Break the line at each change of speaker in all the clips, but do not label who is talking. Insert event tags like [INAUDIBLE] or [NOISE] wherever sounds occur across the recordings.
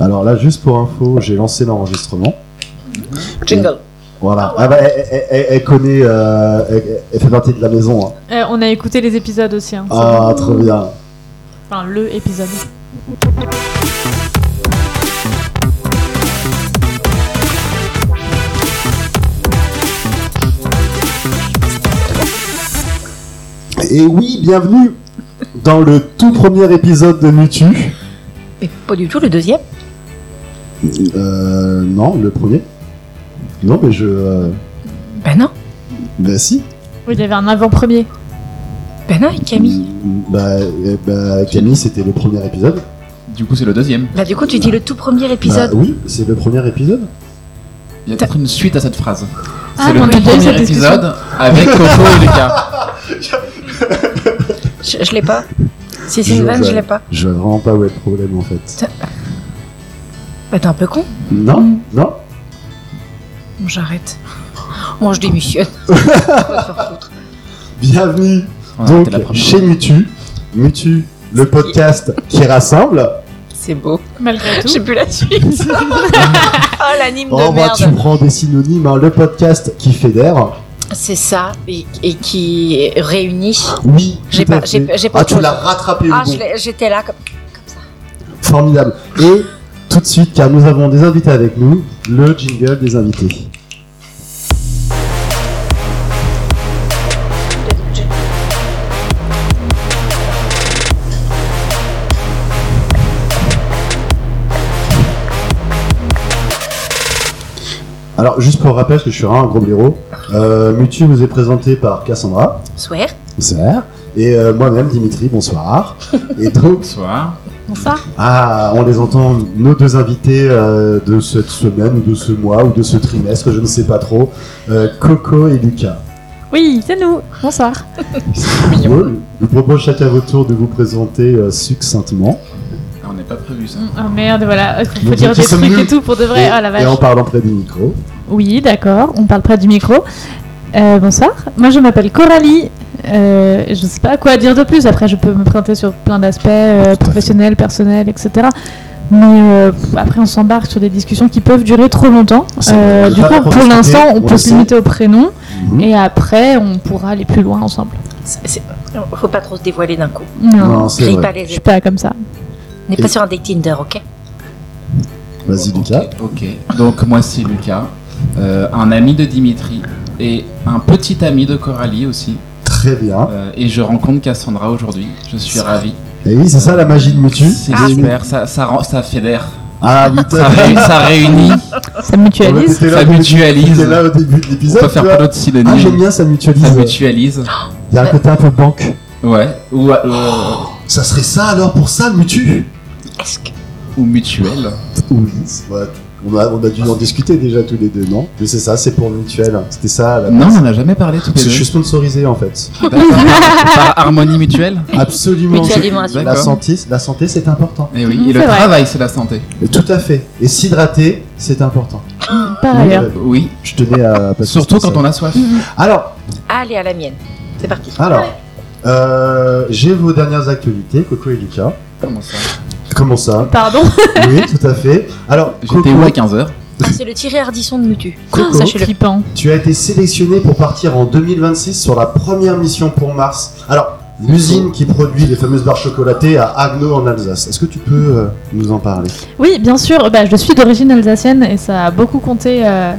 Alors là, juste pour info, j'ai lancé l'enregistrement.
Jingle.
Voilà. Ah bah, elle, elle- elle- elle connaît, euh, elle, elle fait partie de la maison. hein.
Euh, on a écouté les épisodes aussi. hein.
Ah, trop bien.
Enfin, le épisode.
Et oui, bienvenue dans le tout premier épisode de Mutu.
Mais pas du tout le deuxième.
Euh, non, le premier. Non, mais je. euh,
Ben non,
bah si.
Oui, il y avait un avant-premier.
ben non, et Camille.
Mm, Bah, eh, bah, Camille, c'était le premier épisode.
Du coup, c'est le deuxième.
Là, Bah, du coup, tu dis le tout premier épisode.
Bah, oui, c'est le premier épisode.
Il y a peut-être une suite à cette phrase.
Ah,
c'est le
on a
tout
déjà eu
premier
cette discussion.
épisode avec Coco et Lucas.
je je l'ai pas. Si c'est
Je-
une vanne,
je-
je l'ai pas.
Je vois vraiment pas où est le problème en fait.
Bah, t'es un peu con.
Non, non.
Bon, j'arrête. Bon, je
[LAUGHS]
démissionne. Va te faire foutre.
Bienvenue
On a
donc
raté la première.
chez Mutu. Mutu, le podcast qui
[LAUGHS]
rassemble.
C'est beau.
Malgré tout.
J'ai plus la suite. oh, l'anime
Oh
de
bah tu
merde.
prends des synonymes, hein. le podcast qui fédère.
C'est ça, et, et qui réunit.
Oui,
J'ai
tout à
pas- j'ai
fait.
pas- j'ai pas
Ah
autre
tu
chose.
l'as rattrapé
Ah,
au
je
bon.
l'ai- j'étais là comme, comme ça.
Formidable. Et tout de suite, car nous avons des invités avec nous, le jingle des invités. Alors, juste pour rappel, parce que je suis vraiment un gros blaireau, euh, Mutu vous est présenté par Cassandra,
Swear.
bonsoir, et euh, moi-même, Dimitri, bonsoir. Et donc,
Bonsoir.
Bonsoir.
ah, on les entend, nos deux invités euh, de cette semaine, ou de ce mois, ou de ce trimestre, je ne sais pas trop, euh, Coco et Lucas.
Oui, c'est nous. Bonsoir.
Je vous propose chacun à votre tour de vous présenter euh, succinctement.
Ah, on n'est pas prévu ça.
Oh merde, voilà. Il faut
Nous
dire
qui
des
sommes
trucs et
nuls.
tout pour de vrai.
et,
Oh la vache.
et en parlant près du micro.
Oui, d'accord, on parle près du micro. Euh, bonsoir, moi je m'appelle Coralie. Euh, je sais pas quoi dire de plus, après je peux me présenter sur plein d'aspects euh, professionnels, personnels, etc. Mais euh, pff, après on s'embarque sur des discussions qui peuvent durer trop longtemps.
C'est
Euh,
vrai.
du
Ah,
coup,
on
pour
se
l'instant,
connaît,
on
on
peut
le
se
sait.
limiter au prénom
Mhm.
et après on pourra aller plus loin ensemble.
C'est- c'est- Faut pas trop se dévoiler d'un coup.
Non,
Non, c'est
Grille
vrai.
pas
je
les
suis pas comme ça.
N'est pas sur un date Tinder, ok
Vas-y,
Ok,
Lucas.
ok. Donc, moi, c'est Lucas, euh, un ami de Dimitri et un petit ami de Coralie aussi.
Très bien.
Euh, et je rencontre Cassandra aujourd'hui. Je suis ravi.
Et oui, c'est ça la magie de Mutu.
C'est
Ah,
super. Ça, ça, rend- ça fédère.
Ah oui,
Ça,
[LAUGHS]
ré- ça réunit.
Ça mutualise.
t'étais là,
ça
au début-
mutualise.
t'étais là au début de
On peut
l'épisode. tu
faire pas
vois.
d'autres synonymes.
Ah, j'aime bien, ça
Ça
mutualise.
mutualise.
Il y a un côté un peu banque.
Ouais. Ou, euh,
Ça serait ça alors pour ça, le Mutu
Est-ce que.
ou mutuel.
Oui, c'est vrai. on a, on a dû en discuter déjà tous les deux, non Mais c'est ça, c'est pour mutuel. C'était ça la
Non, on n'a jamais parlé tous les
Parce que
deux.
je suis sponsorisé en fait.
D'accord. Par harmonie
[LAUGHS]
mutuelle
Absolument.
Mutuellement
assuré.
La santé, la santé c'est important.
Et Eh oui,
Mhm,
et le
c'est vrai.
travail, c'est la santé.
Et tout à fait. Et s'hydrater, c'est important.
Par ailleurs.
Oui,
Oui,
euh, Je tenais à passer
surtout
ça.
quand on a soif.
Alors,
Allez, à la mienne. C'est parti. Ah
alors, euh, j'ai vos dernières actualités, Coco et Lucas.
Comment ça
Comment ça
Pardon. [LAUGHS]
Oui, tout à fait. Alors, Coco,
J'étais hein. où à 15h
Ah, c'est le tiré Ardisson de Mutu.
Coco,
Ah, Ça, je suis Oh. flippant.
tu as été sélectionné pour partir en 2026 sur la première mission pour Mars. Alors, l'usine qui produit les fameuses barres chocolatées à Agno en Alsace. Est-ce que tu peux euh, nous en parler
Oui, bien sûr. Bah, je suis d'origine alsacienne et ça a beaucoup compté euh,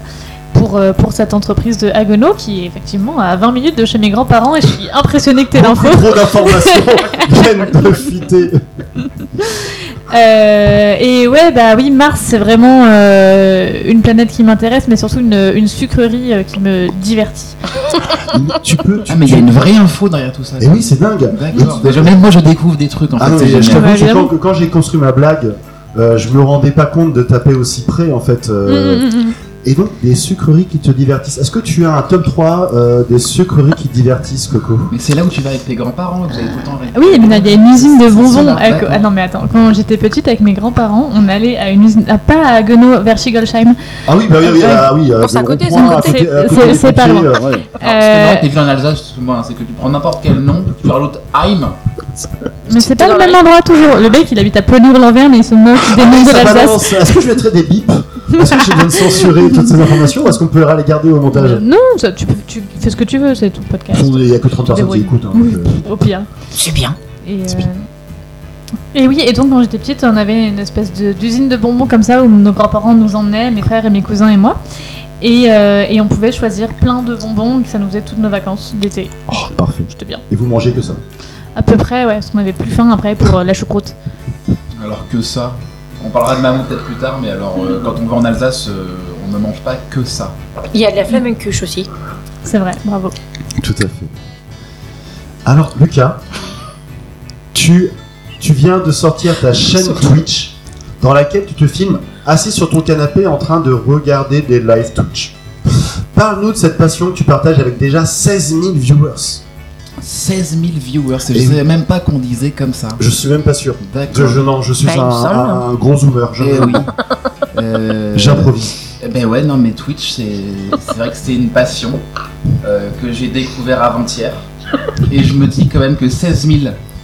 pour, euh, pour cette entreprise de Haguenau qui est effectivement à 20 minutes de chez mes grands-parents et je suis impressionnée que tu aies l'info.
Beaucoup trop d'informations
[LAUGHS]
viennent de fuiter.
Euh, et ouais, bah oui, Mars, c'est vraiment euh, une planète qui m'intéresse, mais surtout une, une sucrerie euh, qui me divertit.
Tu peux. Tu,
Ah, mais il y a une vraie info derrière tout ça.
Et Eh oui, c'est dingue.
D'accord.
Oui, tu-
Déjà, même moi, je découvre des trucs en
Ah
fait.
non,
c'est
mais je
génial.
t'avoue
Ouais,
que
évidemment.
quand, quand j'ai construit ma blague, euh, je me rendais pas compte de taper aussi près en fait. euh,
Mm, mm, mm.
Et donc, des sucreries qui te divertissent. Est-ce que tu as un top 3 euh, des sucreries qui divertissent, Coco
Mais c'est là où tu vas avec tes grands-parents, vous avez tout le temps rêvé.
Ah Oui, mais il y a une usine de bonbons.
Ça, ça,
avec-
d'accord.
Ah non, mais attends, quand j'étais petite avec mes grands-parents, on allait à une usine, ah, pas à Haguenau, vers Schigolsheim.
Ah oui, bah oui, oui,
Ouais.
ah oui. euh,
Bon, c'est à
le
côté,
rond-point,
c'est à côté.
à
C'est-
des
c'est pas
pompiers,
loin.
euh, ouais.
Alors, parce que maintenant, t'es vu en Alsace, souvent, hein, c'est que tu prends n'importe quel nom, tu vas à l'autre Heim,
Mais c'est pas
dans
le
la
même endroit toujours. Le mec, il habite à plonour lanverne et il se moque des noms de
Ah Ça
l'Alsace.
balance. Est-ce que je mettrai des bips Est-ce que j'ai besoin de censurer toutes ces informations ou est-ce qu'on peut les garder au montage
Euh, Non, ça, tu, peux- tu fais ce que tu veux, c'est tout le podcast.
Il n'y a que 30 personnes qui
Débrouille.
écoutent. hein,
Oui.
donc, euh,
Au pire.
C'est bien.
Et,
C'est
euh,
bien.
et oui, et donc quand j'étais petite, on avait une espèce de- d'usine de, bonbons comme ça où nos grands-parents nous emmenaient, mes frères et mes cousins et moi. Et, euh, et on pouvait choisir plein de bonbons, et ça nous faisait toutes nos vacances d'été.
oh, parfait.
J'étais bien.
Et vous mangez que ça
À peu près, ouais, parce qu'on avait plus faim après pour euh, la choucroute.
Alors que ça. On parlera de maman peut-être plus tard, mais alors euh, quand on va en Alsace, euh, on ne mange pas que ça.
Il y a de la flamencuche aussi.
C'est vrai, bravo.
Tout à fait. Alors, Lucas, tu, tu viens de sortir
[LAUGHS]
ta chaîne Twitch dans laquelle tu te filmes assis sur ton canapé en train de regarder des live Twitch. Parle-nous de cette passion que tu partages avec déjà 16 000 viewers.
16 000 viewers, je
Et-
savais même pas qu'on disait comme ça.
Je suis même pas sûr. Je,
D'accord.
je- non, je suis
Bah, il
un,
me semble.
un gros zoomer. je-
Eh oui.
[LAUGHS]
Euh,
J'improvise.
Eh Ben ouais, non, mais Twitch, c'est c'est vrai que c'est une passion euh, que j'ai découvert avant-hier. Et je me dis quand même que 16 000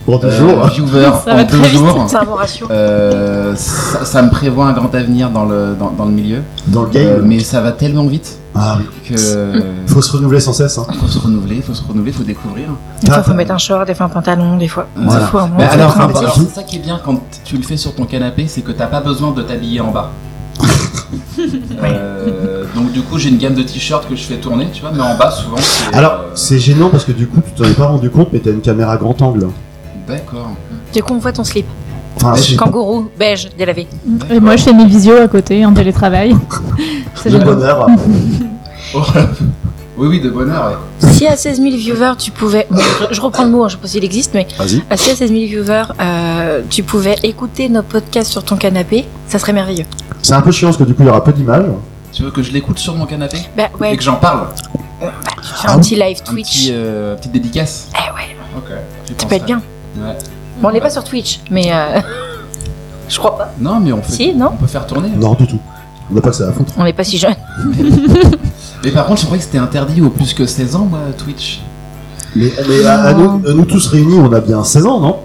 Bon,
euh,
toujours. hein.
viewers
Ça
en
va
deux
très vite.
jours,
C'est un bon ratio.
euh, ça, ça me prévoit un grand avenir dans le, dans, dans le milieu.
Dans le
Euh,
game.
mais ça va tellement vite
Ah oui.
que euh,
Faut se renouveler sans cesse. hein.
faut se renouveler, faut se renouveler, faut découvrir.
Des fois,
Ah,
faut mettre un short, des fois un pantalon, des fois.
Voilà.
Des fois, on
Mais
Ouais,
alors,
c'est
alors,
parti.
alors, c'est ça qui est bien quand tu le fais sur ton canapé, c'est que t'as pas besoin de t'habiller
[LAUGHS]
en bas. Euh, donc du coup j'ai une gamme de t-shirts que je fais tourner, tu vois, mais en bas souvent c'est...
Alors,
euh,
c'est gênant parce que du coup, tu t'en es pas rendu compte, mais t'as une caméra grand angle.
D'accord.
Du coup, on voit ton slip.
Enfin,
Ouais,
c'est-
Kangourou, beige, délavé.
Et moi, je fais mes visios à côté en télétravail. C'est
le
génial.
[LAUGHS]
bonheur.
Oh, [LAUGHS] oui oui de bonheur, ouais.
Si à 16 000 viewers, tu pouvais. Bon, je- je reprends le mot, hein, je sais pas s'il existe, mais
Vas-y.
à si à 16 000 viewers, euh, tu pouvais écouter nos podcasts sur ton canapé, ça serait merveilleux.
C'est un peu chiant parce que du coup il y aura peu d'images.
Tu veux que je l'écoute sur mon canapé
Bah ouais,
Et que j'en parle
tu fais un petit live
Un
Twitch.
petit, euh, petite dédicace
Eh ouais,
Ok. j'y
ça peut
penserai.
être bien.
Ouais.
Bon, on n'est pas sur Twitch, mais. euh, [LAUGHS] je crois pas.
Non mais on, fait,
Si, non
on peut faire tourner.
Non, du tout. On n'a pas que ça à foutre.
On n'est pas si jeune.
Mais par contre je croyais que c'était interdit aux plus que 16 ans moi Twitch.
Mais, mais à, à nous, à nous tous réunis, on a bien 16 ans, non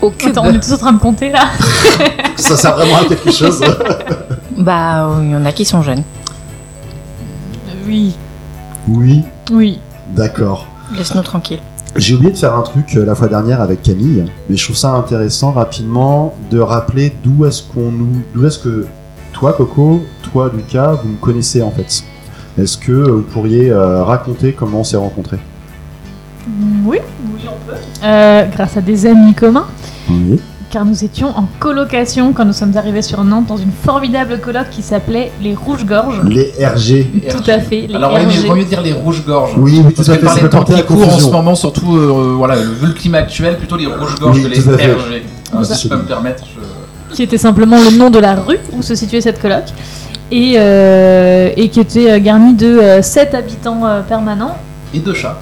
Au cube.
Attends, on est tous en train de compter là.
Ça sert vraiment à
[LAUGHS]
quelque chose.
Bah, il y en a qui sont jeunes.
Oui,
Oui,
oui.
d'accord.
Laisse-nous tranquille.
J'ai oublié de faire un truc euh, la fois dernière avec Camille, mais je trouve ça intéressant rapidement de rappeler d'où est-ce qu'on nous, d'où est-ce que toi Coco, toi Lucas, vous me connaissez en fait. Est-ce que euh, vous pourriez euh, raconter comment on s'est rencontrés
Oui, oui, on peut. Euh, grâce à des amis communs.
Oui.
car nous étions en colocation quand nous sommes arrivés sur Nantes dans une formidable coloc qui s'appelait les Rouges-Gorges.
Les RG.
Tout à fait, les
Alors oui, mais il
RG.
vaut mieux dire les rouges-gorges.
Oui, oui, tout
Parce
à
que
fait.
par
Ça
les
peut
temps
porter à
qui courent en ce
confusion.
moment, surtout, euh, voilà, vu le climat actuel, plutôt les rouges-gorges
Oui,
que
tout à fait. Ah,
les RG. Euh, si je peux me permettre, je-
qui était simplement le nom de la rue où se situait cette coloc, et, euh, et qui était euh, garnie de 7 habitants euh, permanents
Et deux chats.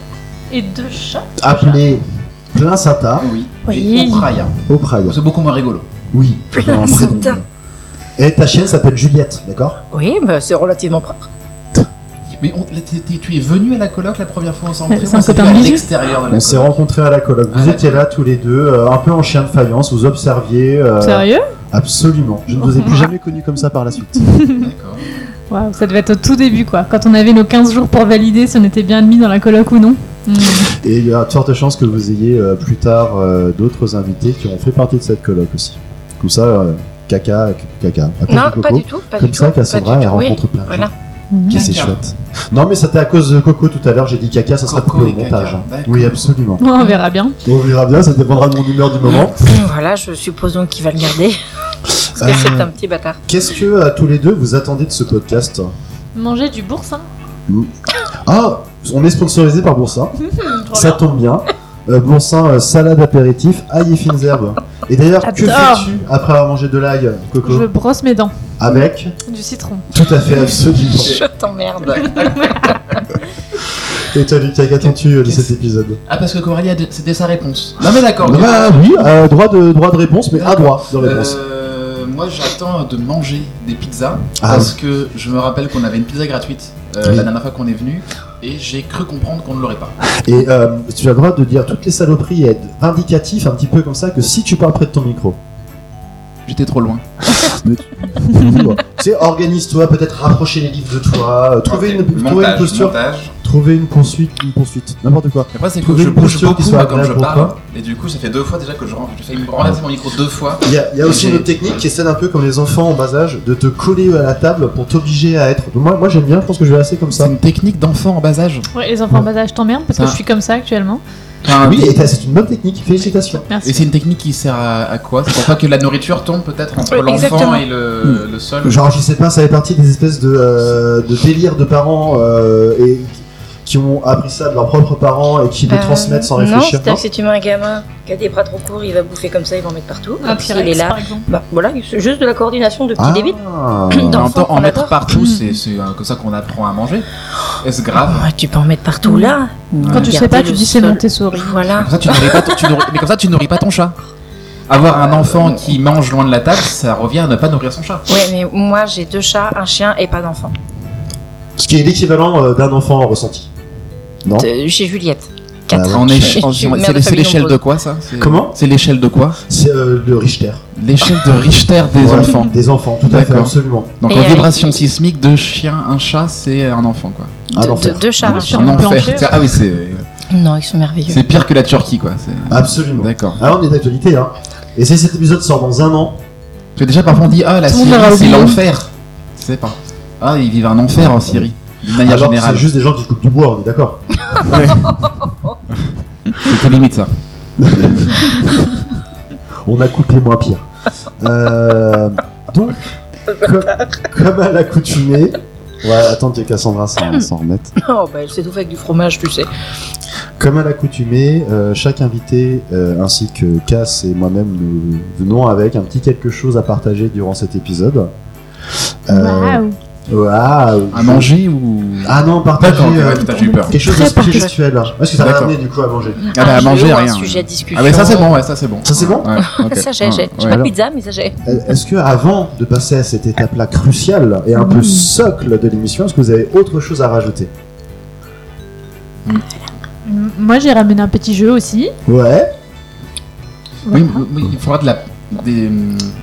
et deux chats.
Appelé plein Sata
Oui.
Oui.
Et Ocraya.
au Pride.
C'est beaucoup moins rigolo.
Oui.
Plein Sata.
Et ta chaîne s'appelle Juliette, d'accord
Oui, bah, c'est relativement propre.
Mais on- là, t'es- t'es- tu es venu à la coloc la première fois, on s'est rencontrés,
c'est
on
un
s'est
copain
vu à
de Lise.
l'extérieur de la
On s'est
coloc.
rencontrés à la coloc. Vous
Ah,
étiez là tous les deux, euh, un peu en chien de faïence, vous observiez. euh,
Sérieux
absolument. Je ne vous ai
[LAUGHS]
plus jamais connu comme ça par la suite.
D'accord.
Waouh, ça devait être au tout début quoi, quand on avait nos 15 jours pour valider si on était bien admis dans la coloc ou non. Hmm.
Et il y a de fortes chances que vous ayez euh, plus tard euh, d'autres invités qui ont fait partie de cette coloc aussi. Comme ça, euh, caca, caca. à cause
Non,
Coco.
pas du tout. Pas
Comme
du
ça,
tout, pas
Cassandra,
du
elle
tout. Oui,
rencontre plein de gens.
Voilà.
Et c'est
Caca.
chouette. Non, mais c'était à cause de Coco tout à l'heure, j'ai dit caca, ça sera
Coco
coupé au
et caca,
montage. hein.
d'accord.
Oui, absolument.
[LAUGHS] On verra bien.
On verra bien, ça dépendra de mon humeur du moment.
Mmh, Voilà, je suppose donc qu'il va le garder. [LAUGHS] Parce que
Euh,
c'est un petit bâtard.
Qu'est-ce que à tous les deux vous attendez de ce podcast hein
Manger du boursin.
Ah, on est sponsorisé par Boursin,
Trop
ça tombe bien. Euh, Boursin, euh, salade apéritif, ail et fines herbes. Et d'ailleurs, que
J'adore.
fais-tu après avoir mangé de l'ail, Coco
bien. Je brosse mes dents.
Avec
Du citron.
Tout à fait,
[LAUGHS]
absolument.
Je t'emmerde.
Et toi, Lucas, qu'attends-tu euh, de cet épisode
Ah, parce que Coralie, a dé- c'était sa réponse. Non, mais d'accord. ok.
Bah oui, euh, droit, de, droit de réponse, mais à droit de réponse.
Euh, moi, j'attends de manger des pizzas
Ah,
parce que je me rappelle qu'on avait une pizza gratuite euh,
Oui.
la dernière fois qu'on est venu et j'ai cru comprendre qu'on ne l'aurait pas.
Et euh, tu as le droit de dire toutes les saloperies et être indicatif un petit peu comme ça que si tu parles près de ton micro.
J'étais trop loin.
tu sais, organise-toi, peut-être rapprocher les livres de toi, euh, trouver,
Ok,
une, trouver
montage,
une posture,
montage.
trouver une poursuite, une poursuite, n'importe quoi.
Et Après, c'est que
Trouver
je
une
bouge
posture qui
beaucoup
soit
moi, quand je
agréable pour
parle.
toi.
Et du coup, ça fait deux fois déjà que je ren- j'ai failli me renverser mon micro deux fois.
Il y a, il y a aussi
J'ai-
une autre technique qui est celle un peu comme les enfants en bas âge, de te coller à la table pour t'obliger à être. Moi, moi j'aime bien, je pense que je vais assez comme
C'est
ça.
une technique d'enfant en bas âge.
Ouais, les enfants en bas âge t'emmerdent parce que
Ah.
je suis comme ça actuellement.
Enfin,
Oui, et t'as- c'est une bonne technique, félicitations.
Et
Merci.
c'est une technique qui sert à, à quoi C'est pour pas que la nourriture tombe peut-être entre
Oui,
l'enfant
exactement.
et le, le sol
Genre, Hmm. je sais pas, ça fait partie des espèces de, euh, de délires de parents euh, et qui ont appris ça de leurs propres parents et qui le
Euh,
transmettent sans
Non,
réfléchir.
c'est-à-dire que si tu mets un gamin qui a des bras trop courts, il va bouffer comme ça, il va en mettre partout.
Un
Comme s'il est
T-Rex,
là.
par exemple.
Bah, voilà, c'est juste de la coordination de petits
Ah.
débiles.
[COUGHS] Mais en, même temps,
d'enfant
en
qu'on
mettre
adore.
partout, c'est c'est, euh, comme ça qu'on apprend à manger. Est-ce grave
Ouais, tu peux en mettre partout
Oui.
là.
Quand tu sais
Garder
pas,
le
tu dis c'est
sol.
Montessori.
Voilà.
comme ça, tu nourris pas ton- tu nourris- Mais comme ça, tu nourris pas ton chat. Avoir un enfant qui mange loin de la table, ça revient à ne pas nourrir son chat.
Ouais, mais moi j'ai deux chats, un chien et pas d'enfant.
Ce qui est l'équivalent euh, d'un enfant ressenti. Non
Euh, Chez Juliette.
Ah ouais.
Quatre. [LAUGHS]
En éche-
Je
en-
suis
c'est-
mère de
c'est
famille
l'échelle de
nombreuse.
quoi ça C'est-
Comment
C'est l'échelle de quoi
C'est euh, le Richter.
L'échelle de Richter des
Voilà,
enfants.
Des enfants, tout à fait,
D'accord.
absolument.
Donc
Et
en
avec-
vibration sismique, deux chiens, un chat, c'est un enfant quoi.
Un
De- de-
enfer.
deux chats, un chien.
Sur un
un enfer.
plancher.
Ah oui, c'est
Non, ils sont merveilleux.
c'est pire que la Turquie quoi. c'est-
Absolument.
D'accord.
Alors, on est d'actualité, hein. Et si cet épisode sort dans un an,
Parce que déjà parfois on dit ah la
Tout le
Syrie
monde aura
c'est
oublié.
l'enfer. Je sais pas. Ah ils vivent un enfer en Syrie. D'une manière
alors que c'est
générale.
juste des gens qui coupent du bois, on est d'accord
C'est tout limite ça.
On a coupé moins pire. Euh, donc, comme, comme à l'accoutumée. Ouais, attends, que Cassandra s'en s'en remette.
Oh, bah elle s'est tout fait avec du fromage, tu sais.
Comme à l'accoutumée, euh, chaque invité euh, ainsi que Cass et moi-même nous venons avec un petit quelque chose à partager durant cet épisode. Euh,
Waouh.
waouh.
À manger ou
Ah non, partager
D'accord,
euh,
ouais, putain, j'ai eu peur.
quelque chose de
Très partagé.
spirituel. Est-ce que ça va
D'accord.
amené du coup à manger
Ah bah à
Un jeu
manger
ou
rien.
Un sujet de discussion.
Ah mais ça c'est bon, ouais, ça c'est bon.
Ça, c'est bon [LAUGHS]
Ouais, ok.
Ça j'ai, j'ai.
Ouais,
J'ai
ouais.
pas de pizza, mais ça j'ai.
Euh, Est-ce que avant de passer à cette étape-là cruciale et un peu
Mm.
socle de l'émission, est-ce que vous avez autre chose à rajouter
M- Moi, j'ai ramené un petit jeu aussi.
Ouais.
Oui, oui, il faudra de la des,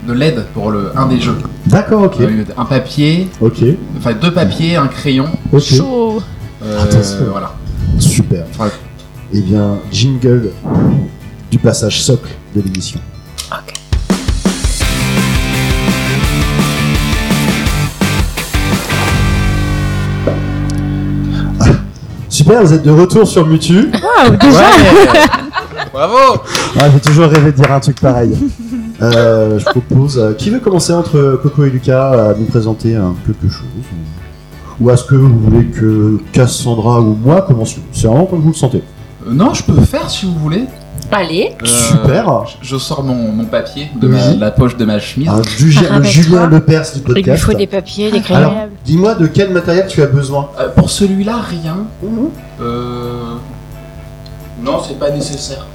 de l'aide pour le un des jeux.
D'accord, ok.
Euh, Un papier,
Ok,
enfin deux papiers, un crayon.
ok.
Chaud.
euh,
Attention.
voilà.
Super.
Ouais.
Eh bien, jingle du passage socle de l'émission. Ah, Super, vous êtes de retour sur Mutu.
Waouh, déjà.
[LAUGHS] Bravo
Ah, J'ai toujours rêvé de dire un truc pareil.
[LAUGHS]
Euh, je propose. euh, qui veut commencer entre Coco et Lucas à nous présenter euh, quelque chose Ou est-ce que vous voulez que Cassandra ou moi commencions C'est vraiment comme vous le sentez.
Euh, Non, je peux faire si vous voulez.
Allez.
Euh,
Super.
je- Je sors mon, mon papier de ma-
Oui. Ah.
la poche de ma chemise.
Un Julien- le
Rappelle-toi.
Julien Lepers du
Ah, Il lui
podcast.
faut des papiers, des crayons.
Alors, dis-moi de quel matériel tu as besoin.
Euh, pour celui-là, rien.
Mhm.
Euh... Non, c'est pas nécessaire.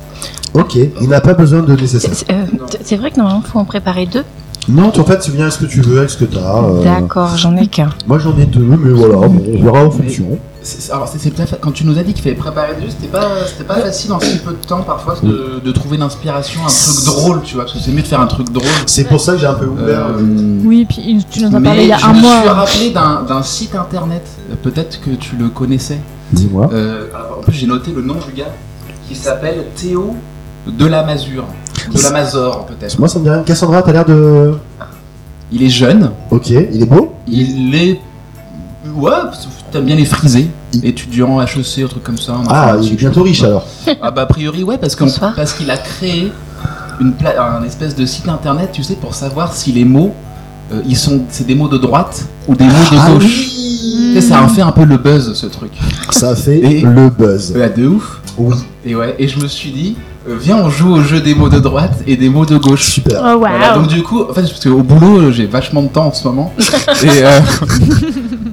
Ok, il n'a pas besoin de nécessaire.
C'est- c'est- euh, c'est- C'est vrai que normalement, faut en préparer deux.
Non, tu- en fait, c'est bien ce que tu veux, avec ce que tu as.
Euh, D'accord, j'en ai qu'un.
moi, j'en ai deux, mais voilà, bon, on verra en fonction.
C'est- c'est- Alors, c'est- c'est pas fa- quand tu nous as dit qu'il fallait préparer des jeux, c'était pas, c'était pas facile en si peu de temps parfois de, de trouver l'inspiration, un truc drôle, tu vois, parce que c'est mieux de faire un truc drôle.
C'est pour ça que j'ai un peu ouvert.
Euh,
Oui, puis il- tu nous en
mais
parlais il y a
je
un
me suis
mois.
rappelé d'un d'un site internet, Euh, peut-être que tu le connaissais.
Dis-moi.
Euh, alors, en plus, j'ai noté le nom du gars qui s'appelle Théo de la Masure. De la Mazor, peut-être.
Moi, ça me dit rien. Cassandra, t'as l'air de.
Il est jeune,
Ok, il est beau
il est. Ouais, parce que t'aimes bien les frisés, étudiant HEC, un truc comme ça. un
Ah,
informatique.
il est bientôt riche alors.
Ah, bah, a priori, ouais, parce qu'en-
Bonsoir.
parce qu'il a créé une pla- un espèce de site internet, tu sais, pour savoir si les mots, euh, ils sont, c'est des mots de droite ou des mots de
Ah
gauche.
oui
Tu sais,
Oh,
ça a fait un peu le buzz, ce truc.
Ça fait
Et-
le buzz.
Ouais, de ouf.
Oui,
Et ouais, et je me suis dit, euh, viens, on joue au jeu des mots de droite et des mots de gauche.
super.
Oh,
Voilà,
waouh.
donc du coup, en fait, parce qu'au boulot, euh, j'ai vachement de temps en ce moment. et, euh, [LAUGHS]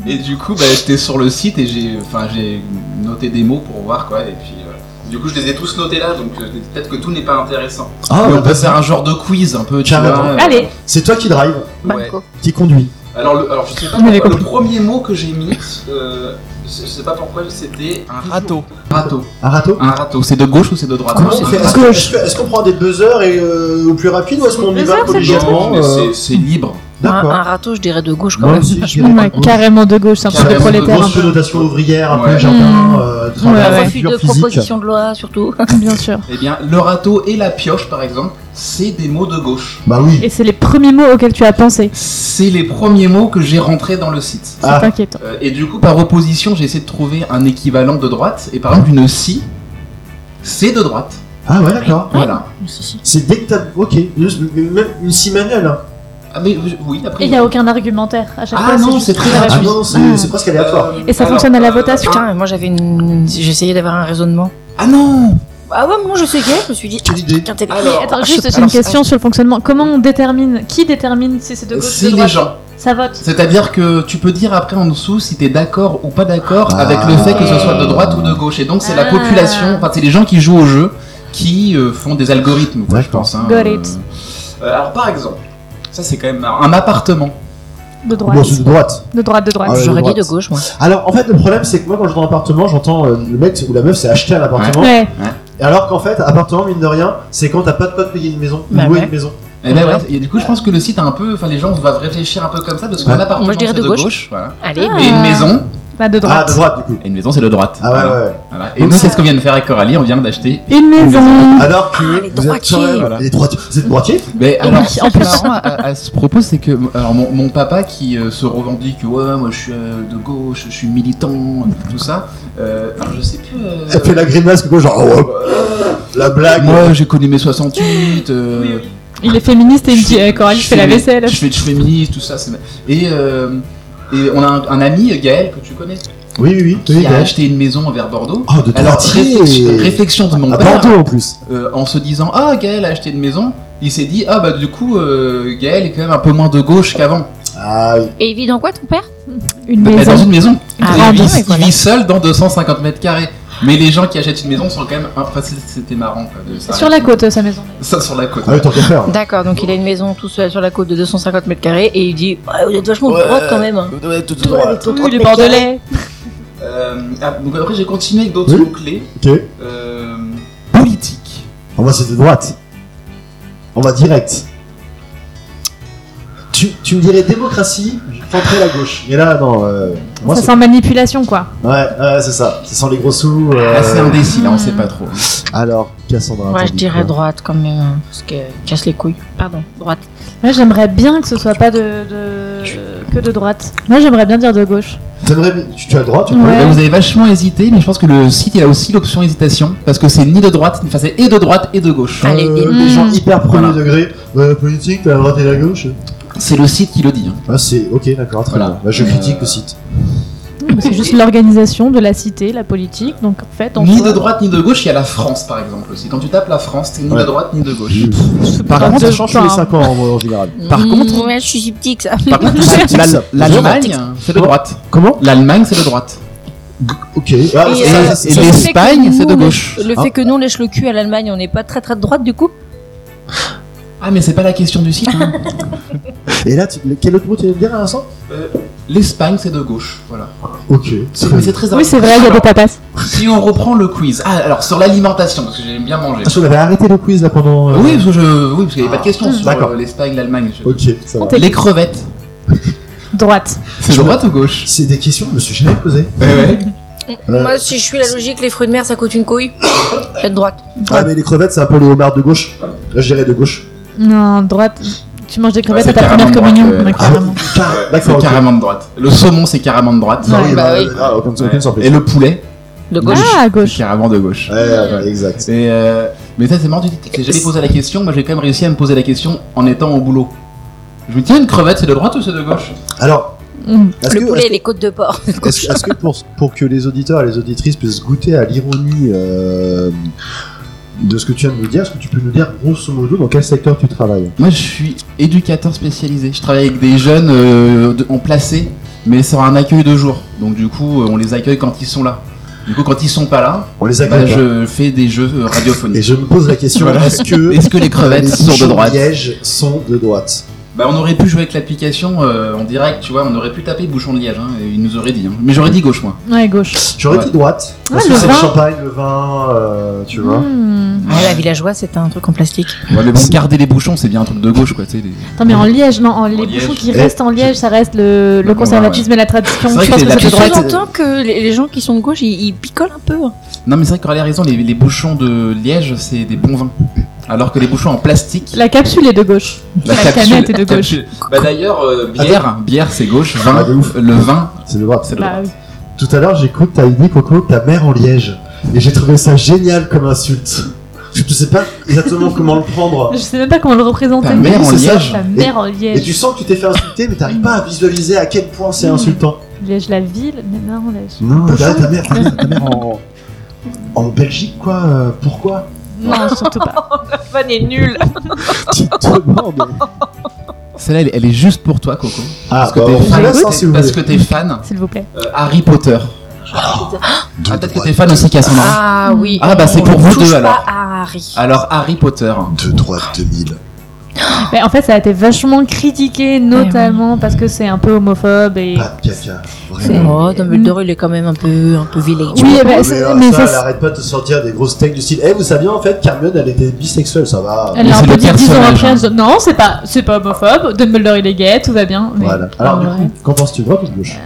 et du coup, bah, j'étais sur le site et j'ai, enfin, j'ai noté des mots pour voir quoi. Et puis, euh, du coup, je les ai tous notés là, donc euh, peut-être que tout n'est pas intéressant.
Ah,
Mais
bah,
on peut
bah,
faire un genre de quiz un peu, tu
Carrément.
vois. euh,
Allez,
C'est toi qui drive,
ouais.
Banco.
qui conduit.
Alors, le, alors, je sais pas,
Vous m'avez
pourquoi, le
compris.
premier mot que j'ai mis, euh, je sais pas pourquoi, c'était un
Râteau.
râteau.
Un râteau
Un râteau. C'est de gauche ou c'est de droite
Ah, Comment
Un
on fait
râteau.
Est-ce que- est-ce que- est-ce qu'on prend des buzzers et, euh, au plus rapide ou est-ce qu'on y va
Buzzer, c'est le
collégialement
Mais
euh,
c'est- C'est libre.
Un, un
D'accord.
râteau, je dirais de gauche quand
Moi
même.
aussi, je
On
dirais
a
pas.
carrément de gauche, c'est un truc de
Carrément de
prolétaire.
Grosse notation ouvrière, un
Ouais.
peu jardin,
Mmh.
euh, travail,
Ouais, ouais.
Refus de
culture physique.
proposition de loi, [LAUGHS] surtout.
Bien sûr.
Eh bien, le râteau et la pioche, par exemple, c'est des mots de gauche.
Bah oui.
Et c'est les premiers mots auxquels tu as pensé.
C'est les premiers mots que j'ai rentrés dans le site.
C'est
Ah.
inquiétant.
Euh, et du coup, par opposition, j'ai essayé de trouver un équivalent de droite. Et par exemple, une scie, c'est de droite.
Ah ouais, d'accord.
Voilà.
Si, si.
C'est dès que t'as. Ok, une- même une scie manuelle. hein.
Ah, mais euh, oui, après.
Et il n'y a aucun argumentaire à chaque
Ah
fois.
non,
juste
c'est très
gratuit.
Ah
gratuit.
non, c'est
Ah.
c'est presque aléatoire.
Euh,
Et ça
alors,
fonctionne à la
euh,
votation.
ah-
Putain, moi j'avais une. J'essayais d'avoir un raisonnement.
Ah non
Ah ouais, moi je sais je me suis dit.
Quelle
ah,
idée.
putain, t'es-
Alors,
Attends,
Ah, je
juste,
sais
j'ai
pas,
une
alors,
question sur le fonctionnement. Comment on détermine Qui détermine si c'est de gauche ou
C'est
de
les
droite
gens.
Ça vote.
C'est-à-dire que tu peux dire après en dessous si t'es d'accord ou pas d'accord
Ah.
avec le fait que ce soit de droite ou de gauche. Et donc c'est la
Ah.
population, enfin c'est les gens qui jouent au jeu qui euh, font des algorithmes, quoi, je
D'accord.
pense. hein.
Got it.
Euh, alors par exemple, ça c'est quand même marrant. Un appartement.
De droite.
Bon, c'est de droite.
De droite, de droite.
Ah ouais,
J'aurais dit
droite.
de gauche, moi.
Alors en fait, le problème c'est que moi quand je vais dans l'appartement, j'entends euh, le mec ou la meuf c'est acheter un appartement.
Ouais.
Et Alors qu'en fait, appartement, mine de rien, c'est quand t'as pas de code payer une maison,
Bah
ou louer
ouais.
une maison.
Et, ben, ouais. Et du coup je pense que le site a un peu, enfin les gens doivent réfléchir un peu comme ça parce qu'un
Ouais.
appartement
Moi, je dirais
c'est
de
de
gauche.
voilà.
Allez,
Ah.
Et une maison,
Bah, de
Ah,
droite.
de droite du coup.
et une maison c'est de droite.
Ah ouais,
Voilà.
ouais, ouais.
Voilà. Et nous c'est ce qu'on vient de faire avec Coralie, on vient d'acheter.
Une maison.
Alors
Ah,
que
les
vous êtes
droitiers. Bah
quand même-
Voilà.
les droitiers. Vous êtes droitier
Mais alors, ce qui est marrant à, à ce propos, c'est que alors, mon, mon papa qui euh, se revendique, ouais, moi je suis euh, de gauche, je suis militant, tout ça, euh, alors, je sais plus. euh,
Ça fait la grimace que genre oh, hop,
euh,
la blague.
Moi j'ai connu mes 68, euh,
Il est féministe et il me dit eh, Coralie, je fais la vaisselle.
je fais, je fais féministe, tout ça. c'est- Et, euh, et on a un, un ami, Gaël, que tu connais,
Oui, oui, oui.
qui
oui, ben.
a
bien.
acheté une maison vers Bordeaux.
Oh, de
Alors,
droitier.
réflexion, réflexion de mon
À
père,
Bordeaux en plus.
euh, en se disant Ah, Gaël a acheté une maison, il s'est dit Ah, bah du coup, euh, Gaël est quand même un peu moins de gauche qu'avant.
Ah, oui.
Et il vit dans quoi ton père
Une
Mais dans
maison.
une maison.
Ah,
il,
oui,
vit,
oui,
il
voilà.
vit seul dans 250 mètres carrés. Mais les gens qui achètent une maison sont quand même. Enfin, c'est- c'était marrant. quoi, de ça.
Sur la côte, sa maison.
Ça, sur la côte.
Ah oui, tant qu'à faire.
D'accord, donc il a une maison tout seul sur la côte de 250 mètres carrés et il dit Ouais, vous êtes vachement de
Ouais.
droite quand même. hein.
Ouais, tout de droite.
Oui, les bordelais.
Euh, ah, donc après, j'ai continué avec d'autres
Oui.
mots-clés.
Ok.
Euh, politique.
On va c'est de droite. On va direct. Tu, tu me dirais démocratie, je tenterais la gauche. Mais là, non. euh, moi,
Ça
c'est...
sent manipulation, quoi.
Ouais, ouais, c'est ça. Ça sent les gros sous. euh,
Ah, c'est indécis, là, on sait pas trop.
Alors, Cassandra.
Moi
attends,
je dirais
quoi.
droite quand même, hein, parce que casse les couilles. Pardon, droite.
Moi, j'aimerais bien que ce soit pas de, de- que de droite. Moi, j'aimerais bien dire de gauche.
T'aimerais bien- Tu, tu as le droit, tu peux.
Ouais.
Là, vous avez vachement hésité, mais je pense que le site, il a aussi l'option hésitation. Parce que c'est ni de droite, enfin, c'est et de droite et de gauche. hein.
Allez,
Euh,
bim.
les gens hyper premier
Voilà.
degré, euh, politique, t'as la droite et la gauche.
C'est le site qui le dit. hein.
Ah, c'est ok, d'accord, très
Voilà.
bien. Bah, je
Euh,
critique le site.
C'est juste l'organisation de la cité, la politique. Donc, en fait, on.
Ni
voit-
de droite ni de gauche, il y a la France par exemple aussi. Quand tu tapes la France, c'est ni
Ouais. Mmh.
de droite ni de gauche.
Par
pas
contre, ça
de-
change tous les
enfin,
5 ans en, en général.
Par contre-
Mmh, ouais, je suis si petit que ça.
Par contre,
[LAUGHS]
C'est
l'Al-
ça.
l'Allemagne, c'est de droite.
Comment
L'Allemagne, c'est de droite.
Ok. Ah,
Et,
c'est
Et,
ça, ça,
euh,
et
c'est- ça, c'est-
l'Espagne, c'est de
nous,
gauche.
Le
Ah.
fait que nous on lèche le cul à l'Allemagne, on n'est pas très très de droite du coup
Ah, mais c'est pas la question du site. hein.
et là, tu- quel autre mot tu veux dire à l'instant
[LAUGHS] L'Espagne, c'est de gauche. Voilà.
Ok.
C'est mais c'est très
Oui, c'est vrai, il y a des
Alors,
tapas.
Si on reprend le quiz. Ah, alors sur l'alimentation, parce que j'aime bien manger.
Parce qu'on Ah, avait arrêté le quiz là pendant. euh,
Oui, parce que je- oui, parce qu'il n'y avait pas de question sur
D'accord.
euh, l'Espagne, l'Allemagne. je-
Ok, ça va.
On t'écoute.
Les crevettes,
Droite.
c'est
Je-
droite ou gauche
C'est des questions que je me suis jamais posées. Euh,
Moi si je suis la logique, les fruits de mer ça coûte une couille. Je suis de droite.
Ah, mais les crevettes, c'est un peu le homard de gauche. Là, je dirais de gauche.
Non, droite. Tu manges des crevettes
Ouais,
à ta
c'est
première
carrément
communion.
droite,
Ouais,
euh,
Ah,
carrément.
car-
C'est
D'accord. ok.
carrément de droite. Le saumon, c'est carrément de droite.
Ah oui,
Ouais, bah oui.
Ah, aucune, aucune
Ouais.
surprise.
Et le poulet,
De
gauche.
gauche.
Ah, à
c'est
gauche.
carrément de gauche.
Ouais, ouais, exact.
Et, euh, mais ça c'est marrant, tu dis, t'es jamais posé la question, moi j'ai quand même réussi à me poser la question en étant au boulot. Je me dis, tiens, une crevette c'est de droite ou c'est de gauche
Alors,
Mm.
est-ce
Le
que,
poulet et les côtes de porc.
est-ce- est-ce que pour, pour que les auditeurs et les auditrices puissent goûter à l'ironie euh, de ce que tu viens de nous dire, est-ce que tu peux nous dire grosso modo dans quel secteur tu travailles
Moi je suis éducateur spécialisé, je travaille avec des jeunes euh, de- en placé, mais sur un accueil de jour. Donc du coup, euh, on les accueille quand ils sont là. Du coup, quand ils sont pas là,
On les
bah,
accueille. pas.
je fais des jeux euh, radiophoniques.
Et je me pose la question [LAUGHS]
Voilà.
est-ce que
Est-ce que les crevettes
les
sont de
bouchons
droite
lièges sont de droite
Bah, on aurait pu jouer avec l'application euh, en direct, tu vois, on aurait pu taper bouchon de liège, hein, et il nous aurait dit. hein. Mais j'aurais dit gauche, moi.
Ouais, gauche.
J'aurais
Ouais.
dit droite. Parce
Ouais,
que
le
c'est le
vin.
champagne, le vin, euh, tu vois.
Hmm.
Ouais, la villageoise, c'était un truc en plastique.
Ouais, mais bon, garder les bouchons, c'est bien un truc de gauche, quoi, tu sais. les-
Attends, mais en Liège, non, en, les
Liège.
bouchons qui
Eh,
restent en Liège, ça reste le, le
Ouais,
conservatisme et la tradition.
C'est
Je
vrai que
pense
les-
que
la
ça
Je
fait
droite-
droite.
sous-entends que les, les gens qui sont de gauche, ils, ils picolent un peu.
Non, mais c'est vrai qu'Aurélie a raison, les, les bouchons de liège, c'est des bons vins. Alors que les bouchons en plastique,
La capsule est de gauche. [LAUGHS] la canette est de
la
gauche.
capsule- Bah d'ailleurs, euh, bière, bière c'est gauche, vin,
Ah, de ouf.
le vin,
C'est de droite.
c'est de
Bah
droite.
oui.
Tout à l'heure, j'ai cru que t'as dit Coco, ta mère en Liège. Et j'ai trouvé ça génial comme insulte. Je ne sais pas exactement comment le
[LAUGHS]
prendre.
Je sais même pas comment le représenter.
Ta mère en
c'est ça.
liège
Ta mère en Liège.
Et tu sens que tu t'es fait insulter, mais t'arrives pas à visualiser à quel point c'est insultant.
Liège la ville, mais non, Liège.
Non, là, ta mère, ta mère, ta mère en, en Belgique, quoi. euh, pourquoi
Mm.
Non, surtout
[LAUGHS]
pas.
Oh,
Van est nul.
Tu te demandes.
Celle-là, elle, elle est juste pour toi, Coco.
Ah,
Parce que
bah,
t'es
on fait
fan,
la
écoute,
ça, si vous
parce
voulez. Oh.
que t'es fan
S'il vous plaît.
euh, Harry Potter. Ah, peut-être que t'es fan aussi Cassandra.
Ah oui.
Ah, bah, c'est
On
pour
ne
vous
touche
deux,
pas
alors. Ah.
à Harry.
Ah.
Alors Harry Potter.
De droite 2000.
Mais en fait, ça a été vachement critiqué, notamment parce que c'est un peu homophobe
Bah,
et.
Pas de caca.
C'est-
Vraiment.
Oh, Dumbledore, il est quand même un peu, un peu vilain.
Oui, eh ben,
Mais,
c'est-
euh,
mais
ça,
ça,
elle arrête pas de te sortir des grosses techs du style. Eh, vous saviez en fait, Carmione, elle était bisexuelle, ça va.
elle l'a un
c'est
peu
le
dit dix ans
personnage,
après.
hein.
elle se dit, Non, c'est pas, c'est pas homophobe. Dumbledore il est gay, tout va bien. Mais Ah
Voilà. Alors,
en
du
vrai,
coup, qu'en penses-tu, droite ou de gauche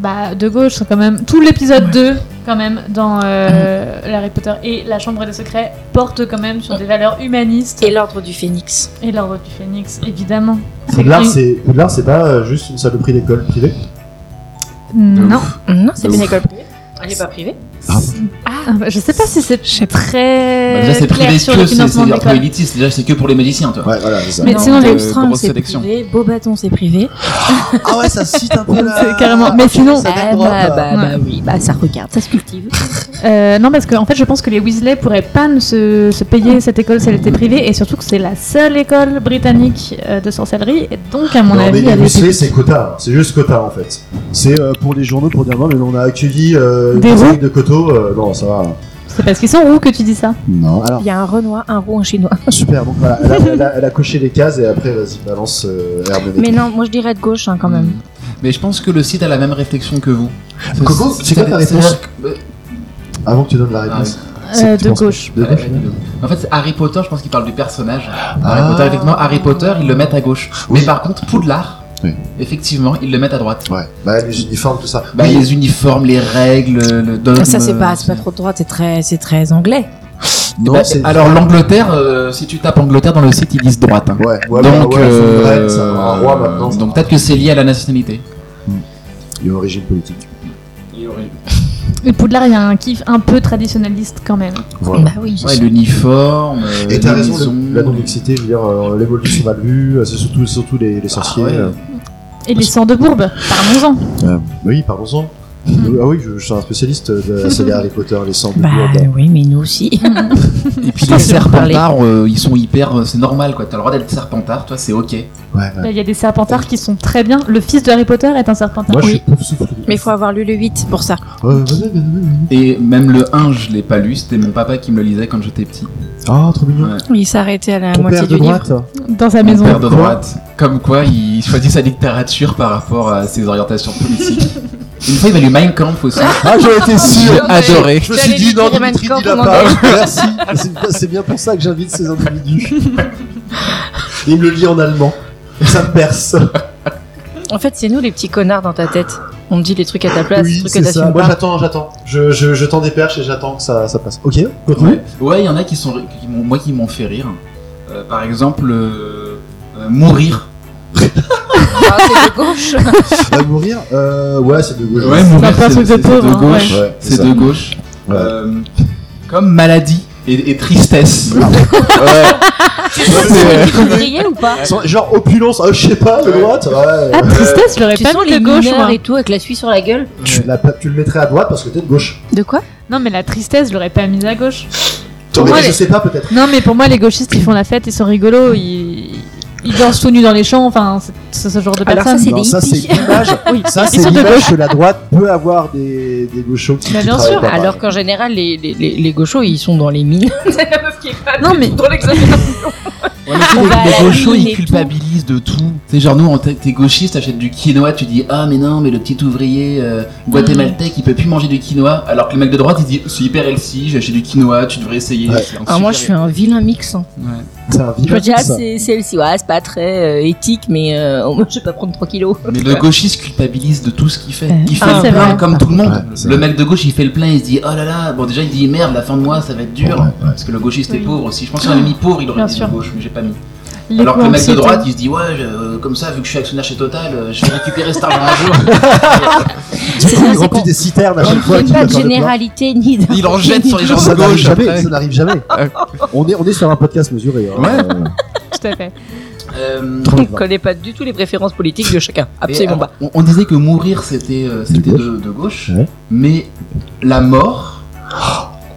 bah de gauche c'est quand même. Tout l'épisode 2 quand même dans euh, Harry Potter et la Chambre des Secrets porte quand même sur des valeurs humanistes
Et l'ordre du phénix.
et l'ordre du Phénix évidemment.
Poudlard,
une-
c'est Poudlard, c'est pas euh, juste une saloperie d'école privée.
non.
Non, c'est
De
une
ouf.
école privée. Elle est pas privée.
Ah, bah, je sais pas si c'est très
Bah, déjà
Euh,
c'est
clair
privé
sur
que
le
c'est
financement de
c'est-à-dire pour
l'école.
élitiste, déjà c'est que pour les magiciens toi.
Ouais, voilà, c'est ça.
Mais
Non,
sinon,
Dave
les-
Strang,
grosse
c'est
sélection.
privé. Beau bâton, c'est privé.
Ah ouais, ça cite un peu là.
[LAUGHS] C'est carrément- mais sinon-
Ça
Ah,
date droit,
bah,
là.
bah,
Ouais.
bah oui, bah ça regarde, ça se cultive.
Euh, non, parce qu'en en fait, je pense que les Weasley pourraient pas ne se, se payer cette école si elle était privée, et surtout que c'est la seule école britannique euh, de sorcellerie, et donc, à mon
Non, mais
avis,
les
elle était-
lycées, c'est quota, hein. c'est juste quota en fait. C'est euh, pour les journaux pour dire non, mais on a accueilli euh,
Des
une
roues.
série de coteaux, euh, non, ça va.
C'est parce qu'ils sont où que tu dis ça
Non, alors
Il y a un Renoir, un roux, un chinois.
super, donc voilà, elle a, elle a- elle a coché les cases et après, vas-y, balance euh, Hermione.
[LAUGHS] Mais non, moi je dirais de gauche hein, quand même.
Mm. Mais je pense que le site a la même réflexion que vous.
Euh, Coco, c'est quoi ta réponse
c'est-à-dire que-
Avant que tu donnes la réponse. C'est-
Euh,
tu
De
penses-
gauche.
De gauche.
euh, En fait, c'est Harry Potter, je pense qu'il parle du personnage.
Ah.
Harry Potter, effectivement, Harry Potter, ils le mettent à gauche.
Oui.
Mais par contre, Poudlard,
Oui.
effectivement, ils le mettent à droite.
Ouais, bah, les uniformes, tout ça.
Bah,
Oui.
Les uniformes, les règles, le dogme.
Ah, Ça c'est
euh,
pas, c'est pas trop de droite, c'est très, c'est très anglais.
non,
Bah,
c'est-
alors l'Angleterre, euh, si tu tapes Angleterre dans le site, ils disent droite. hein.
Ouais, ouais,
donc,
ouais, ouais, c'est une
euh,
reine, ça, un roi maintenant.
donc peut-être que c'est lié à la nationalité.
Il y a une origine politique.
Et Poudlard, il y a un kiff un peu traditionnaliste quand même.
Voilà.
Bah oui.
Ouais, l'uniforme, euh,
Et t'as
les
raison,
maisons.
le- la non-mixité, je veux dire, euh, l'évolution mal vue, euh, c'est surtout, surtout les, les sorciers.
Ah, ouais.
euh.
Et les sangs de bourbe, parlons-en.
Oui, parlons-en. Ah oui, je, je suis un spécialiste de la saga Harry Potter, les sangs de
Mhm. Bah
Lourdes.
oui, mais nous aussi.
Et puis
Putain,
les
c'est leur parler.
serpentards, euh, ils sont hyper. euh, C'est normal quoi, t'as le droit d'être serpentard, toi c'est ok.
Ouais, ouais.
Là, Il y a des serpentards qui sont très bien. Le fils de Harry Potter est un serpentard.
Moi, je
Oui.
suis pouf-soufflé.
Mais il faut avoir lu le 8 pour ça.
Ouais, ouais, ouais, ouais, ouais.
Et même le 1, je l'ai pas lu, c'était mon papa qui me le lisait quand j'étais petit.
Ah, trop mignon.
Ouais.
Il s'est arrêté à la
Ton
moitié
père
du
de
livre.
droite
Dans sa
Mon
maison.
père de droite. Comme quoi, il choisit sa littérature par rapport à ses orientations politiques. [LAUGHS] Une fois, il a lu Mein Kampf aussi.
Ah, j'en étais
[LAUGHS]
J'ai
sûr
adoré.
Je me
J'allais
suis dit,
lui
non,
dire,
Dimitri,
Mannequin,
il l'a
comment
pas. Merci. C'est- C'est bien pour ça que j'invite ces individus. Il me le lit en allemand. Ça me perce.
En fait, c'est nous les petits connards dans ta tête. On me dit les trucs à ta place, les
Oui,
trucs que
c'est ça.
t'assumes
Moi,
pas.
j'attends, j'attends. Je, je, je tends des perches et j'attends que ça, ça passe. Ok, continue.
Ouais, Ouais, il y en a qui sont, qui m'ont- moi, qui m'ont fait rire. Euh, par exemple, euh, euh, mourir.
[LAUGHS] Ah, c'est de gauche.
À mourir euh, Ouais, c'est de gauche.
Ouais, mourir,
C'est un
c'est
truc de
c'est
pauvre,
de
hein,
gauche.
ouais.
C'est de gauche.
Ouais.
Euh, comme maladie et, et
[LAUGHS]
tristesse.
C'est
Ouais.
du ouvrier ou pas
Sans- Genre opulence, ah, je sais pas, de
Ouais.
droite ouais.
Ah, tristesse, je l'aurais
Tu
pas
sens
mis
les
de gauche,
mineurs
moi.
et tout avec la suie sur la gueule
Tu, la- tu le mettrais à droite parce que t'es de gauche.
De quoi
Non, mais la tristesse, je l'aurais pas mise à gauche.
T'en
moi,
mets- je
les-
sais pas, peut-être.
Non, mais pour moi, les gauchistes, ils font la fête, ils sont rigolos, ils, ils dansent tout nus dans les champs, enfin, c'est- c'est ce genre de
Alors ça,
personnes.
c'est
Non,
des
ça, c'est
hippies.
l'image.
oui,
Ça,
ils
c'est
sont de gauche.
l'image que la droite peut avoir des, des gauchos qui.
Bah,
qui
bien
travaillent
sûr.
pas, par
Alors
exemple.
qu'en général, les, les, les, les gauchos, ils sont dans les mines. c'est la meuf qui est pas
Non, mais-
dans l'examen.
Ouais, mais tu sais,
On
les-
va à la
les gauchos,
mine
ils
et
culpabilisent de tout. C'est genre, nous, en tant que t'es gauchiste, t'achètes du quinoa, tu dis Ah, mais non, mais le petit ouvrier euh, guatémaltèque, il peut plus manger du quinoa. Alors que le mec de droite, il dit C'est hyper healthy, j'ai acheté du quinoa, tu devrais essayer.
Ouais.
C'est un
Alors Ah, moi, je suis
super-
un vilain mix. hein.
Ouais.
C'est un
Je me
vilain.
dis, ah,
ça.
c'est celle-ci, ouais, c'est pas très euh, éthique, mais euh, au moins, je vais pas prendre 3 kilos.
Mais le gauchiste culpabilise de tout ce qu'il fait. Il fait
Ah,
le
c'est
plein
vrai.
comme tout le monde.
Ouais, c'est
le mec de gauche, il fait le plein, il se dit Oh là là, bon, déjà, il dit Merde, la fin de mois, ça va être dur.
Ouais, ouais.
Parce que le gauchiste est
Oui. Ah.
pauvre aussi. Je pense qu'on avait mis pauvre, il aurait
Bien
dit
sûr.
gauche, mais j'ai pas mis.
Les
Alors que le mec de
co-anxiétés.
droite, il se dit ouais, je- euh, comme ça, vu que je suis actionnaire chez Total, euh, je vais récupérer cet argent
[LAUGHS]
un jour.
Du coup,
ça,
il
c'est
remplit
qu'on-
des citernes à
On
chaque
ne
fois.
fait
qu'il
pas
va
de
faire le plein.
généralité ni de.
Il en jette sur les gens
Ça
de
n'arrive
gauche
jamais,
après.
ça n'arrive jamais.
Euh,
on, est, on est sur un podcast mesuré. hein.
Ouais.
Euh,
Tout à fait.
Euh,
On
30,
ne connaît pas du tout les préférences politiques de chacun.
et
Absolument
alors,
pas.
on, on disait que mourir c'était euh, c'était
gauche.
de, de gauche,
Ouais.
mais la mort,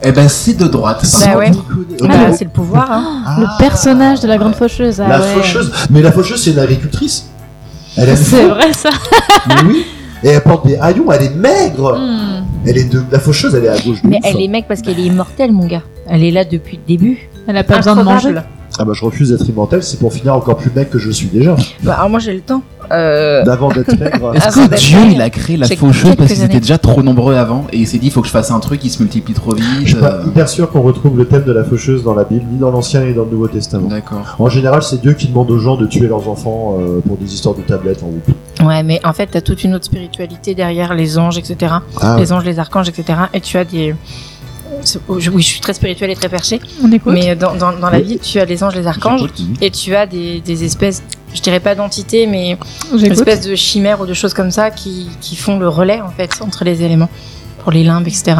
eh ben c'est de droite.
Sans
Bah ouais.
déconner.
Ah,
Ah,
Bah, c'est le bah pouvoir, hein.
Le personnage de la grande faucheuse. ah
La
ouais.
faucheuse. Mais la faucheuse, c'est une agricultrice. Elle a
C'est vrai ça.
oui. Et elle porte des haillons, elle est maigre.
Hmm.
Elle est de... La faucheuse, elle est à gauche de
Mm. Mais
ouf.
elle est mec parce qu'elle est immortelle, mon gars. Elle est là depuis le début.
Elle a pas besoin de manger.
Incroyable.
Ah bah je refuse d'être immortel, c'est pour finir encore plus maigre que je suis déjà.
Bah, alors moi, j'ai le temps. Euh,
Bah.
D'avant d'être
[LAUGHS]
maigre.
Est-ce
Avant
que
d'être
Dieu
maire,
il a créé la
c'est
faucheuse parce
quelques
qu'ils étaient
années.
déjà trop nombreux avant et il s'est dit faut que je fasse un truc qui se multiplie trop
Je
vite.
suis pas
euh,
hyper sûr qu'on retrouve le thème de la faucheuse dans la Bible, ni dans l'Ancien ni dans le Nouveau Testament.
D'accord.
En général, c'est Dieu qui demande aux gens de tuer leurs enfants euh, pour des histoires de tablettes en groupe.
Ouais, mais en fait, t'as toute une autre spiritualité derrière les anges, etc.
Ah,
Les anges, les archanges, etc. Et tu as des. c'est- Oui, je suis très spirituelle et très perchée.
On écoute.
Mais euh, dans, dans, dans la vie, tu as les anges, les archanges, et tu as des, des espèces, je dirais pas d'entités, mais des
J'écoute.
espèces de chimères ou de choses comme ça qui, qui font le relais en fait entre les éléments pour les limbes, etc.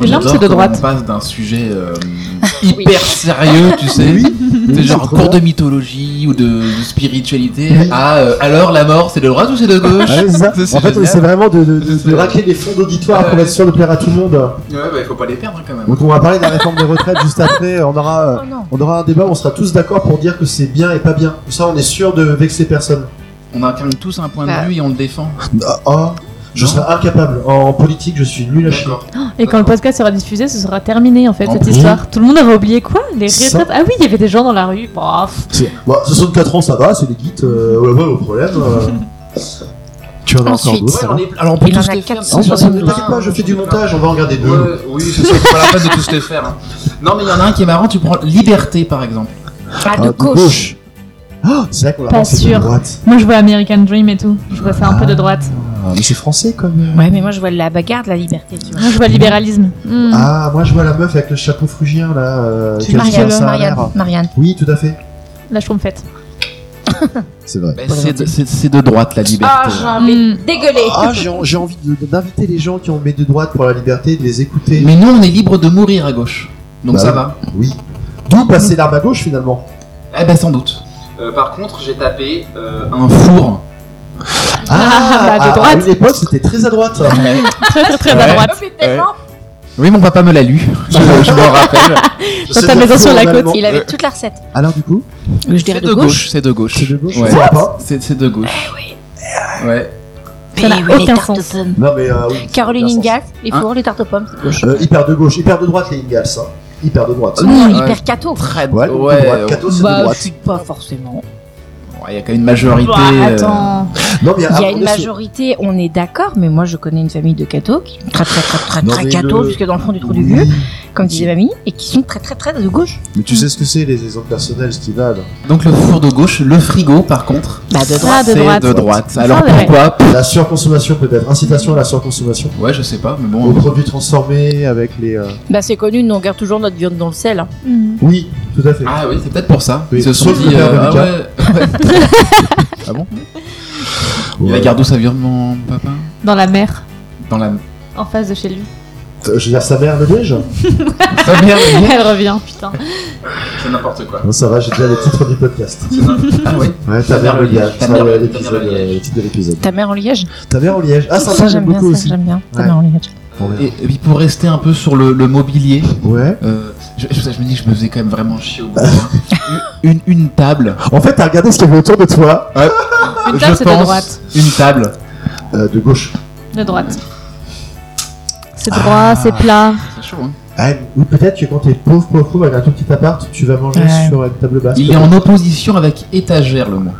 Mais non,
J'adore
c'est de
comment
droite.
On passe d'un sujet
[LAUGHS]
euh, hyper sérieux, tu sais,
oui,
C'est genre
trop
cours
bien.
de mythologie ou de, de spiritualité.
Oui. Ah,
Ah, euh, alors la mort, c'est de droite ou c'est de gauche
Ouais, c'est ça.
Ça, c'est
En fait, on
génial.
essaie vraiment de, de, de-
C'est
de
ça.
racler les fonds d'auditoire
Ouais.
pour être sûr de plaire à tout le monde.
Ouais, bah il faut pas les perdre hein, quand même.
Donc, on va parler de la réforme des retraites juste après. On aura, euh,
Oh non
on aura un débat où on sera tous d'accord pour dire que c'est bien et pas bien. Comme ça, on est sûr de vexer personne.
On incarne tous un point de
Bah.
vue et on le défend.
Ah, ah, je
Non.
serais incapable. En politique, je suis nul à chier.
Et quand le podcast sera diffusé, ce sera terminé en fait
En
cette
plus.
histoire. Tout le monde aura oublié quoi Les
Ça-
retraites. Ah oui, il y avait des gens dans la rue. Bah, pff.
C'est- Bon, 64 ans, ça va, c'est des guides. Euh, ouais, ouais, au problème. euh. Tu en as encore
Ensuite.
d'autres. ça va
Alors on peut
Il
tous
en a
les faire.
400.
Non,
Sur
ça
le
ne
terrain,
t'inquiète pas, je
sur
fais
le
du
terrain.
montage, on va en regarder deux.
Ouais, oui, c'est ça, c'est pas la peine de tous les faire. hein. Non, mais il y en a un qui est marrant, tu prends liberté par exemple.
Ah, de
Ah,
gauche,
Ah, c'est vrai qu'on l'a
Pas
pensé de
sûr.
droite.
Moi, je vois American Dream et tout. Je vois ça un peu de droite.
Ah, mais c'est français comme.
Ouais, mais moi je vois la bagarre de la liberté, tu vois.
Moi, je vois libéralisme. Hmm.
Ah, moi je vois la meuf avec le chapeau phrygien là. euh,
Tu
qui a
marques
dit
Marianne,
le-
ça à
Marianne,
l'air.
Marianne.
Oui, tout à fait.
La choumpette.
C'est vrai.
Bah, c'est de, c'est- c'est de droite la
Ah,
liberté.
j'ai envie de
Hmm.
dégueuler
Ah,
[LAUGHS]
j'ai j'ai envie de- d'inviter les gens qui ont mis de droite pour la liberté, de les écouter.
mais nous, on est libre de mourir à gauche. Donc
Bah
ça
oui.
va.
Oui. D'où passer l'arme à gauche finalement
Eh ben sans doute. par contre, j'ai tapé euh, un four.
Ah, bah,
à-
de
à
droite.
une époque c'était très à droite.
Très très très à
Ouais.
droite.
[LAUGHS] oui, mon papa me l'a lu. [LAUGHS] Je, je me rappelle. [LAUGHS]
Je sais
ta
dire
maison
faux
sur
en
la côte.
allemand.
Il avait toute la recette.
Euh, Alors du coup,
Je
C'est
dirais
de gauche. C'est de gauche. Ah
c'est de gauche.
Ouais.
Ça va pas
C'est c'est de gauche. Ouais.
Mais
Ça n'a
oui, les
aucun
tartes aux
sens.
pommes.
Non mais euh, oui.
Caroline Ingalls, les
Hein
fours, les tartes aux pommes, c'est de gauche.
Euh, hyper de gauche, hyper de droite les Ingalls. Hein. Hyper de droite.
Non,
ouais.
hyper catho.
Très
Ouais, de
euh,
droite. Cato c'est de
Mm. Bah,
droite.
je suis pas forcément.
Il y a quand même une majorité.
Bah,
euh,
attends.
Non mais
Il y
alors,
a
on
une
est sur-
majorité, on est d'accord, mais moi je connais une famille de cathos qui sont très très très très
Non,
très
mais
cathos
le-
jusque dans le fond du trou du
Oui.
cul, comme disait mamie, et qui sont très très très de gauche.
Mais tu sais ce que c'est les exemples personnels, Steven
Donc le four de gauche, le frigo par contre.
Bah de
droite. Ah, de
c'est
droite.
de droite. Alors
Ah, ouais.
pourquoi
La surconsommation peut-être, incitation à la surconsommation.
Ouais, je sais pas, mais
Aux
bon.
produits transformés avec les. euh,
Bah c'est connu, nous on garde toujours notre viande dans le sel. hein.
Hmm.
Oui, tout à fait.
Ah oui, c'est peut-être pour ça.
Oui.
Ils se sont
Sauf le
dit.
père de
euh, ah
Lucas.
ouais.
[LAUGHS]
ah bon Il la
Ouais.
garde où ça vient, mon papa
Dans la mer,
Dans la.
en face de chez lui.
Euh, Je veux dire, sa mère le neige
Sa mère, oui.
[LAUGHS] Elle revient, putain.
[LAUGHS] C'est n'importe quoi.
Non, Ah, ça va, j'ai déjà les titres du podcast.
Ah oui.
Ouais,
Ta
ta
mère
mère le
le
liège.
liège. Ta
Ça,
mère-
ouais,
ta
l'épisode,
mère le
euh,
liège.
Le titre de l'épisode.
Ta mère en liège
Ta mère au liège. Ah, ça, ça j'aime
bien
beaucoup
ça,
aussi.
j'aime bien. Ta
Ouais.
mère en liège.
Et, et puis pour rester un peu sur le, le mobilier,
Ouais.
euh, je, je- je me dis que je me faisais quand même vraiment chier au bout.
[LAUGHS]
une, une table.
En fait, t'as regardé ce qu'il y avait autour de toi,
Une
je
table, c'est de
pense,
droite.
Une table.
euh, de gauche.
De droite. C'est droit, c'est plat.
C'est chaud, hein.
Ah, ou peut-être que quand t'es pauvre, pauvre, pauvre, avec un tout petit appart, tu vas manger
Ouais.
sur une table basse.
Il est en opposition avec étagère le mot.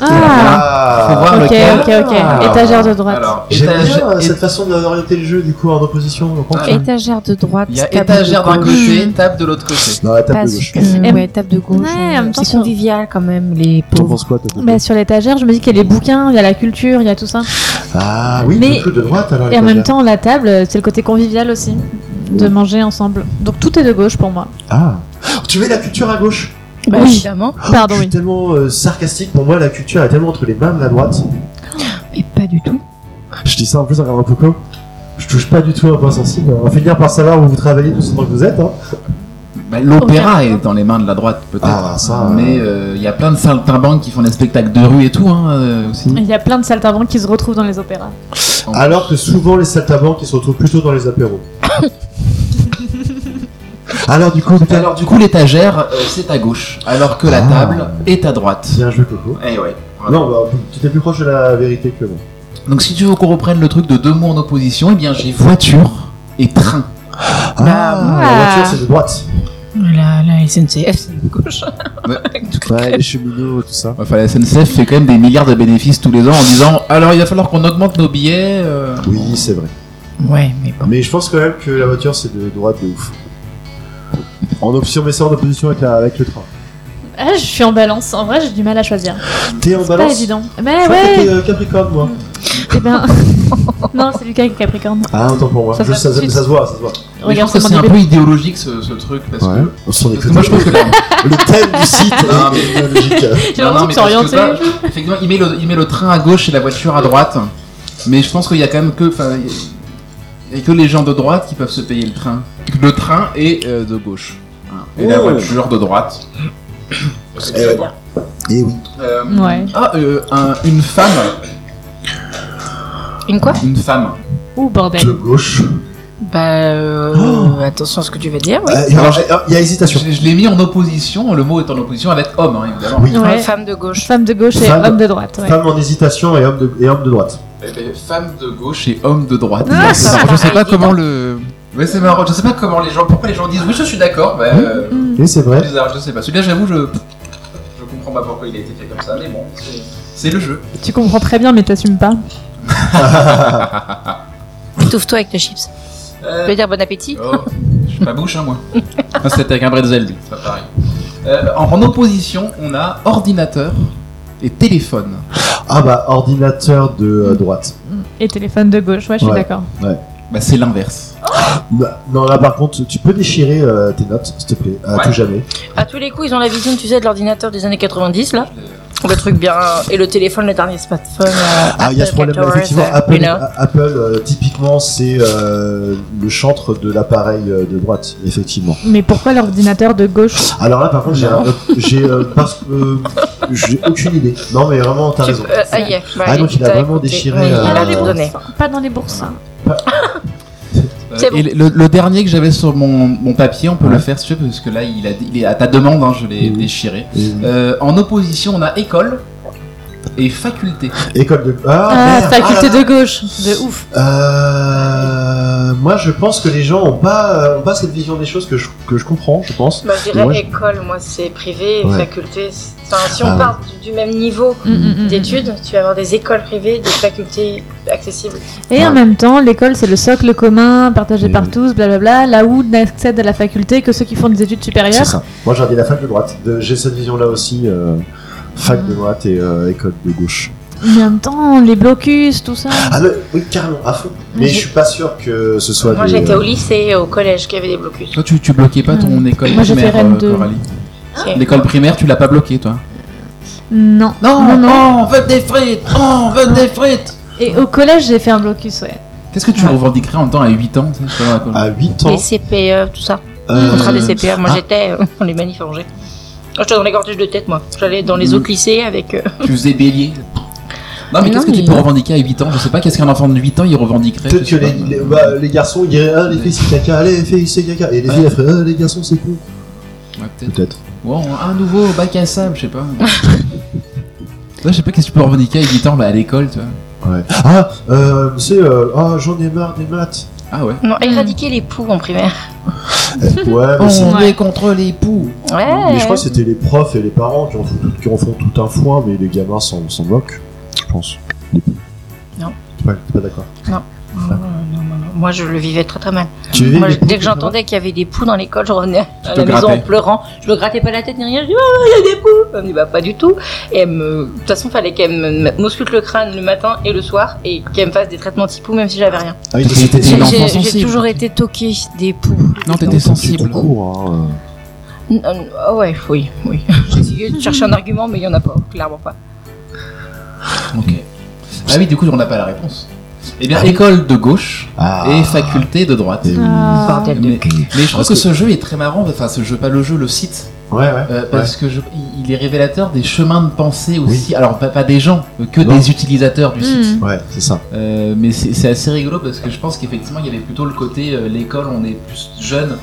Ah,
Faut voir
ok,
lequel.
ok, ok.
Ah. Alors,
Étagère de droite.
Alors,
J'aime bien euh,
étagère-
cette façon d'orienter le jeu, du coup, en opposition. on comprend.
Ah.
Étagère de droite.
Il y a
table
étagère
de
d'un
gauche.
côté, table de l'autre côté.
Non, la
Pas
table gauche.
sûr.
Mm.
Ouais, table de gauche. euh,
Ouais, en même temps,
c'est
sur-
convivial quand même, les
T'en
pauvres.
penses quoi, toi, Coco
Bah, sur l'étagère, je me dis qu'il y a les bouquins, il y a la culture, il y a tout ça.
Ah oui,
Mais-
le truc de droite alors.
Et en
l'étagère.
même temps, la table, c'est le côté convivial aussi, de manger ensemble. Donc tout est de gauche pour moi.
Ah. Tu mets la culture à gauche.
Bah,
Oui.
évidemment.
Pardon,
je suis
oui.
tellement euh, sarcastique. Pour moi, la culture est tellement entre les mains de la droite.
Et pas du tout.
Je dis ça en plus en regardant Coco. Je touche pas du tout à un point sensible. On va finir par savoir où vous travaillez tous pendant que vous êtes. Hein.
Bah, L'opéra est dans les mains de la droite, peut-être.
Ah, ça,
Mais euh, il y a plein de saltimbanques qui font des spectacles de rue et tout, hein, euh, aussi.
Il y a plein de saltimbanques qui se retrouvent dans les opéras.
Alors que souvent, les saltimbanques, ils se retrouvent plutôt dans les
[LAUGHS]
apéros. alors, du coup, tout à l'heure,
Alors, du coup, l'étagère, euh, c'est à gauche, alors que la
Ah.
table est à droite.
bien joué, Coco.
Eh ouais.
Non, bah, tu t'es plus proche de la vérité que moi.
Donc, si tu veux qu'on reprenne le truc de deux mots en opposition, eh bien, j'ai voiture et train.
Ah.
Ah, la voiture, c'est de droite.
La, la SNCF, c'est de gauche.
Ouais, les cheminots, tout ça.
Enfin, la SNCF fait quand même des milliards de bénéfices tous les ans en disant alors il va falloir qu'on augmente nos billets. euh.
Oui, c'est vrai.
Ouais, mais bon.
Mais je pense quand même que la voiture c'est de droite de ouf. En option, mais ça en opposition avec, la- avec le train.
Ah, je suis en balance. En vrai, j'ai du mal à choisir.
T'es en
C'est pas
balance
évident. Mais
Je crois que t'es,
[LAUGHS] ouais,
euh, Capricorne, moi. [LAUGHS]
eh ben. non, c'est Lucas qui est Capricorne.
Ah, autant pour moi.
Ça
Je-
va
ça,
tout de
ça-
suite.
ça se voit, ça se voit.
Mais
Regarde,
je pense que c'est
mon
un
bébé.
peu idéologique ce, ce truc parce que.
On s'en
parce que
écoute.
moi je pense que la-
Le thème du site [LAUGHS] euh,
Non,
est idéologique. [LAUGHS]
J'ai l'impression que c'est
parce que
orienté.
toi, effectivement, il met, le, il met le train à gauche et la voiture à droite. Mais je pense qu'il y a quand même que. enfin, il y a que les gens de droite qui peuvent se payer le train. Le train est euh, de gauche. Voilà. Et la
Oh.
voiture de droite.
Eh ouais. Eh oui.
Euh,
Ouais.
Ah, euh, un- une femme.
Une quoi
Une femme.
Ouh,
De
bordel.
gauche. Oh.
Bah, euh, attention à ce que tu vas dire, oui.
Euh, Il y a-
Alors, je-
euh, il y a hésitation.
Je, je l'ai mis en opposition, le mot est en opposition avec homme, hein, évidemment.
Oui.
Ouais.
Femme de gauche.
Femme de gauche et
Femme-
homme de droite. ouais.
Femme en hésitation et homme de, et homme de droite.
Eh ben, Femme de gauche et homme de droite.
Ah,
C'est marrant,
ça
je sais pas
paraît
comment le. Ouais, c'est marrant, je sais pas comment les gens. Pourquoi les gens disent oui, je suis d'accord, bah. euh,
Mm.
Et c'est vrai.
bizarre, je sais pas. Celui-là, j'avoue, je. Je comprends pas pourquoi il a été fait comme ça, mais bon, c'est- c'est le jeu.
Tu comprends très bien, mais t'assumes pas.
Étouffe-toi avec les chips. Je
Euh,
veux dire bon appétit.
Oh, je suis pas bouche, hein, moi. Ah, C'était avec un bretzel, lui, c'est pas pareil. Euh, en, en opposition, on a ordinateur et téléphone.
[LAUGHS] Ah bah, ordinateur de euh, droite.
Et téléphone de gauche, ouais, je suis
Ouais.
d'accord.
Bah, c'est l'inverse.
Bah, non, là par contre, tu peux déchirer euh, tes notes, s'il te plaît, à
Ouais.
tout jamais.
À tous les coups, ils ont la vision, tu sais, de l'ordinateur des années 90, là. Le truc bien. Et le téléphone, le dernier smartphone. euh,
Ah, il y a ce
Apple
problème.
Pictures,
Effectivement,
euh,
Apple,
you know.
A- Apple, euh, typiquement, c'est euh, le chantre de l'appareil euh, de droite, effectivement.
Mais pourquoi l'ordinateur de gauche
Alors là, par contre, j'ai,
Non.
un- j'ai, euh, parce que euh, j'ai aucune idée. Non, mais vraiment, t'as
tu-
raison.
euh, ah, yeah, bah,
Ah, donc, il a
t'as
vraiment
écouté.
déchiré,
Oui,
euh,
il a débourdonné.
Pas dans les
Ah,
bourses. hein.
Euh,
C'est bon.
et le, le dernier que j'avais sur mon, mon papier, on peut
Ouais.
le faire si tu veux, parce que là, il, a, il est à ta demande, hein, je l'ai
Oui.
déchiré.
Et-
Euh, en opposition, on a école et faculté.
école de. Ah,
Ah,
merde,
faculté
ah là
de gauche. De ouf.
là. Euh, moi, je pense que les gens ont pas, euh, ont pas cette vision des choses que je, que je comprends, je pense.
Moi, Bah, je dirais
Moi, je-
école, moi, c'est privé,
Ouais.
faculté. c'est- Enfin, si on
Ah.
part du, du même niveau
Mm, mm, mm.
d'études, tu vas avoir des écoles privées, des facultés accessibles.
Et en
Ouais.
même temps, l'école, c'est le socle commun, partagé
Et
par
oui.
tous, blablabla, là où n'accèdent à la faculté que ceux qui font des études
C'est
supérieures.
ça. Moi, j'ai regardé la fac de droite. De- j'ai cette vision-là aussi. euh, fac de droite et euh, école de gauche.
Mais en même temps, les blocus, tout ça.
Ah le- oui, carrément, à fond. Mais je suis pas sûr que ce soit.
Moi,
des- euh,
j'étais au lycée et au collège qui avait des blocus.
Toi, tu, tu bloquais pas ton école
Moi, j'ai fait
primaire, euh,
REM2.
Coralie.
C'est-
L'école primaire, tu l'as pas bloquée, toi
Non. non,
on veut des frites On veut des frites
Et au collège, j'ai fait un blocus, ouais.
Qu'est-ce que tu
Ah.
revendiquerais en même temps à 8 ans tu sais, sur la col-
À 8 ans.
Les CPE, tout ça.
euh,
Contrat des
Euh,
CPE. Moi,
ah.
j'étais euh, [LAUGHS] dans les manifs à Angers. Moi, J'étais dans les cortèges de tête, moi. J'allais dans les
Mm.
autres lycées avec. euh, [LAUGHS]
Tu faisais bélier Non, mais
Non,
qu'est-ce que tu
mais-
peux revendiquer à 8 ans Je sais pas, qu'est-ce qu'un enfant de 8 ans il revendiquerait
Peut-être que
je sais
les,
pas.
les- bah, les garçons, ils diraient Ah, les filles, c'est caca, allez, les filles, c'est caca. Et les
Ouais.
filles, elles feraient Ah, les garçons, c'est con.
Ouais, peut-être.
Peut-être.
Wow, un nouveau bac à sable, je sais
[LAUGHS]
pas. Toi, je sais pas qu'est-ce que tu peux revendiquer à 8 ans bah, à l'école, tu vois.
Ouais. Ah, euh, c'est euh, Ah, j'en ai marre des maths.
Ah ouais.
Non, éradiquer les poux en primaire.
Eh, Ouais, mais, c'est-
On Ouais. est
contre les poux.
Ouais.
mais je crois que c'était les profs et les parents qui en font tout, qui en font tout un foin, mais les gamins s'en s'en moquent, je pense.
Non.
T'es pas, t'es pas d'accord.
Non, non, non, non. Moi, je le vivais très très mal.
Tu veux
Moi,
les
je-
poux,
dès que
tu vois
j'entendais qu'il y avait des poux dans l'école, je revenais à
te
la maison en
grattais.
pleurant. Je me grattais pas la tête ni rien. Je dis, oh, il y a des poux. Elle me dit, bah, pas du tout. Et elle me, de toute façon, fallait qu'elle me- m'ausculte le crâne le matin et le soir et qu'elle me fasse des traitements anti-poux, même si j'avais rien.
Ah oui,
C'était
c'était
des
J'ai-
enfants
J'ai j'ai
sensibles.
toujours été toquée des poux.
Non,
Non,
t'étais
c'est
sensible.
tout court, hein.
N- euh, Ah ouais, oui, oui. J'ai essayé de chercher un argument, mais il y en a pas, clairement pas.
Ok. Ah oui, du coup, on n'a pas la réponse. Eh bien, école de gauche
Ah.
et faculté de droite.
Et-
[LAUGHS] Ah.
Bordel de
Mais,
cul.
mais je trouve
Parce
que
que-
ce jeu est très marrant, enfin ce jeu, pas le jeu, le site,
Ouais, ouais.
euh, parce que je- il- il est révélateur des chemins de pensée aussi. Alors pas, pas des gens, euh, que
Non.
des utilisateurs du
Hmm.
site.
Ouais, c'est ça.
Euh, mais c'est c'est assez rigolo parce que je pense qu'effectivement il y avait plutôt le côté euh, l'école, on est plus jeune,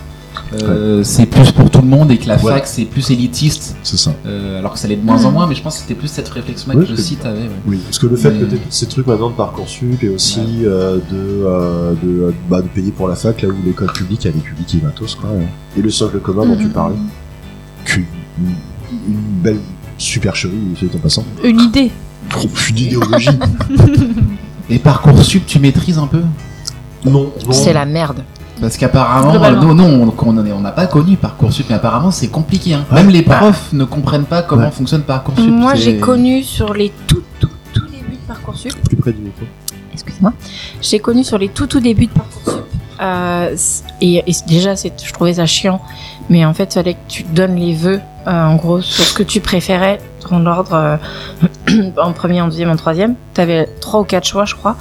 euh, c'est plus pour tout le monde et que la
Ouais.
fac c'est plus élitiste,
C'est ça.
euh, alors que ça l'est de moins en
Mm.
moins. Mais je pense que c'était plus cette réflexion là
Oui,
que le
c'est-
site avait. ouais.
Oui, parce que le fait
Mais-
que t'aies tous ces trucs maintenant de Parcoursup et aussi
Ouais.
euh, de, euh, de, bah, de payer pour la fac, là où l'école publique, elle est publique et matos, quoi. ouais. Et le socle commun dont
Mhm.
tu parlais, qu'une une belle supercherie, c'est en passant.
Une idée.
Une idéologie.
Et parcoursup, tu maîtrises un peu
[LAUGHS] non, non.
C'est la merde.
Parce qu'apparemment,
Globalement.
non, non, on on- on n'a pas connu Parcoursup, mais apparemment c'est compliqué. hein. Même les profs ne comprennent pas comment
Ouais.
fonctionne Parcoursup.
Moi,
c'est-
j'ai connu sur les tout, tout, tout débuts de Parcoursup.
Plus près du micro.
Excuse-moi. J'ai connu sur les tout, tout débuts de Parcoursup. Euh, c- et, et déjà, c'est- je trouvais ça chiant. Mais en fait, fallait que tu donnes les vœux, euh, en gros, sur ce que tu préférais, dans l'ordre euh, [CLEARS THROAT] en premier, en deuxième, en troisième. T'avais trois ou quatre choix, je crois.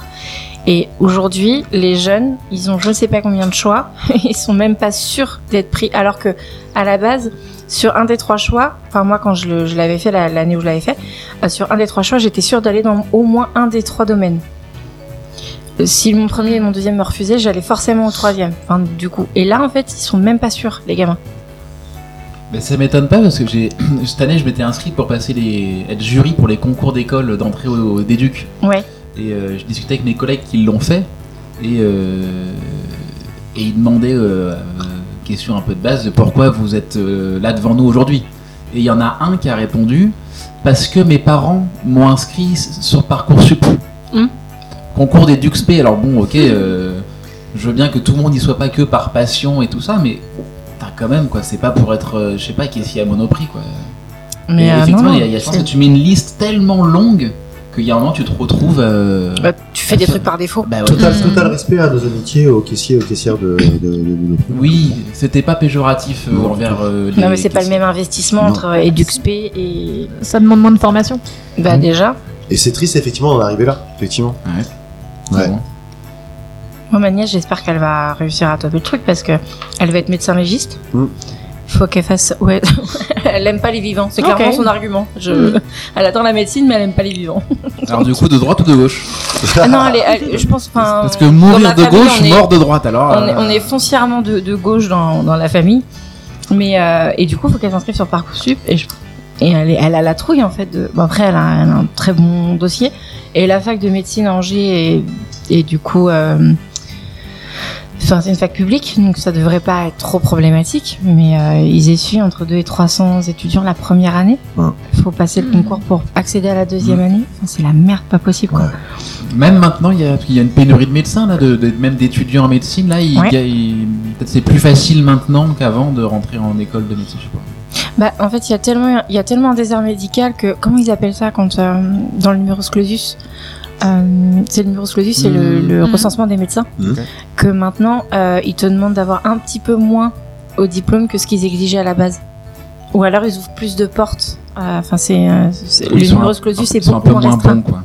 Et aujourd'hui, les jeunes, ils ont je sais pas combien de choix. [LAUGHS] Ils sont même pas sûrs d'être pris. Alors que, à la base, sur un des trois choix, enfin, moi, quand je le- je l'avais fait, la- l'année où je l'avais fait, euh, sur un des trois choix, j'étais sûre d'aller dans au moins un des trois domaines. Euh, Si mon premier et mon deuxième me refusaient, j'allais forcément au troisième. Enfin, du coup. Et là, en fait, ils sont même pas sûrs, les gamins.
Mais ça m'étonne pas parce que j'ai [CLEARS THROAT] cette année je m'étais inscrit pour passer les être jury pour les concours d'école d'entrée au, au Déduc.
Ouais.
Et euh, je discutais avec mes collègues qui l'ont fait et euh, et ils demandaient euh, euh, question un peu de base de pourquoi vous êtes euh, là devant nous aujourd'hui. Et il y en a un qui a répondu parce que mes parents m'ont inscrit s- sur parcoursup.
Hmm.
Concours des Duxp. Alors bon, ok, euh, je veux bien que tout le monde n'y soit pas que par passion et tout ça, mais Putain, quand même, quoi, c'est pas pour être, euh, je sais pas, caissier à Monoprix, quoi. Et
euh,
effectivement,
non,
il y a, il y a
c'est-
chance que tu mets une liste tellement longue qu'il y a un moment, tu te retrouves. euh,
Bah, tu fais des trucs par défaut.
bah ouais.
Total,
Mm.
total respect à nos amitiés, aux caissiers, aux caissières de, de, de, de- de-
Oui, c'était pas péjoratif euh, envers euh, les.
Non, mais c'est pas le même investissement
Non.
entre euh, EduxP et.
Ça demande moins de formation.
Bah,
Mm.
déjà.
Et c'est triste, effectivement, d'en arriver là. Effectivement.
Ouais.
Ouais.
Moi, ma nièce, j'espère qu'elle va réussir à taper le truc parce que elle va être médecin légiste.
Mm.
Faut qu'elle fasse. [LAUGHS] Ouais. elle aime pas les vivants. C'est
Ok.
clairement son argument. Je...
Mm.
Elle attend la médecine, mais elle aime pas les
[LAUGHS]
vivants.
Alors, du coup, de droite ou de gauche
Ah non, elle est- elle- je pense. enfin,
Parce que
dans ma
mourir de
famille,
gauche,
on est-
mort de droite, alors.
On est,
euh,
on est foncièrement de, de gauche dans, dans la famille. Mais, euh, et du coup, il faut qu'elle s'inscrive sur Parcoursup. Et, je- et elle, est- elle a la trouille, en fait. De, bon, après, elle a, elle a un très bon dossier. Et la fac de médecine à Angers, est- et du coup, euh, enfin, c'est une fac publique, donc ça devrait pas être trop problématique. Mais euh, ils essuient entre 2 et 300 étudiants la première année. Il
Ouais.
faut passer le
Mhm.
concours pour accéder à la deuxième année. Enfin, c'est la merde, pas possible, quoi.
Ouais.
Même maintenant, il y, a, il y a une pénurie de médecins, là, de, de- même d'étudiants en médecine. Là, il-
Ouais.
il y a- il- peut-être c'est plus facile maintenant qu'avant de rentrer en école de médecine, je sais pas.
Bah, en fait, il y a tellement, il y a tellement un désert médical que comment ils appellent ça quand euh, dans le numerus clausus, euh, c'est le numerus clausus, c'est le,
Mhm.
le
Mhm.
recensement des médecins,
Mhm.
que maintenant euh, ils te demandent d'avoir un petit peu moins au diplôme que ce qu'ils exigeaient à la base, ou alors ils ouvrent plus de portes. Euh, Enfin, c'est euh, c'est-
Ils
le
sont un-
numerus clausus, c'est
Ils sont un
beaucoup
peu
moins
moins
restreint.
bons, quoi.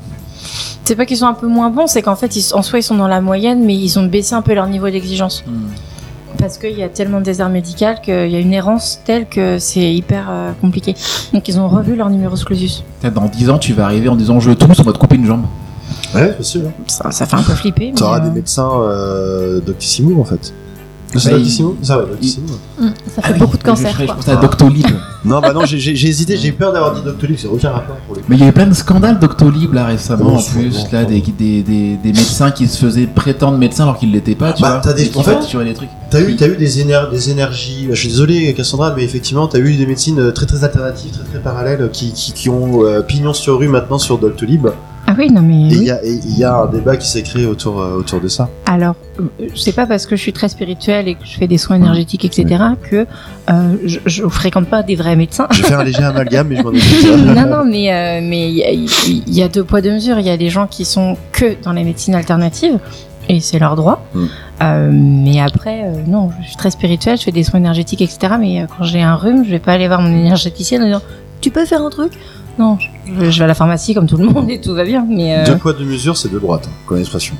C'est pas qu'ils sont un peu moins bons, c'est qu'en fait, ils, en soi, ils sont dans la moyenne, mais ils ont baissé un peu leur niveau d'exigence.
Hmm.
Parce qu'il y a tellement de déserts médicaux qu'il y a une errance telle que c'est hyper euh, compliqué. Donc ils ont revu leur numerus clausus.
Peut-être Dans 10 ans, tu vas arriver en disant je tousse, on va te couper une jambe.
Ouais, c'est sûr.
Ça, ça fait un peu flipper. mais,
T'auras
euh,
des médecins euh, Doctissimo, en fait. Le
Bah, il-
Doctissimo Ça, ouais, Doctissimo.
Mm, ça fait
Ah oui,
beaucoup de
mais je-
cancers.
Je
quoi.
pensais à Doctolib.
Non, bah non, j'ai- j'ai j'ai hésité, j'ai peur d'avoir dit Doctolib, c'est aucun rapport pour les.
Mais il y avait plein de scandales Doctolib là récemment
Oh,
en
c'est
plus,
bon,
là,
bon.
des, des, des, des médecins qui se faisaient prétendre médecins alors qu'ils l'étaient pas, tu
Bah,
vois.
t'as des-
Et qui
en fait-
facturaient des trucs.
T'as eu, t'as eu des, éner- des énergies, bah, je suis désolé Cassandra, mais effectivement, t'as eu des médecines euh, très très alternatives, très très parallèles, qui, qui, qui ont euh, pignon sur rue maintenant sur Doctolib.
Ah oui, non mais.
Et il
oui.
y, a- et il y a un débat qui s'est créé autour, euh, autour de ça.
Alors, euh, c'est pas parce que je suis très spirituelle et que je fais des soins énergétiques, etc., que euh, je, je fréquente pas des vrais médecins.
J'ai fait un léger amalgame, mais je m'en occupe.
[LAUGHS]
[LAUGHS] non, non, mais euh, mais il y a- il y, a deux poids deux mesures. Il y a des gens qui sont que dans les médecines alternatives et c'est leur droit.
Mm.
Euh, mais après, euh, non, je suis très spirituelle, je fais des soins énergétiques, etc. Mais euh, quand j'ai un rhume, je vais pas aller voir mon énergéticienne en disant tu peux faire un truc. Non, je, je vais à la pharmacie comme tout le monde et tout va bien. Mais euh,
Deux poids, deux mesures, c'est de droite, hein, comme expression.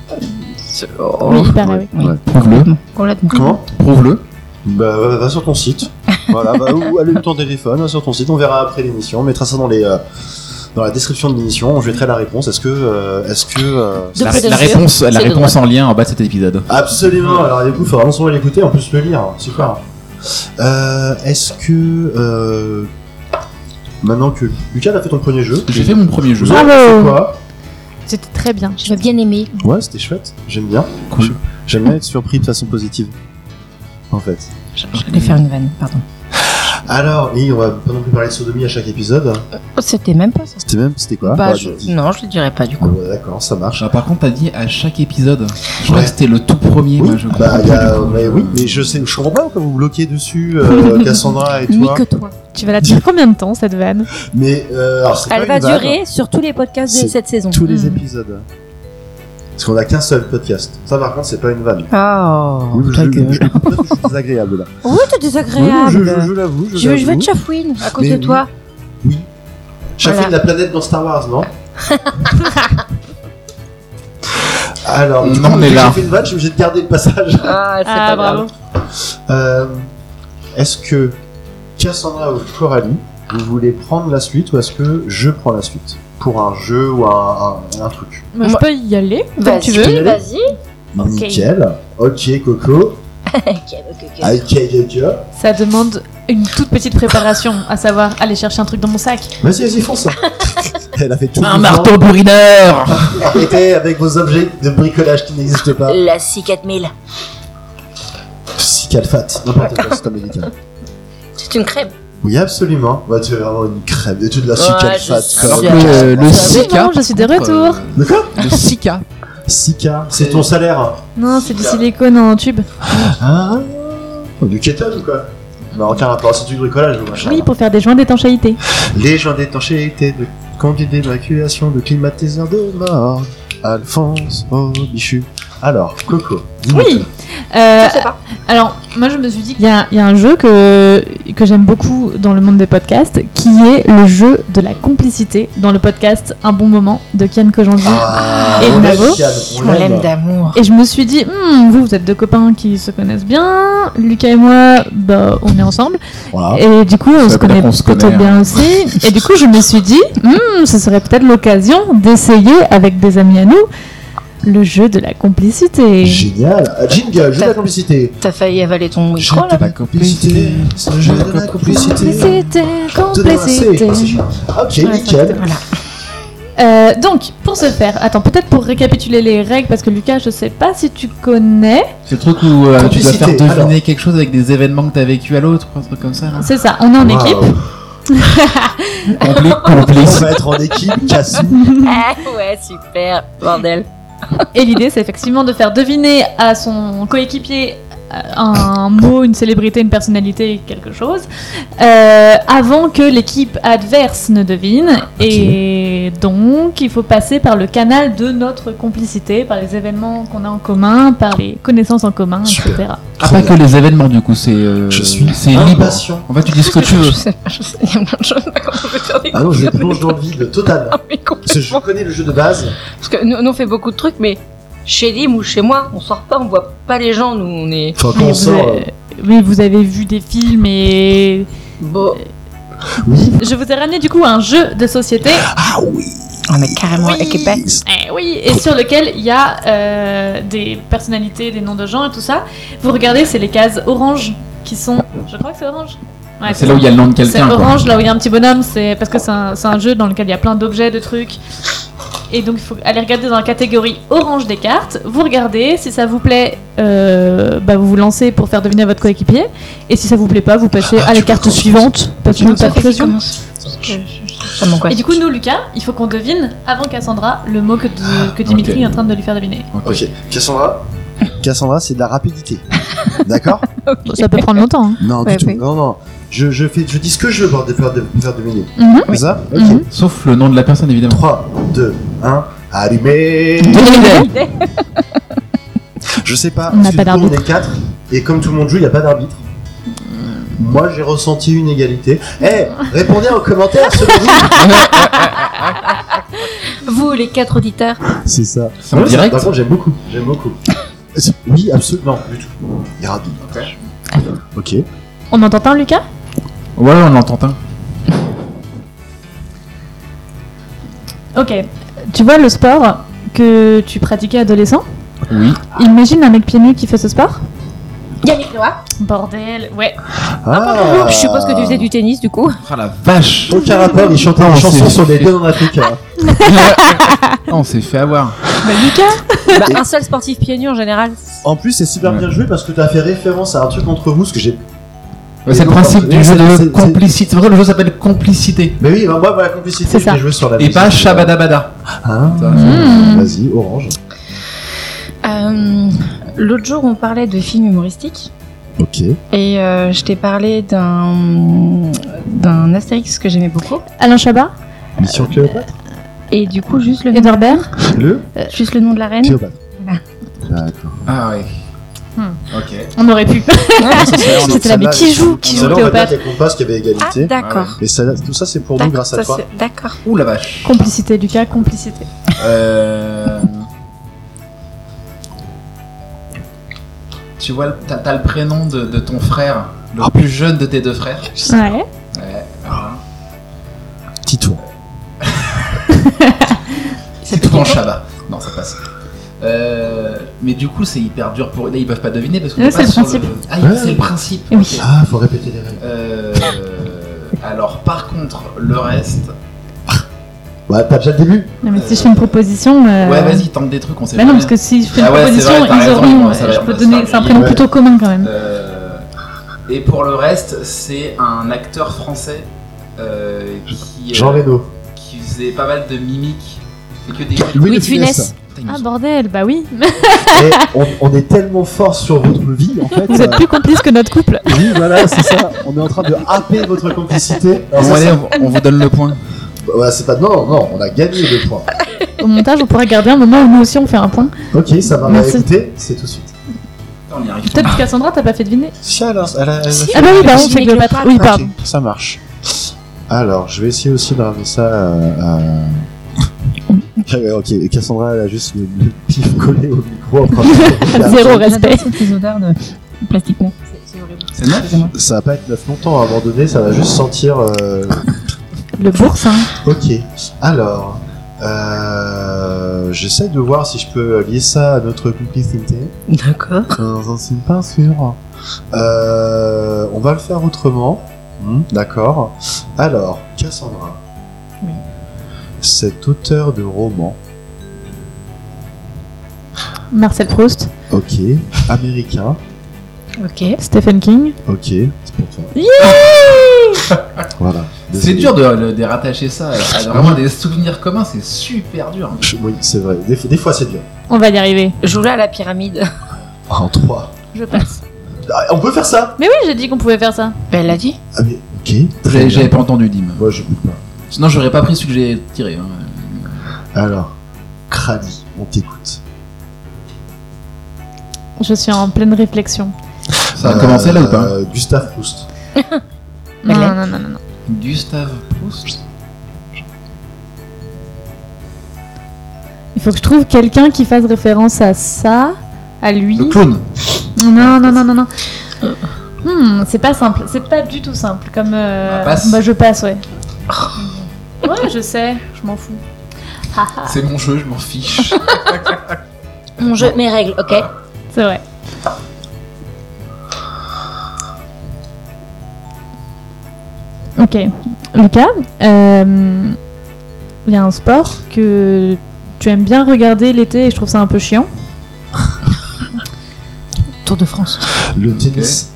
c'est- oh,
Oui, pareil, oui.
oui.
Ouais.
Prouve-le,
complètement.
Comment
prouve-le.
Bah, va, va sur ton site. voilà, bah, ou allume ton téléphone, va sur ton site, on verra après l'émission, on mettra ça dans les. euh, dans la description de l'émission, je mettrai la réponse. Est-ce que, euh, est-ce que, euh,
Deux
La,
poids, deux
la
mesures,
réponse, la
c'est de
réponse en lien en bas de cet épisode.
Absolument, alors du coup, il faut vraiment souvent l'écouter, en plus le lire, hein, super. Euh, Est-ce que. euh, maintenant que. Lucas, t'as fait ton premier jeu
J'ai fait mon premier jeu.
Vous avez fait
Bravo.
quoi
C'était très bien.
J'ai bien aimé.
Ouais, c'était chouette, j'aime bien.
Cool.
J'aime bien être surpris de façon positive. En fait.
J'allais faire une vanne, pardon.
Alors, oui, on va pas non plus parler de sodomie à chaque épisode.
Oh, C'était même pas ça.
C'était même. C'était quoi
Bah,
Ouais,
je-
je dis.
Non, je le dirais pas du coup.
Ouais, D'accord, ça marche.
Ah, par contre, t'as dit à chaque épisode. Je crois
Ouais.
que c'était le tout premier.
Oui,
moi, je
bah,
comprends
il y
plus,
a-
du coup.
mais oui, mais je sais, je comprends pas pourquoi vous vous bloquez dessus,
[LAUGHS]
euh, Cassandra et
Mieux
toi.
que toi.
Tu vas la tenir combien de temps cette
Ah,
vanne
Mais euh, alors, c'est
Elle
pas
va
une vanne.
durer sur tous les podcasts
C'est
de cette saison.
tous les
Mm.
épisodes. Parce qu'on a qu'un seul podcast. Ça, par contre, c'est pas une vanne.
Oh,
Oui, je,
ta
je-
gueule.
je- je suis désagréable
[LAUGHS]
là.
Oui, Oh, t'es
Oui, je,
désagréable.
je- je l'avoue. Je,
Je, je vais
l'avoue.
te chafouine à cause
Mais
de toi.
Oui. Chacune
Voilà.
la planète dans Star Wars,
[LAUGHS]
non Alors, du
Non,
coup,
mais
vu que
là-
J'ai fait une vanne, je suis obligé de garder le passage. [LAUGHS]
Ah, c'est
Ah, bravo.
Euh, est-ce que Cassandra ou Coralie, vous voulez prendre la suite ou est-ce que je prends la suite Pour un jeu ou un, un- un truc
Moi, je
Moi-
peux y aller comme tu veux.
y aller.
Vas-y. Ok.
Nickel. Ok, Coco.
Ah,
Ok, ok, ok.
Ça demande une toute petite préparation, à savoir aller chercher un truc dans mon sac.
Vas-y, vas-y, fonce. [LAUGHS] Elle a fait tout.
Un
le
marteau bourrineur
temps. Arrêtez avec vos objets de bricolage qui n'existent pas.
euh.
La C4000.
Psycalfate, n'importe quoi, c'est américain.
C'est une crème.
Oui, absolument. Bah, tu es vraiment une crème. Et tu de la
Ouais,
psycalfate.
je
quoi.
Alors que
C'est
euh, le
C'est
Sika.
bon, je suis de
euh,
retour.
De quoi
Le Sika.
Sika, c'est ton salaire.
Non, c'est du silicone en tube.
Ah Du kétone ou quoi Bah, aucun rapport, c'est du bricolage ou machin.
Oui, pour faire des joints d'étanchéité.
Les gens d'étanchéité, de conduite d'évacuation, de climatiseur de mort. Alphonse, oh, bichu. Alors, Coco. dis-nous
Oui.
tout.
Euh,
sais pas.
alors, moi, je me suis dit qu'il y, a- il y a un jeu que, que j'aime beaucoup dans le monde des podcasts, qui est le jeu de la complicité dans le podcast Un bon moment de Kian Kojandi.
Ah,
Et
on
bravo.
l'aime, Kian,
On l'aime d'amour.
Et je me suis dit, Hmm, vous, vous êtes deux copains qui se connaissent bien. Lucas et moi, bah, on est ensemble.
Voilà.
Et du coup, on
Ah. veut
se
dire
connaît
qu'on se
plutôt
connaît, hein.
bien aussi. Et du coup, je me suis dit, Hmm, ce serait peut-être l'occasion d'essayer avec des amis à nous le jeu de la complicité.
Génial. Ah, Jingle, jeu de la
T'as-
complicité.
T'as failli avaler ton
Jeu
micro
de
là
la complicité. C'est le jeu de la complicité.
complicité.
Ah, Ok,
Ouais,
nickel.
Voilà.
Euh, donc, pour ce faire, attends, peut-être pour récapituler les règles, parce que Lucas, je sais pas si tu connais.
C'est le truc où euh, tu dois
Complicité,
faire deviner
alors.
quelque chose avec des événements que t'as vécu à l'autre, un truc comme
[LAUGHS]
ça. hein.
C'est ça, on est en
Wow.
équipe.
Compli-
On
complice.
va être en
[LAUGHS]
équipe, Cassou.
Ah ouais, super. Bordel.
Et l'idée, c'est effectivement de faire deviner à son coéquipier euh, un mot, une célébrité, une personnalité, quelque chose, euh, avant que l'équipe adverse ne devine. Et donc, il faut passer par le canal de notre complicité, par les événements qu'on a en commun, par les connaissances en commun,
Super.
etc.
Ah, pas que les événements du coup, c'est. euh,
Je suis
C'est libre.
[LAUGHS]
impatient.
En fait, tu dis ce que tu
[LAUGHS] Je
veux.
sais pas, je sais il y a plein de choses qu'on peut faire des
Ah non, je
coups,
plonge dans le vide
[LAUGHS]
total.
Ah,
mais complètement.
Parce que je connais le jeu de base.
Parce que nous, nous, on fait beaucoup de trucs, mais chez Lim ou chez moi, on sort pas, on voit pas les gens, nous on est
Enfin, quand
Mais
on
vous,
sort. euh,
avez- oui, vous avez vu des films et...
beau.
Oui.
Je vous ai ramené du coup un jeu de société
Ah oui.
On est carrément
Oui.
à Québec.
Eh oui, et sur lequel il y a euh, des personnalités, des noms de gens et tout ça. Vous regardez, c'est les cases orange qui sont. Je crois que c'est orange. Ouais,
C'est là où il y a le nom de
C'est
quelqu'un. quoi.
orange, là où il y a un petit bonhomme, c'est parce que c'est un, c'est un jeu dans lequel il y a plein d'objets, de trucs. Et donc il faut aller regarder dans la catégorie orange des cartes. Vous regardez, si ça vous plaît, euh, bah, vous vous lancez pour faire deviner à votre coéquipier. Et si ça vous plaît pas, vous passez
Ah,
à la carte suivante. Parce que pas de pression.
Ça m'angoisse.
Et du coup, nous, Lucas, il faut qu'on devine avant Cassandra le mot que, que Dimitri
Ah, Ok.
est en train de lui faire deviner.
Ok.
Ok. Cassandra Cassandra, c'est de la
[LAUGHS]
rapidité. D'accord
Ça peut prendre longtemps. hein.
Non,
Ouais,
du tout.
ouais.
Non, non. Je, je, fais, je dis ce que je veux pour faire, de, pour faire deviner.
Mhm.
C'est ça Ok.
Mhm.
Sauf le nom de la
[LAUGHS]
personne, évidemment.
3, 2, 1. Allumez Je sais pas,
On n'a
parce que
pas
du coup, on
d'arbitre.
est 4 et comme tout le monde joue, il n'y a pas d'arbitre. Moi, j'ai ressenti une égalité. Eh, répondez en commentaire, ce midi.
Vous, les quatre auditeurs,
C'est ça.
C'est en
Ouais,
direct
Ah Par contre, j'aime beaucoup. J'aime beaucoup. Oui, absolument. Du tout. Il y a arbitre. Ok.
On entend un, Lucas
Ouais, on l'entend. hein.
Ok. Tu vois le sport que tu pratiquais adolescent
Oui.
Imagine un mec pieds nus qui fait ce sport
Yannick Noah.
Bordel, ouais.
Ah,
Je suppose que tu faisais du tennis, du coup.
Ah la
[LAUGHS]
vache
Aucun rapport, il chantait une
Non,
chanson
c'est-
sur les deux en Afrique. hein.
On s'est fait avoir.
Bah, un seul sportif pieds nus en général.
En plus, c'est super
Ouais.
bien joué parce que tu as fait référence à un truc entre vous, ce que j'ai.
Ouais, c'est le
Et donc,
principe
c'est-
du jeu
c'est-
de
c'est-
complicité. C'est vrai, le jeu s'appelle complicité.
Mais oui, bah, moi, voilà, complicité,
C'est
je l'ai
ça.
joué sur la
Et
musique.
pas shabadabada.
Ah,
Hmm.
Mmh.
Vas-y, orange.
Euh, L'autre jour, on parlait de films humoristiques.
Ok.
Et euh, je t'ai parlé d'un d'un Astérix que j'aimais beaucoup.
Alain Chabat
Mission Cléopâtre
Et du coup, juste le nom,
Ederbert
Le
juste le nom de la reine.
Cléopâtre.
Voilà.
D'accord.
Ah ouais.
Hmm.
Ok.
On aurait pu. [LAUGHS] C'était là, mais
Celle-là,
euh,
qui joue Qui joue
Celle-là, on va dire
Cléopâtre
qu'il y a compas, qu'il y avait
Ah,
égalité.
d'accord.
Et ça, tout ça, c'est pour nous
D'accord,
grâce à
ça,
toi.
c'est- D'accord.
Ah, Ouh la vache.
Complicité, Lucas, complicité.
Euh... Tu vois, le- t'as t'as le prénom de, de ton frère, le
Ah.
plus jeune de tes deux frères.
Ouais.
Ouais, voilà.
Petit tour.
C'est tout en Shabbat. Non, ça passe. Euh, mais du coup, c'est hyper dur pour. Là, ils peuvent pas deviner parce que
Ouais, c'est le principe.
Ah,
Ouais.
c'est le principe.
Oui.
ok.
Ah, faut répéter les règles.
Euh, alors, par contre, le reste.
Ouais, t'as déjà le début
Non, mais si je fais une proposition. euh,
Ouais, vas-y, tente des trucs, on sait
Bah
pas.
non, parce que si je fais une
Ah ouais, c'est
proposition,
vrai, t'as
ils
raison,
auront.
ouais, ça va,
je
on
peux
va
donner.
se
C'est un
faire
prénom
payer.
plutôt commun quand même.
Euh, et pour le reste, c'est un acteur français euh, qui, euh,
Jean Reno.
qui faisait pas mal de mimiques. Fait que des... Putain,
Louis de Funès.
il me
Ah
semble.
bordel, bah oui.
Et on, on est tellement fort sur votre vie, en fait.
Vous êtes
euh,
plus complices que notre couple.
Oui, voilà, c'est ça. On est en train de happer votre complicité. Alors,
Bon,
ça,
allez, on, on vous donne le point.
c'est- ouais, c'est pas. Non, non, on a gagné deux points.
Au montage, on pourrait garder un moment où nous aussi on fait un point.
Ok, ça va.
Merci.
Écoutez, c'est tout de suite.
Putain, on y arrive.
Peut-être que Cassandra, t'as pas fait deviner.
Si, alors, elle a- elle a-
Si.
Ah bah oui, pardon, c'est
Jimmy
Cléopâtre.
Cléopâtre.
Oui,
Ok,
pardon.
ça marche. Alors, je vais essayer aussi de ramener ça euh, à.
[LAUGHS]
Ah ouais, ok, Cassandra, elle a juste le, le pif collé au micro.
[LAUGHS] Zéro respect.
J'adore ces odeurs de plastique neuf. C'est- C'est horrible.
C'est neuf
Excusez-moi.
Ça va pas être neuf longtemps à abandonner, ça va juste sentir. euh,
Le hein. boursin.
Ok, alors. Euh, J'essaie de voir si je peux lier ça à notre complicité.
D'accord.
Euh, J'en suis pas sûr. Euh, on va le faire autrement. Hmm, D'accord. Alors, Cassandra.
Oui.
Cet auteur de roman,
Marcel Proust.
ok, américain,
Ok.
Stephen King.
ok, c'est pour toi. [LAUGHS] Voilà. Désolé.
C'est dur de, de- de rattacher ça à à vraiment des souvenirs communs, c'est super dur.
Je- oui, c'est vrai. Des, des fois, c'est dur.
On va y arriver.
Joue là à la pyramide.
Ah, En trois.
Je passe.
Ah, on peut faire ça
Mais oui, j'ai dit qu'on pouvait faire ça.
Ben, elle l'a dit.
Ah, mais ok. très
J'avais
bien.
j'avais pas entendu Dim.
Moi, je peux pas.
Sinon, j'aurais pas pris celui que j'ai tiré. hein.
Alors, Crani, on t'écoute.
Je suis en pleine réflexion.
Ça a
Euh,
commencé là ou pas
euh, Gustave Proust.
Non,
Madeleine.
non, non, non, non.
Gustave Proust
Il faut que je trouve quelqu'un qui fasse référence à ça, à lui.
Le clown
Non, non, non, non, non. Hmm, c'est pas simple. C'est pas du tout simple. Comme. euh,
Bah, passe. Oh.
Bah, je passe, ouais. ouais, je sais. Je m'en fous.
C'est mon jeu, je m'en fiche. [LAUGHS]
Mon jeu, mes règles, ok.
C'est vrai. Ok. Lucas, euh, il y a un sport que tu aimes bien regarder l'été et je trouve ça un peu chiant.
Tour de France.
Le tennis.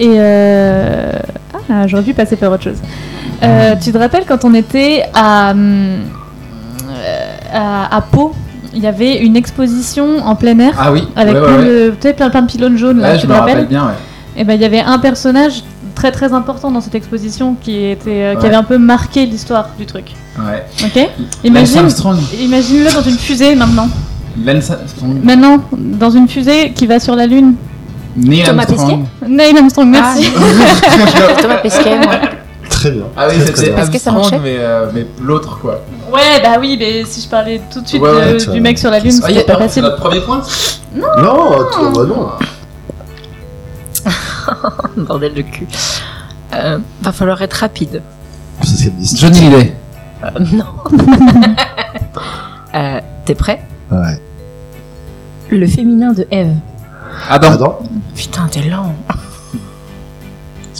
Et euh... ah, j'aurais pu passer par autre chose. Euh, tu te rappelles quand on était à, hum, euh, à, à Pau, il y avait une exposition en plein air
Ah oui,
avec
ouais, ouais,
plein,
ouais.
de- tu sais, plein, plein de pylônes jaunes. Là,
Ouais,
tu
je
te
me
rappelles
rappelle bien, ouais.
Et ben il y avait un personnage très très important dans cette exposition qui était euh, qui
Ouais.
avait un peu marqué l'histoire du truc.
ouais.
Ok.
Lance
Imagine.
Armstrong.
Imagine-le dans une fusée maintenant.
Lance Armstrong.
Maintenant, dans une fusée qui va sur la Lune.
Neil
Thomas
Armstrong.
Neil Armstrong, merci.
[LAUGHS]
[LAUGHS]
Thomas Pesquet, moi.
Très bien.
Ah oui,
Très, très
c'était
bien.
Est-ce que ça
Armstrong,
marchait
mais, euh, mais l'autre quoi.
[LAUGHS] ouais, bah oui, mais si je parlais tout de suite
Ouais, ouais,
de-
ça-
du mec sur la Lune,
Ah, y a-
c'était pas
non, c'est
facile.
notre premier point
Non, attends, bah non.
Bordel de cul. Euh, va falloir être rapide.
C'est ce qu'elle me dit.
Johnny Hallyday.
Euh, non. Euh, T'es prêt
Ouais.
Le féminin de Eve.
Adam.
Adam,
Putain, t'es lent.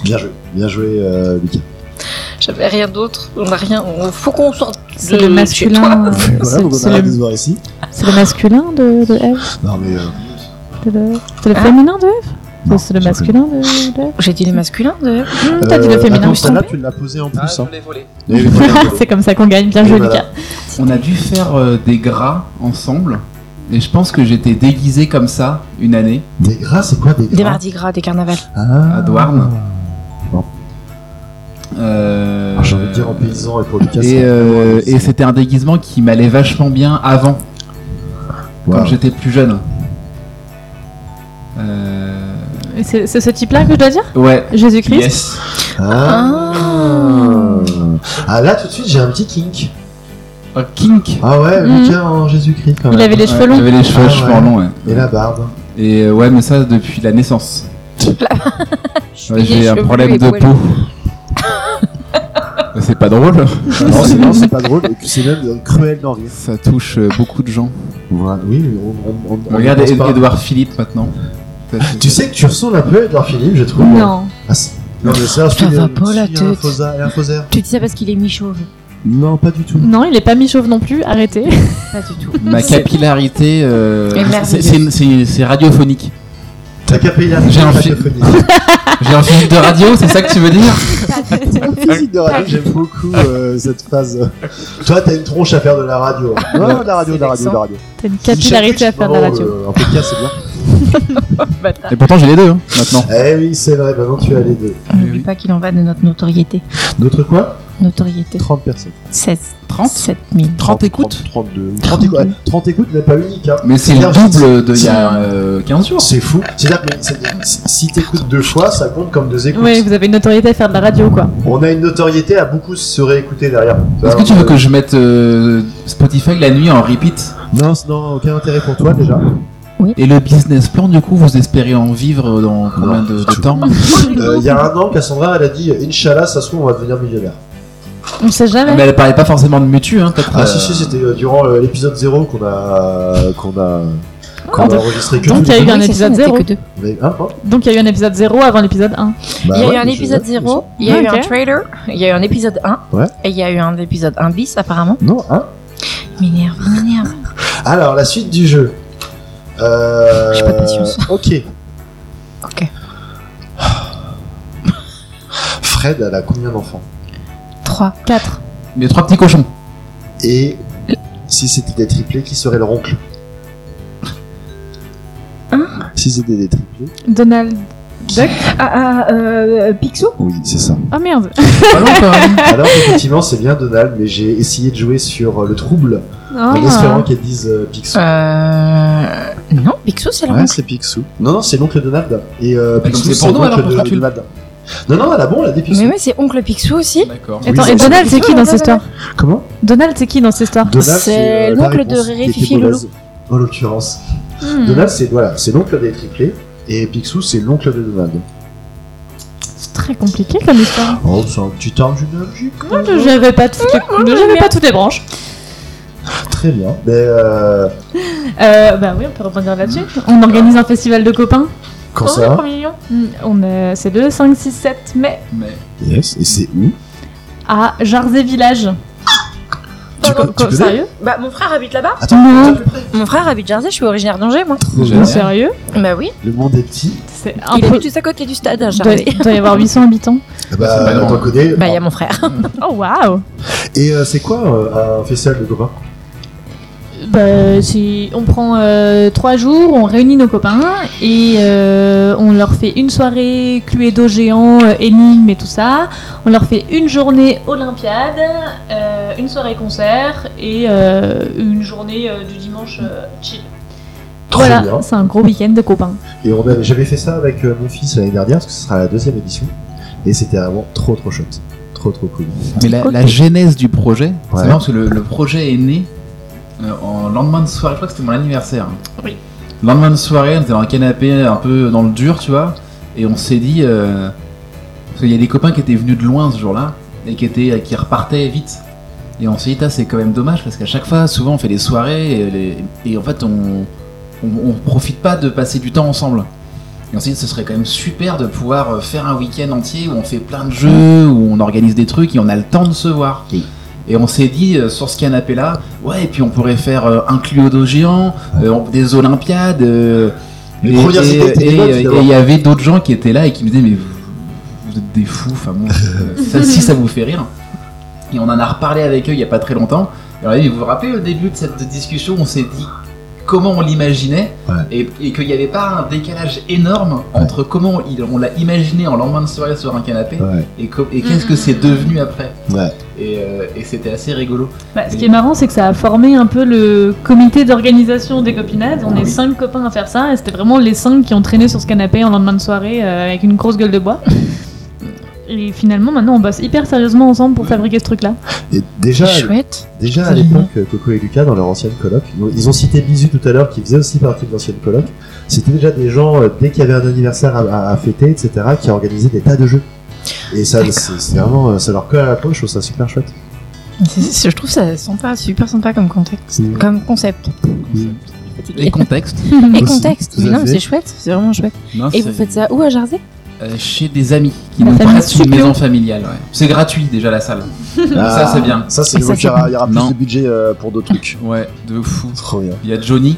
bien joué. Bien joué, euh, Lucas.
J'avais rien d'autre. On a rien. on- Faut qu'on sorte.
C'est
de
le
chez toi.
masculin.
Et voilà,
C'est
donc on
c'est
arrête de
le,
se voir ici.
c'est le masculin de, de Eve.
Non, mais. euh,
C'est le, c'est le
Ah.
féminin de Eve
non,
C'est le
je sais
masculin de, de Eve
J'ai dit le masculin de Eve.
Hum, T'as dit le
Euh,
féminin,
attends,
je suis
celle-là,
trompée.
tu l'as posée en plus. hein.
l'ai volé.
Mais oui, voilà.
[LAUGHS] C'est comme ça qu'on gagne. Bien
Et
joué,
voilà.
Lucas.
On a dû faire euh, des gras ensemble. Et je pense que j'étais déguisé comme ça une année
Des gras, c'est quoi des gras
Des mardis gras, des carnavals.
Ah,
à Douarn. Euh,
Ah, J'ai envie de dire en paysan et pour Lucas.
Et,
c'est
euh,
vraiment-
et c'était un déguisement qui m'allait vachement bien avant,
Waouh.
quand j'étais plus jeune. Euh,
Et C'est c'est ce type-là que je dois dire
ouais.
Jésus-Christ
Yes.
Ah. Ah, là, tout de suite, j'ai un petit kink.
Oh, kink.
Ah ouais,
Mhm.
Lucas en Jésus-Christ quand
Il
même.
avait les cheveux
Ouais,
longs.
J'avais les cheveux,
Ah,
cheveux
ouais.
longs, ouais.
Et la barbe.
Et euh, ouais, mais ça depuis la naissance. Ouais,
suis
J'ai un
chevelu
problème
et
de
poilu.
peau. c'est pas drôle.
non, c'est- non, c'est pas drôle, et puis c'est même euh, cruel d'en rire.
Ça touche euh, beaucoup de gens.
Voilà. Oui, mais on, on, on, on
Regarde
pense pas.
Edouard Philippe maintenant. Ça, c'est-
Tu sais que tu ressembles un peu à Edouard Philippe, je trouve.
Non.
Ah, si. non, mais ça, je
Ça
suis
va
un
pas, la
petit, un
tête.
faux- un faux air.
Tu dis ça parce qu'il est mi-chauve.
Non, pas du tout.
Non, il est pas mi-chauve non plus, arrêtez.
Pas du tout.
Ma capillarité, euh,
Et merveilleux.
c'est- c'est- c'est c'est radiophonique.
T'as capé la
J'ai un fil- [LAUGHS]
radiophonique.
J'ai un physique de radio, c'est ça que tu veux dire
Physique de radio, j'aime beaucoup euh, cette phase. Toi, t'as une tronche à faire de la radio. Non, de la radio, de la radio, de la radio.
[LAUGHS] T'as une capillarité à faire de la radio.
En tout cas, c'est bien.
Et pourtant j'ai les deux hein, maintenant.
Eh oui, c'est vrai, maintenant tu as les deux.
N'oublie pas qu'il en va de notre notoriété.
D'autres quoi
Notoriété.
30 personnes.
16,
30
7 000.
30 écoutes
32. 30 écoutes, ouais, 30 écoutes n'est pas unique. Hein.
Mais c'est le double d'il y a euh, 15 jours.
C'est fou. C'est-à-dire que c'est- si t'écoutes deux fois, ça compte comme deux écoutes.
Oui, vous avez une notoriété à faire de la radio, [LAUGHS] quoi.
On a une notoriété à beaucoup se réécouter derrière.
Est-ce que tu veux que je mette euh, Spotify la nuit en repeat
Non, c'est- non, aucun intérêt pour toi déjà.
Et le business plan du coup, vous espérez en vivre dans
Non,
combien de, de
tout.
temps
Euh, Il y a un an, Cassandra, elle a dit Inch'Allah, ça se trouve, on va devenir millionnaire.
On sait jamais.
Mais elle parlait pas forcément de mutu hein, peut-être.
Ah,
euh,
si, si, c'était euh, durant euh, l'épisode 0 qu'on a, qu'on a,
Oh.
qu'on a enregistré que
Donc il y a
tous
eu
Oui,
un
c'est ça,
épisode
on était
0.
que deux.
les- Mais, hein, hein
Donc il y a eu un épisode 0 avant l'épisode 1.
Bah
il y a
ouais,
eu un
mais je-
épisode
je-
0, il y a eu
Ok.
un trailer, il y a eu un épisode 1,
Ouais.
et il y a eu un épisode 1 bis apparemment.
Non, hein
M'énerve, m'énerve.
Alors, la suite du jeu. Euh...
J'ai pas de patience.
Ok.
Ok.
Fred, elle a combien d'enfants
3.
4.
Les trois petits cochons.
Et si c'était des triplés, qui serait leur oncle Si c'était des triplés
Donald.
Ah, ah, euh, Picsou
Oui, c'est ça.
Oh merde.
Ah non, [LAUGHS] quand même.
Alors, effectivement, c'est bien Donald, mais j'ai essayé de jouer sur euh, le trouble
Ah.
en espérant qu'elle dise euh, Picsou.
Euh. Non, Picsou c'est
Ouais,
l'oncle.
c'est Picsou. Non, non, c'est l'oncle Donald. Et euh,
Mais donc
Picsou,
c'est
c'est
pour nous, alors,
l'oncle
pourquoi
de
tu le-
Donald. Non, non, elle a bon, elle a des Picsou.
Mais oui, c'est oncle Picsou aussi.
D'accord.
Attends,
Oui,
et
c'est-
Donald, c'est qui dans cette histoire
Comment
Donald, c'est qui dans cette histoire
Donald,
Ah, C'est
euh, la
l'oncle de
réponse qui
Riri,
était
Fifi et
mauvaise, En l'occurrence.
Hmm.
Donald, c'est voilà, c'est l'oncle des triplés. Et Picsou, c'est l'oncle de Donald.
C'est très très compliqué comme histoire.
Oh, c'est un petit arbre généalogique.
Moi, j'avais pas toutes les, j'avais pas toutes les branches.
Très bien. Mais euh,
Euh, bah oui, on peut rebondir là-dessus. On organise un festival de copains.
quand
Oh,
ça
premier million. Mm, On euh, c'est le 5, 6, 7 mai
Mais
Yes. Et c'est où
à Jarzé Village.
Tu co- tu connais
sérieux
Bah, mon frère habite là-bas.
Attends, attends,
Mon frère habite Jersey, je suis originaire d'Angers, moi.
Génial.
Sérieux
Bah oui.
le monde est petit.
C'est
Il
impo-
habite juste à côté du stade, à
doit,
Jersey.
doit y avoir 800 habitants.
Ah Bah,
C'est pas
t'en
grand.
connais.
Bah, il y a mon frère.
Oh waouh
Et euh, c'est quoi euh, un festival de copains
Bah, si on prend euh, trois jours, on réunit nos copains et euh, on leur fait une soirée Cluedo géant, euh, énigme et tout ça. On leur fait une journée Olympiade, euh, une soirée concert et euh, une journée euh, du dimanche euh, chill.
Très bien.
voilà, c'est un gros week-end de copains.
Et on avait- j'avais fait ça avec euh, mon fils l'année dernière, parce que ce sera la deuxième édition. Et c'était vraiment trop trop chouette. Trop trop cool.
Mais la, la genèse du projet,
Ouais.
c'est marrant parce que le, le projet est né euh, en lendemain de soirée, je crois que c'était mon anniversaire.
Oui.
Le lendemain de soirée, on était dans un canapé un peu dans le dur, tu vois, et on s'est dit. Euh, parce qu'il y a des copains qui étaient venus de loin ce jour-là, et qui, étaient, euh, qui repartaient vite. Et on s'est dit, Ah, c'est quand même dommage parce qu'à chaque fois, souvent on fait des soirées et, les- et en fait on, on, on profite pas de passer du temps ensemble. Et on s'est dit, ce serait quand même super de pouvoir euh, faire un week-end entier où on fait plein de jeux, où on organise des trucs et on a le temps de se voir. Et on s'est dit, euh, sur ce canapé-là, ouais, et puis on pourrait faire euh, un Cluedo géant, euh, des Olympiades. euh,
Les
et-
premières
et-
idées étaient
et-
des bonnes,
et
finalement.
il y avait d'autres gens qui étaient là et qui me disaient, mais vous, vous êtes des fous, enfin
[LAUGHS]
bon, euh, ça, si ça vous fait rire. Et on en a reparlé avec eux il y a pas très longtemps. Et on a dit, vous vous rappelez au début de cette discussion, on s'est dit comment on l'imaginait
Ouais.
et, et qu'il n'y avait pas un décalage énorme entre comment il- on l'a imaginé en lendemain de soirée sur un canapé
Ouais.
et, co- et qu'est-ce
Mhm.
que c'est devenu après.
Ouais.
Et, euh, et c'était assez rigolo.
Bah, ce qui est marrant, c'est que ça a formé un peu le comité d'organisation des copinades. On est cinq copains à faire ça, et c'était vraiment les cinq qui ont traîné sur ce canapé en lendemain de soirée euh, avec une grosse gueule de [LAUGHS] bois. Et finalement, maintenant, on bosse hyper sérieusement ensemble pour fabriquer ce truc-là.
Et déjà,
Chouette.
déjà à l'époque, euh, Coco et Lucas, dans leur ancienne colloque, ils ont- ils ont cité Bizu tout à l'heure, qui faisait aussi partie de l'ancienne colloque. C'était déjà des gens, euh, dès qu'il y avait un anniversaire à, à- à fêter, etc., qui organisaient des tas de jeux. Et ça, c'est c'est vraiment, euh, ça leur colle à la poche, je trouve ça super chouette.
C'est- c'est- Je trouve ça sympa, super sympa comme contexte.
Mm.
Comme concept. [LAUGHS]
Les contextes.
Et
Aussi,
contexte.
tout
Mais
à
non, mais
fait.
c'est chouette, c'est vraiment chouette.
Non,
Et
c'est-
vous faites ça où à Jersey
euh, chez des amis qui
La
nous
famille
prêtent une
Sucre.
maison familiale. ouais. C'est gratuit déjà la salle.
[LAUGHS] Ah,
Ça, c'est bien.
Ça, c'est
Et
bien.
ça,
Il y aura, il y aura plus
Non.
de budget euh, pour d'autres trucs.
[LAUGHS] Ouais, de fou.
Trop bien.
Il y a Johnny.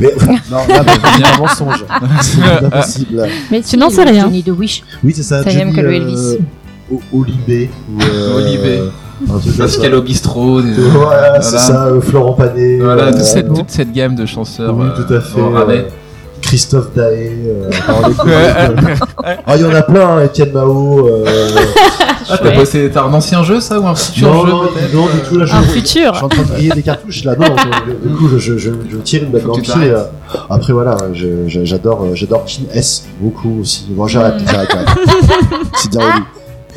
Mais non, là, mais c'est un
[LAUGHS]
mensonge. C'est pas possible.
Mais
Tu n'en sais rien.
Johnny de Wish.
Oui, c'est ça.
Ça
Johnny,
n'aime que le
euh,
Elvis.
O- Olibé. ou, euh,
Olibé.
Un truc comme ça.
Pascal au bistrot. des-
Ouais,
Voilà.
c'est ça. euh, Florent Panet.
Voilà,
euh,
toute, cette,
oui,
toute cette gamme de chanteurs. euh,
tout à fait.
au rabais.
euh, Christophe Daé. euh, on les connaît, euh,
Ouais. [LAUGHS]
Ah, il y en a plein. hein, Étienne Mao. euh,
Ah, t'as bossé, t'as un ancien jeu ça ou un futur
non,
jeu
non,
peut-être
non, du tout,
Ah
là, je,
Un
je
futur
suis en train de griller des cartouches là. Non, je- du coup, je, je, je, je me tire une balle
Faut
dans
que
le
tu
pied.
t'arrêtes.
euh. Après, voilà, je- je- j'adore, euh, j'adore King S beaucoup aussi. Bon, j'arrête,
Mm.
j'arrête,
[LAUGHS]
j'arrête. C'est bien relou.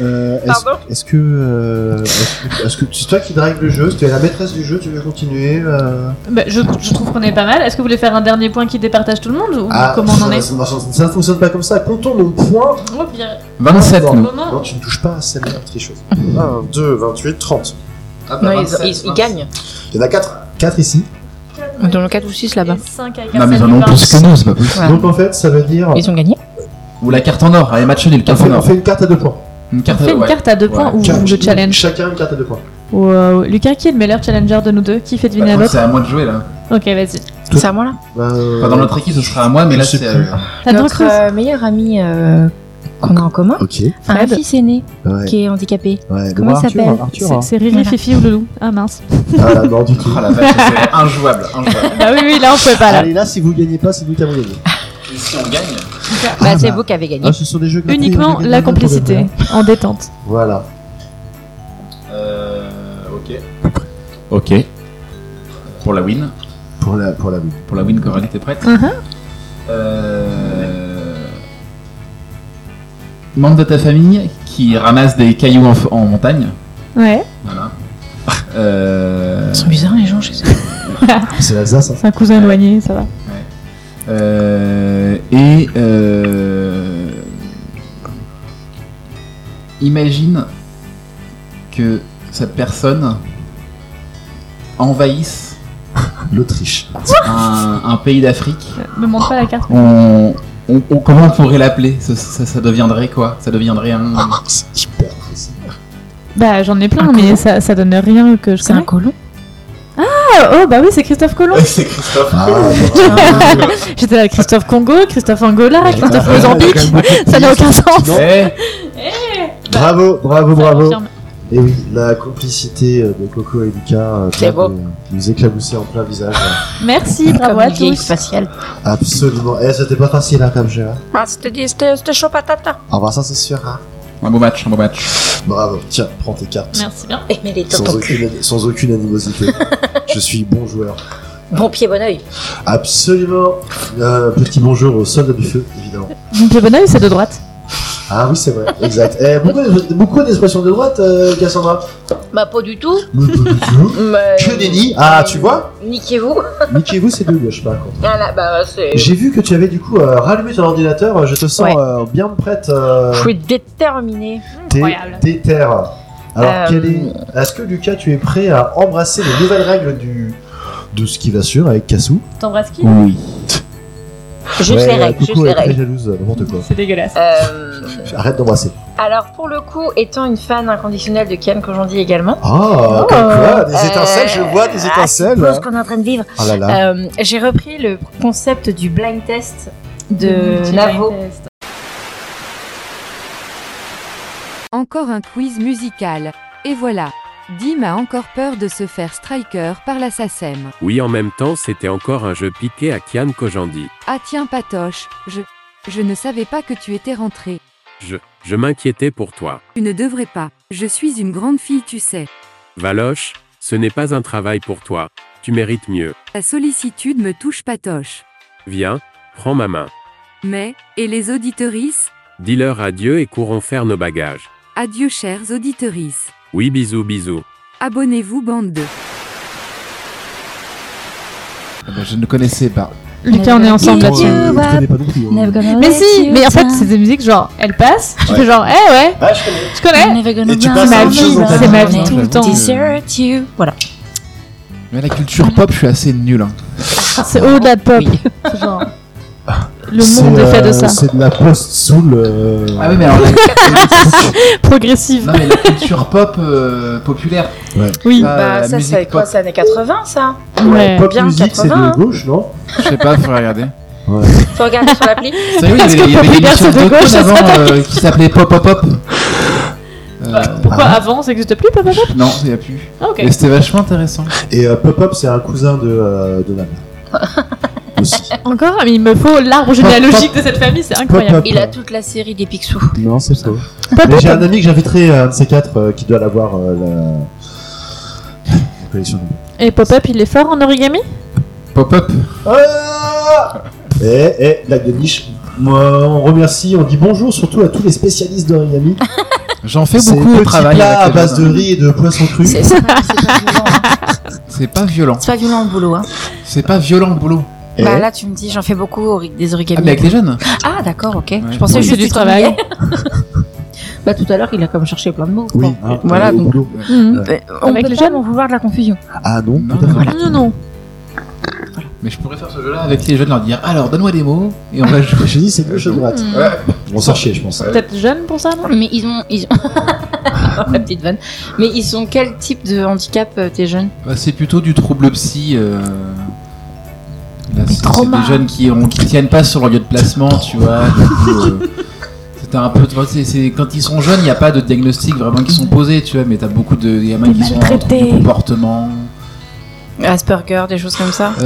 Euh, est-ce- Est-ce que, euh, est-ce que, est-ce que c'est toi qui drive le jeu Tu es la maîtresse du jeu, tu veux continuer euh...
Bah, je, je trouve qu'on est pas mal. Est-ce que vous voulez faire un dernier point qui départage tout le monde ou
Ah,
comment on en est
Ah, ça, ça ne fonctionne pas comme ça. Comptons nos points.
Oh, bien,
27
Non.
nous.
moment.
Non, tu ne touches pas à celle là tricheuse. 1, 2, 28, 30.
Ah, bah,
Non, ils,
27,
ils- ils
27.
gagnent.
Il y en a 4. 4 ici.
Dans le 4 ou 6 là-bas.
5 avec
Non, mais ils en
seul
ont
qui
plus que nous, c'est pas possible.
Voilà.
Donc en fait, ça veut dire.
Ils ont gagné.
Ou la carte en or, allez, match nul,
On
carte
fait,
en
on
or.
fait une carte à deux points.
Une
part.
carte
On fait une
ouais.
carte à deux
Ouais.
points
Car-
ou le Mmh, challenge.
Chacun une carte à deux points.
Wow. Lucas, qui est le meilleur challenger de nous deux Qui fait deviner
Par
à l'autre
contre, Bah, c'est à moi de jouer là.
Ok, vas-y.
Tout-
C'est à moi là.
Euh,
Enfin, dans notre équipe, ce sera à moi, mais
je
là,
sais
c'est.
plus.
euh, [LAUGHS]
T'as d'autres
Notre
choses
euh, meilleur ami euh, qu'on a en commun,
Ok.
a un
Fred.
fils aîné
Ouais.
qui est handicapé.
ouais.
Comment
Bon,
il
Arthur,
s'appelle
Arthur.
C'est-
hein.
C'est Riri,
Voilà.
Fifi ou Loulou Ah [LAUGHS] mince.
Ah là, non, du tout.
Oh la vache, c'est injouable,
[LAUGHS]
injouable.
Ah oui, oui, là on pouvait pas. Là.
Allez, là, si vous gagnez pas, c'est nous qui avons gagné.
Et si on gagne
bah,
Ah,
c'est
bah.
vous qui avez gagné.
Ah, ce sont des jeux gratuits,
Uniquement
on les gagne
la
pour de vrai.
complicité, en détente.
Voilà.
Euh. Ok. Ok. Pour la win.
Pour la, pour la vie.
Pour la win, Coralie, t'es prête
Mhm.
Euh. Membre de ta famille qui ramasse des cailloux en, f- en montagne.
Ouais,
Voilà. Euh.
Ils sont bizarres les gens chez eux.
C'est l'Alsace. hein.
c'est un cousin éloigné, ça va.
Euh, et euh, imagine que cette personne envahisse
L'Autriche.
un, un pays d'Afrique.
Me montre pas la carte.
On, on- on- comment on pourrait l'appeler ça, ça- ça deviendrait quoi Ça deviendrait un.
Ah, C'est hyper précis.
Bah, j'en ai plein,
Un
mais
colon.
ça, ça donne rien que je
C'est un
connais.
colon.
Ah, oh, bah oui, [LAUGHS] c'est Christophe Colomb.
C'est
[LAUGHS]
Christophe.
Ah,
[LAUGHS] J'étais là, Christophe Congo, Christophe Angola, Christophe
Ah,
Mozambique.
quand même beaucoup de
Ça n'a
pays.
aucun sens.
Non.
Eh,
Bravo, bravo,
Ça
bravo.
confirme.
Et oui, la complicité euh, de Coco et Lucas euh,
C'est
vient
beau.
de- de nous éclabousser en plein visage. [LAUGHS] euh,
Merci, bravo
Comme
à
une vieille
tous.
faciale.
Absolument. Eh, c'était pas facile hein, comme jeu. Hein.
Ah, c'était c'était chaud patata.
Ah bah ça c'est sûr. Hein.
Un beau match, un beau match.
Bravo. Tiens, prends tes cartes.
Merci bien.
Eh, Mais les
Sans
tontons.
aucune, sans aucune
[LAUGHS]
animosité. Je suis bon joueur.
Bon pied, bon oeil.
Absolument. Euh, petit bonjour au soldat du feu, évidemment.
Mon pied bonheur, c'est de droite.
Ah oui, c'est vrai. Exact. Eh, beaucoup beaucoup d'expressions de droite, euh, Cassandra.
[LAUGHS]
Bah, pas du tout.
Mais pas du tout.
mais-
Que nenni. Ah, tu
[LAUGHS]
vois
Niquez-vous.
Niquez-vous, c'est de gauche, par contre.
Ah là, bah, c'est.
J'ai vu que tu avais du coup euh, rallumé ton ordinateur, je te sens
Ouais.
euh, bien prête. euh,
Je suis déterminée.
t'es-
incroyable.
T'es terre. Alors,
Euh,
quel est... est-ce que Lucas, tu es prêt à embrasser les nouvelles règles du... de ce qui va sur avec Cassou
T'embrasses qui
Oui.
Juste
Ouais,
les
euh,
règles,
Coco
juste les
est très
règles.
jalouse, euh, n'importe quoi.
C'est dégueulasse.
Euh,
Arrête d'embrasser.
Alors, pour le coup, étant une fan inconditionnelle de Ken Kojandi également,
Ah,
Oh.
comme quoi, des
Euh,
étincelles, je vois des
ah,
étincelles.
ce qu'on est en train de vivre.
Oh là là.
euh, j'ai repris le concept du blind test de Navo.
Encore un quiz musical. Et voilà. Dim a encore peur de se faire striker par la SACEM.
Oui, en même temps, c'était encore un jeu piqué à Kian Kojandi.
Ah tiens Patoche, je... Je ne savais pas que tu étais rentrée.
Je, je m'inquiétais pour toi.
Tu ne devrais pas. Je suis une grande fille, tu sais.
Valoche, ce n'est pas un travail pour toi. Tu mérites mieux.
Ta sollicitude me touche Patoche.
Viens, prends ma main.
Mais, et les auditorices
Dis-leur adieu et courons faire nos bagages.
Adieu chères auditorices.
Oui, bisous, bisous.
Abonnez-vous bande de...
Ah bah, je ne connaissais pas.
Lucas, on est ensemble
Attends,
là-dessus.
euh, je connais pas non plus, hein.
Mais si, mais en fait, c'est des musiques genre, elles passent, tu
Ouais.
fais genre, eh ouais,
Ah, je connais.
je connais.
Et tu passes
ma
à autre chose,
vie,
en fait.
c'est ma vie
Non,
tout le
j'avoue
temps.
que-
Desert you. Voilà.
Mais la culture pop, je suis assez nul. hein.
C'est au-delà de pop. [LAUGHS] C'est genre, le monde
C'est,
est fait de
euh,
ça.
C'est de la post-soul. euh,
Ah oui, mais alors. La,
Progressive.
[LAUGHS] non, mais la culture pop euh, populaire.
Oui.
pas
Bah,
la
ça,
Euh, musique
c'est quoi
pop.
C'est années 80, ça
Ouais.
Pop
Bien
music, c'est
80, hein.
de gauche, non
Je sais pas, faudrait regarder.
Faut regarder sur l'appli.
Ça y est, il y
Parce
avait-
que
il y avait
populaire,
l'émission
c'est de gauche,
d'automne
ça
avant euh, qui s'appelait Pop Pop Pop. Euh,
Pourquoi avant, ça n'existe plus, papa
non, il n'y a plus.
Ah, ok.
Mais c'était vachement intéressant.
Et euh, Pop-Up, c'est un cousin de, euh, de ma mère. Aussi.
Encore, mais il me faut l'arbre généalogique de cette famille, c'est incroyable.
Pop-Up.
Il a toute la série des Picsou.
Non, c'est faux. Mais
Pop-up.
j'ai un ami que j'inviterai, euh, un de ces quatre, euh, qui doit l'avoir, euh, la... la collection.
Et Pop-up, il est fort en origami
Pop Pop.
Ah Eh, eh, la de niche. Moi, on remercie, on dit bonjour surtout à tous les spécialistes d'origami.
J'en fais
Ces
beaucoup au
petits
travail.
plats à
avec les
base de
jeunes.
riz et de poisson cru.
C'est c'est pas, c'est pas violent. hein.
C'est pas violent.
C'est pas violent le boulot. Hein.
C'est pas violent le boulot.
Eh,
Bah là, tu me dis, j'en fais beaucoup ori- des
Ah, mais
origamis.
avec les jeunes.
Ah, d'accord, ok. Je
Ouais.
pensais
Oui,
juste
c'est du
que tu
travail.
t'ennuyais. [LAUGHS] bah, tout à l'heure, il a comme cherché plein de mots.
oui,
Bon.
hein,
Voilà,
au
donc-
boulot.
Mhm.
Euh, On
Avec
peut
les
pas
jeunes.
m'en vouloir de la confusion.
Ah non,
Non,
tout à
non,
fait.
Non, non.
Mais je pourrais faire ce jeu-là avec les jeunes, leur dire alors donne-moi des mots et on va jouer.
Je dis, c'est deux jeux de droite.
Mhm.
[LAUGHS] Ouais.
On s'en chier, je pense.
Euh,
Peut-être jeune pour ça, non
Mais ils ont. Ils ont... [LAUGHS] la petite vanne. Mais ils ont quel type de handicap, euh, tes jeunes
Bah, c'est plutôt du trouble psy. euh, Là, c'est- c'est
trauma.
des jeunes qui, ont, qui tiennent pas sur leur lieu de placement,
[LAUGHS]
tu vois. du coup, euh, C'était un peu. tu vois, c'est- c'est- quand ils sont jeunes, il n'y a pas de diagnostic vraiment qui sont posés, tu vois. Mais t'as beaucoup de gamins qui sont en
maltraités.
du comportement.
Asperger, des choses comme ça
Euh,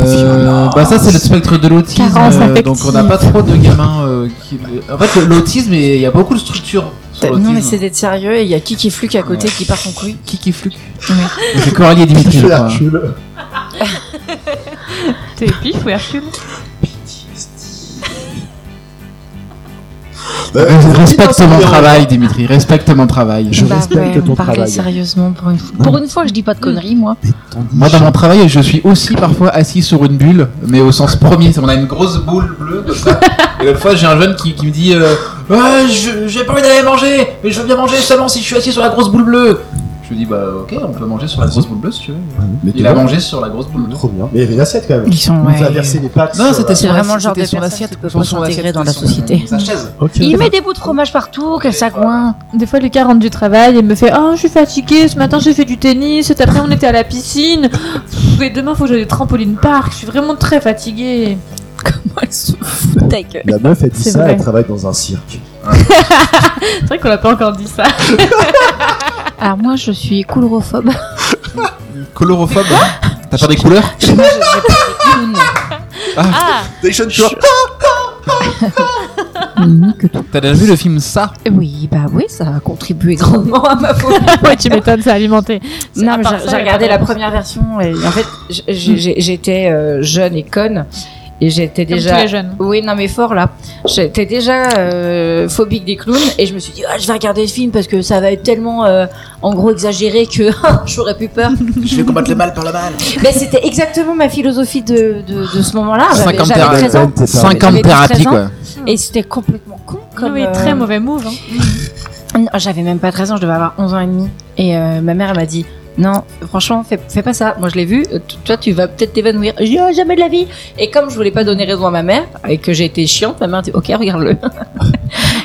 bah ça c'est le spectre de l'autisme
Carence
euh,
affective.
donc on n'a pas trop de gamins euh, qui... en fait l'autisme et il y a beaucoup de structures sur
Non,
l'autisme.
mais c'est d'être sérieux et il y a qui qui fluque à côté qui part en couille.
qui qui fluque [LAUGHS] c'est Coralie et Dimitri
Je
je
fais
crois.
Hercule.
T'es pif ou Hercule
Euh,
respecte mon
euh,
travail Dimitri respecte mon travail
Je
bah
respecte
ouais,
ton
on parlait
travail.
sérieusement pour une
Mmh.
fois. Pour une fois, je dis pas de conneries, moi.
moi dans mon travail je suis aussi parfois assis sur une bulle mais au sens premier on a une grosse boule bleue comme ça et l'autre fois j'ai un jeune qui, qui me dit euh, Ouais, je- j'ai pas envie d'aller manger, mais je veux bien manger seulement si je suis assis sur la grosse boule bleue. Je lui dis bah ok, on peut manger sur la
Vas-y.
grosse boule bleue si tu veux.
Mais
Il a mangé sur la grosse boule bleue.
Trop bien. Mais il y avait une assiette quand même.
Ils sont,
Il nous a
ouais.
versé les pâtes. sur
Non,
euh,
c'était
la-
C'est
son
vraiment le
assiette,
genre de
c'était son
personne
assiette,
qui peut
son
pas s'intégrer
assiette,
dans la
son-
société.
Sa chaise.
Ok.
Il met des bouts de fromage partout, quel sagouin.
Des fois, Lucas rentre du travail et me fait Oh, je suis fatiguée, ce matin j'ai fait du tennis, cet après on était à la piscine, Pff, et demain faut que j'aille au trampoline park, je suis vraiment très fatiguée.
Comment elle se fout ta gueule.
La meuf, elle dit
C'est
ça,
vrai.
elle travaille dans un cirque.
C'est vrai qu'on l'a pas encore dit ça.
Alors moi, je suis [LAUGHS] coulrophobe.
Colorophobe. hein T'as pas des couleurs
Moi, je- j'ai pas des clowns.
Ah
Mhm,
T'as déjà vu le film ça
Oui, bah oui, ça a contribué grandement à [LAUGHS] ma phobie.
[LAUGHS] Ouais, tu m'étonnes, c'est alimenté.
Non,
À
mais j'ai
part ça,
j'ai
la
regardé la
bande-annonce.
première version et en fait, j- j'ai- j'ai- j'étais euh, jeune et conne et j'étais
Comme
déjà.
tous les jeunes.
Oui, non, mais fort là. J'étais déjà euh, phobique des clowns et je me suis dit, ah, je vais regarder le film parce que ça va être tellement euh, en gros exagéré que [LAUGHS] j'aurais plus peur.
Je vais combattre le mal par le mal.
Mais c'était exactement ma philosophie de, de, de ce moment-là. Ah, J'avais
50
j'avais
thérapies.
13 ans
T'es pas-
Cinq ans de thérapie,
quoi.
et c'était complètement con. Comme,
euh, oui,
euh,
très mauvais move. hein.
Non, J'avais même pas 13 ans, je devais avoir 11 ans et demi. Et euh, ma mère, elle m'a dit Non, franchement, fais, fais pas ça. Moi, je l'ai vu, euh, t- toi, tu vas peut-être t'évanouir. J'ai dit, Ah, jamais de la vie. Et comme je voulais pas donner raison à ma mère et que j'ai été chiante, ma mère a dit Ok, regarde-le. [LAUGHS]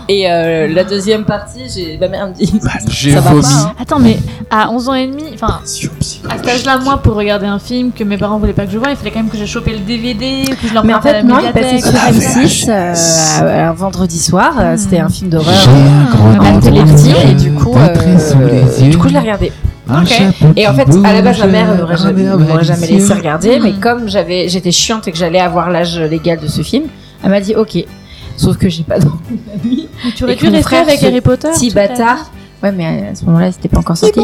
et euh, la deuxième partie, j'ai- ma mère me dit
J'ai
Ça va
vomi.
pas, hein.
Attends, mais à 11 ans et demi, enfin, à cet âge-là, moi, pour regarder un film que mes parents voulaient pas que je voie, il fallait quand même que j'ai chopé le DVD, que je
Mais en
l'emprunte à la
fait, non, il passait
médiathèque. Ah,
sur M6 euh, un vendredi soir. euh, C'était un film d'horreur.
euh,
grand
Elle voulait le dire,
envie
et du coup, euh, du coup, je l'ai regardé.
Ok.
Et en fait, à la base, ma mère ne
euh,
m'aurait jamais, m'aurait jamais laissé regarder, mais comme j'avais, j'étais chiante et que j'allais avoir l'âge légal de ce film, elle m'a dit OK. Sauf que j'ai pas de
Mais
Et
tu aurais
que
dû
mon
rester
frère,
avec
ce
Harry Potter.
petit
toute ta
bâtard. Ouais, mais à ce moment-là, c'était pas encore sorti.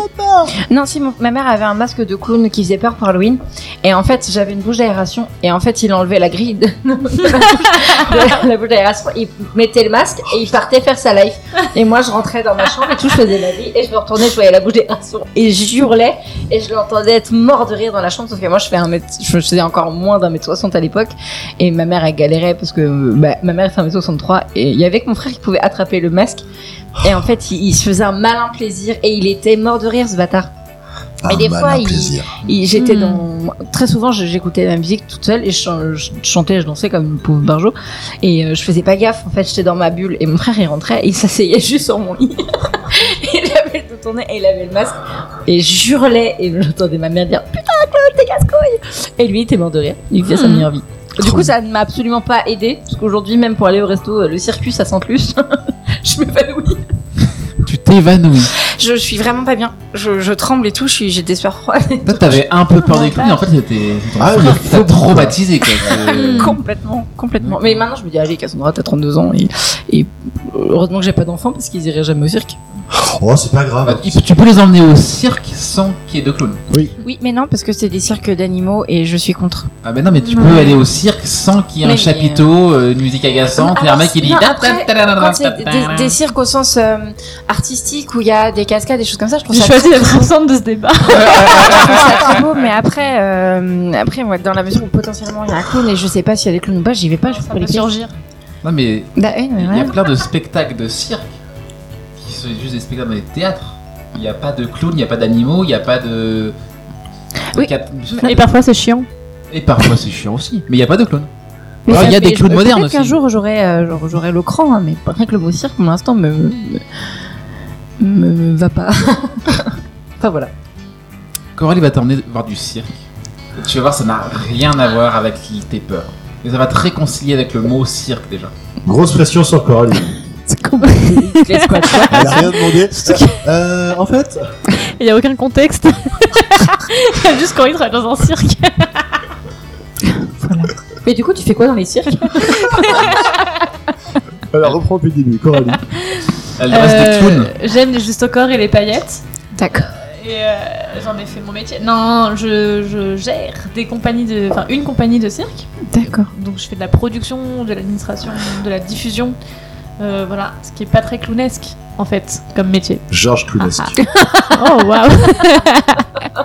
Non, si mon- ma mère avait un masque de clown qui faisait peur pour Halloween, et en fait, j'avais une bouche d'aération, et en fait, il enlevait la grille de [LAUGHS] de la bouche d'aération, il mettait le masque et il partait faire sa life. Et moi, je rentrais dans ma chambre et tout, je faisais ma vie, et je me retournais, je voyais la bouche d'aération, et je hurlais, et je l'entendais être mort de rire dans la chambre, sauf que moi, je, fais un mètre, je faisais encore moins d'un mètre soixante à l'époque, et ma mère, elle galérait parce que bah, ma mère fait un mètre soixante-trois, et il y avait que mon frère qui pouvait attraper le masque, et en fait, il, il se faisait un malin plaisir, et il était mort de rire, ce bâtard.
Ah,
Et des
malin
fois, il-
plaisir.
Et J'étais
Hmm.
dans très souvent je- j'écoutais la musique toute seule et je, chan- je chantais, je dansais comme une pauvre barjo et euh, je faisais pas gaffe en fait j'étais dans ma bulle et mon frère il rentrait et il s'asseyait [LAUGHS] juste sur mon lit il avait tout tourné et il avait le masque et je hurlais et j'entendais ma mère dire putain Claude t'es casse couille et lui il était mort de rire il faisait sa
Hmm.
meilleure vie du coup ça ne m'a absolument pas aidé parce qu'aujourd'hui même pour aller au resto euh, le circuit ça sent plus [LAUGHS] je m'évanouis
Tu t'évanouis.
je suis vraiment pas bien je, je tremble et tout je suis- j'ai des sueurs froides
[LAUGHS] Toi, t'avais un peu peur des clowns, mais en fait, c'était.
Ah, le
T'as
[LAUGHS]
traumatisé, quoi.
Complètement, complètement. Mais maintenant, je me dis, allez, Cassandra, t'as 32 ans et, et heureusement que j'ai pas d'enfant parce qu'ils iraient jamais au cirque.
Oh, c'est pas grave.
Bah, il- Tu peux les emmener au cirque sans qu'il y ait de clowns.
Oui, mais non, parce que c'est des cirques d'animaux et je suis contre.
Ah ben non, mais tu peux aller au cirque sans qu'il y ait un
Mais-
chapiteau, euh, une musique agaçante, et un
Alors,
mec qui dit...
non,
ta-
après,
ta- ta- ta-
Quand
ta-
c'est
ta-
des,
ta-
Bah,
des- des cirques au sens euh, artistique où il y a des cascades, des choses comme ça, je trouve
J'ai
ça,
choisi d'être absente de ce débat.
je trouve ça très beau. Mais après, euh, après moi, dans la mesure où potentiellement il y a un clown et je sais pas s'il y a des clowns ou pas, j'y vais pas, je
Ça
peux
peut
les faire.
surgir.
Non mais
Bah oui, mais
il y a
voilà.
plein de spectacles de cirque qui sont juste des spectacles dans les théâtres. Il n'y a pas de clowns, il n'y a pas d'animaux, il n'y a pas de...
Oui.
Cap-
Et parfois, c'est [LAUGHS] chiant.
Et parfois c'est chiant aussi, mais il n'y a pas de clowns.
Mais
Alors,
ça
il y a
fait-
des clowns
peut-être
modernes
qu'un
aussi.
jour j'aurai euh, genre, j'aurai le cran, hein, mais pas rien que le mot cirque pour l'instant me, me, me- me va pas. [LAUGHS] enfin voilà.
Coralie va t'emmener voir du cirque. Et tu vas voir, ça n'a rien à voir avec tes peurs. Et ça va te réconcilier avec le mot cirque déjà.
Grosse pression sur
[LAUGHS]
Coralie.
[LAUGHS]
Elle a rien demandé. Euh, en fait,
Il n'y a aucun contexte. [LAUGHS] Il y a juste quand il travaille dans un cirque.
Mais du coup, tu fais quoi dans les cirques
alors reprends plus début, Coralie.
Elle reste des clowns.
Euh, J'aime les justes au corps et les paillettes.
D'accord.
Et euh, j'en ai fait mon métier. Non, je, je gère des compagnies de, enfin une compagnie de cirque.
D'accord.
Donc je fais de la production, de l'administration, de la diffusion. Euh, voilà, ce qui est pas très clownesque en fait comme métier.
Georges Clownesque.
Oh waouh
Ah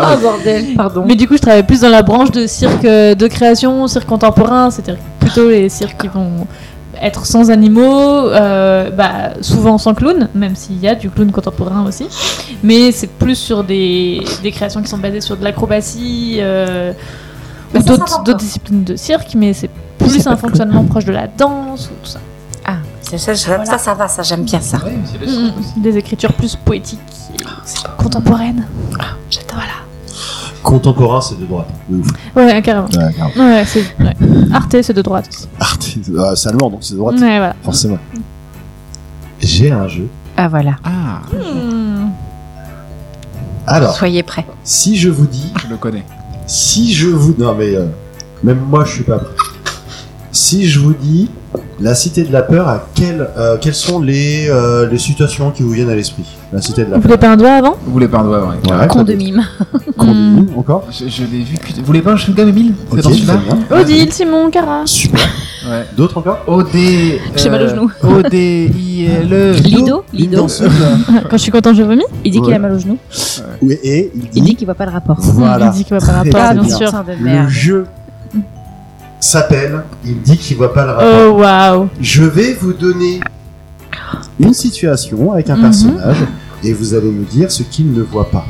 Ah
oui.
bordel, pardon.
Mais du coup, je travaille plus dans la branche de cirque euh, de création, cirque contemporain, c'est-à-dire plutôt les cirques qui vont être sans animaux, euh, bah, souvent sans clown, même s'il y a du clown contemporain aussi. Mais c'est plus sur des, des créations qui sont basées sur de l'acrobatie euh,
Mais
ou
ça, ça
d'autres
rapporte.
d'autres disciplines de cirque, mais c'est
C'est
plus
pas
un
de clown.
fonctionnement proche de la danse ou tout ça.
Ah, ça, ça, ça, ça, ça va, ça, j'aime bien ça. Mm.
Ouais, mais c'est le cirque aussi.
Des écritures plus poétiques et contemporaines.
J'adore.
Contemporain, c'est de droite.
de ouf.
Ouais, carrément.
Ouais, grave.
Ouais, c'est, ouais. Arte, c'est de droite aussi.
Arte, euh, c'est allemand, donc c'est droite,
Ouais, voilà.
forcément.
J'ai un jeu.
Ah voilà,
Ah,
Hmm.
Alors,
soyez prêts.
si je vous dis
je le connais.
Si je vous. Non, mais. euh, même moi, je suis pas prêt. Si je vous dis la cité de la peur, à quelle, euh, quelles sont les, euh, les situations qui vous viennent à l'esprit La cité de la
Vous
peur.
voulez pas un doigt avant
Vous voulez pas un doigt avant
Ouais,
Con de mime.
Con de mime, encore
Je, je l'ai vu. que- Vous voulez pas un chewing-gum, Emile C'est
Ok,
dans celui-là
très bien.
Odile, Simon, Cara.
Super.
Ouais.
D'autres encore
OD.
J'ai mal au
[LAUGHS]
genou.
OD, euh, I, L, E.
Lido, Lido.
Lido.
[LAUGHS] Quand je suis content, je vomis.
Il dit qu'il
Ouais.
a mal au genou.
Oui, et
Il dit qu'il voit pas le rapport.
Voilà.
Il dit qu'il va pas
Très
rapport,
bien.
bien sûr.
Putain de
le
merde.
jeu s'appelle Il dit qu'il voit pas le rapport.
Oh waouh!
Je vais vous donner une situation avec un
Mhm.
personnage et vous allez me dire ce qu'il ne voit pas.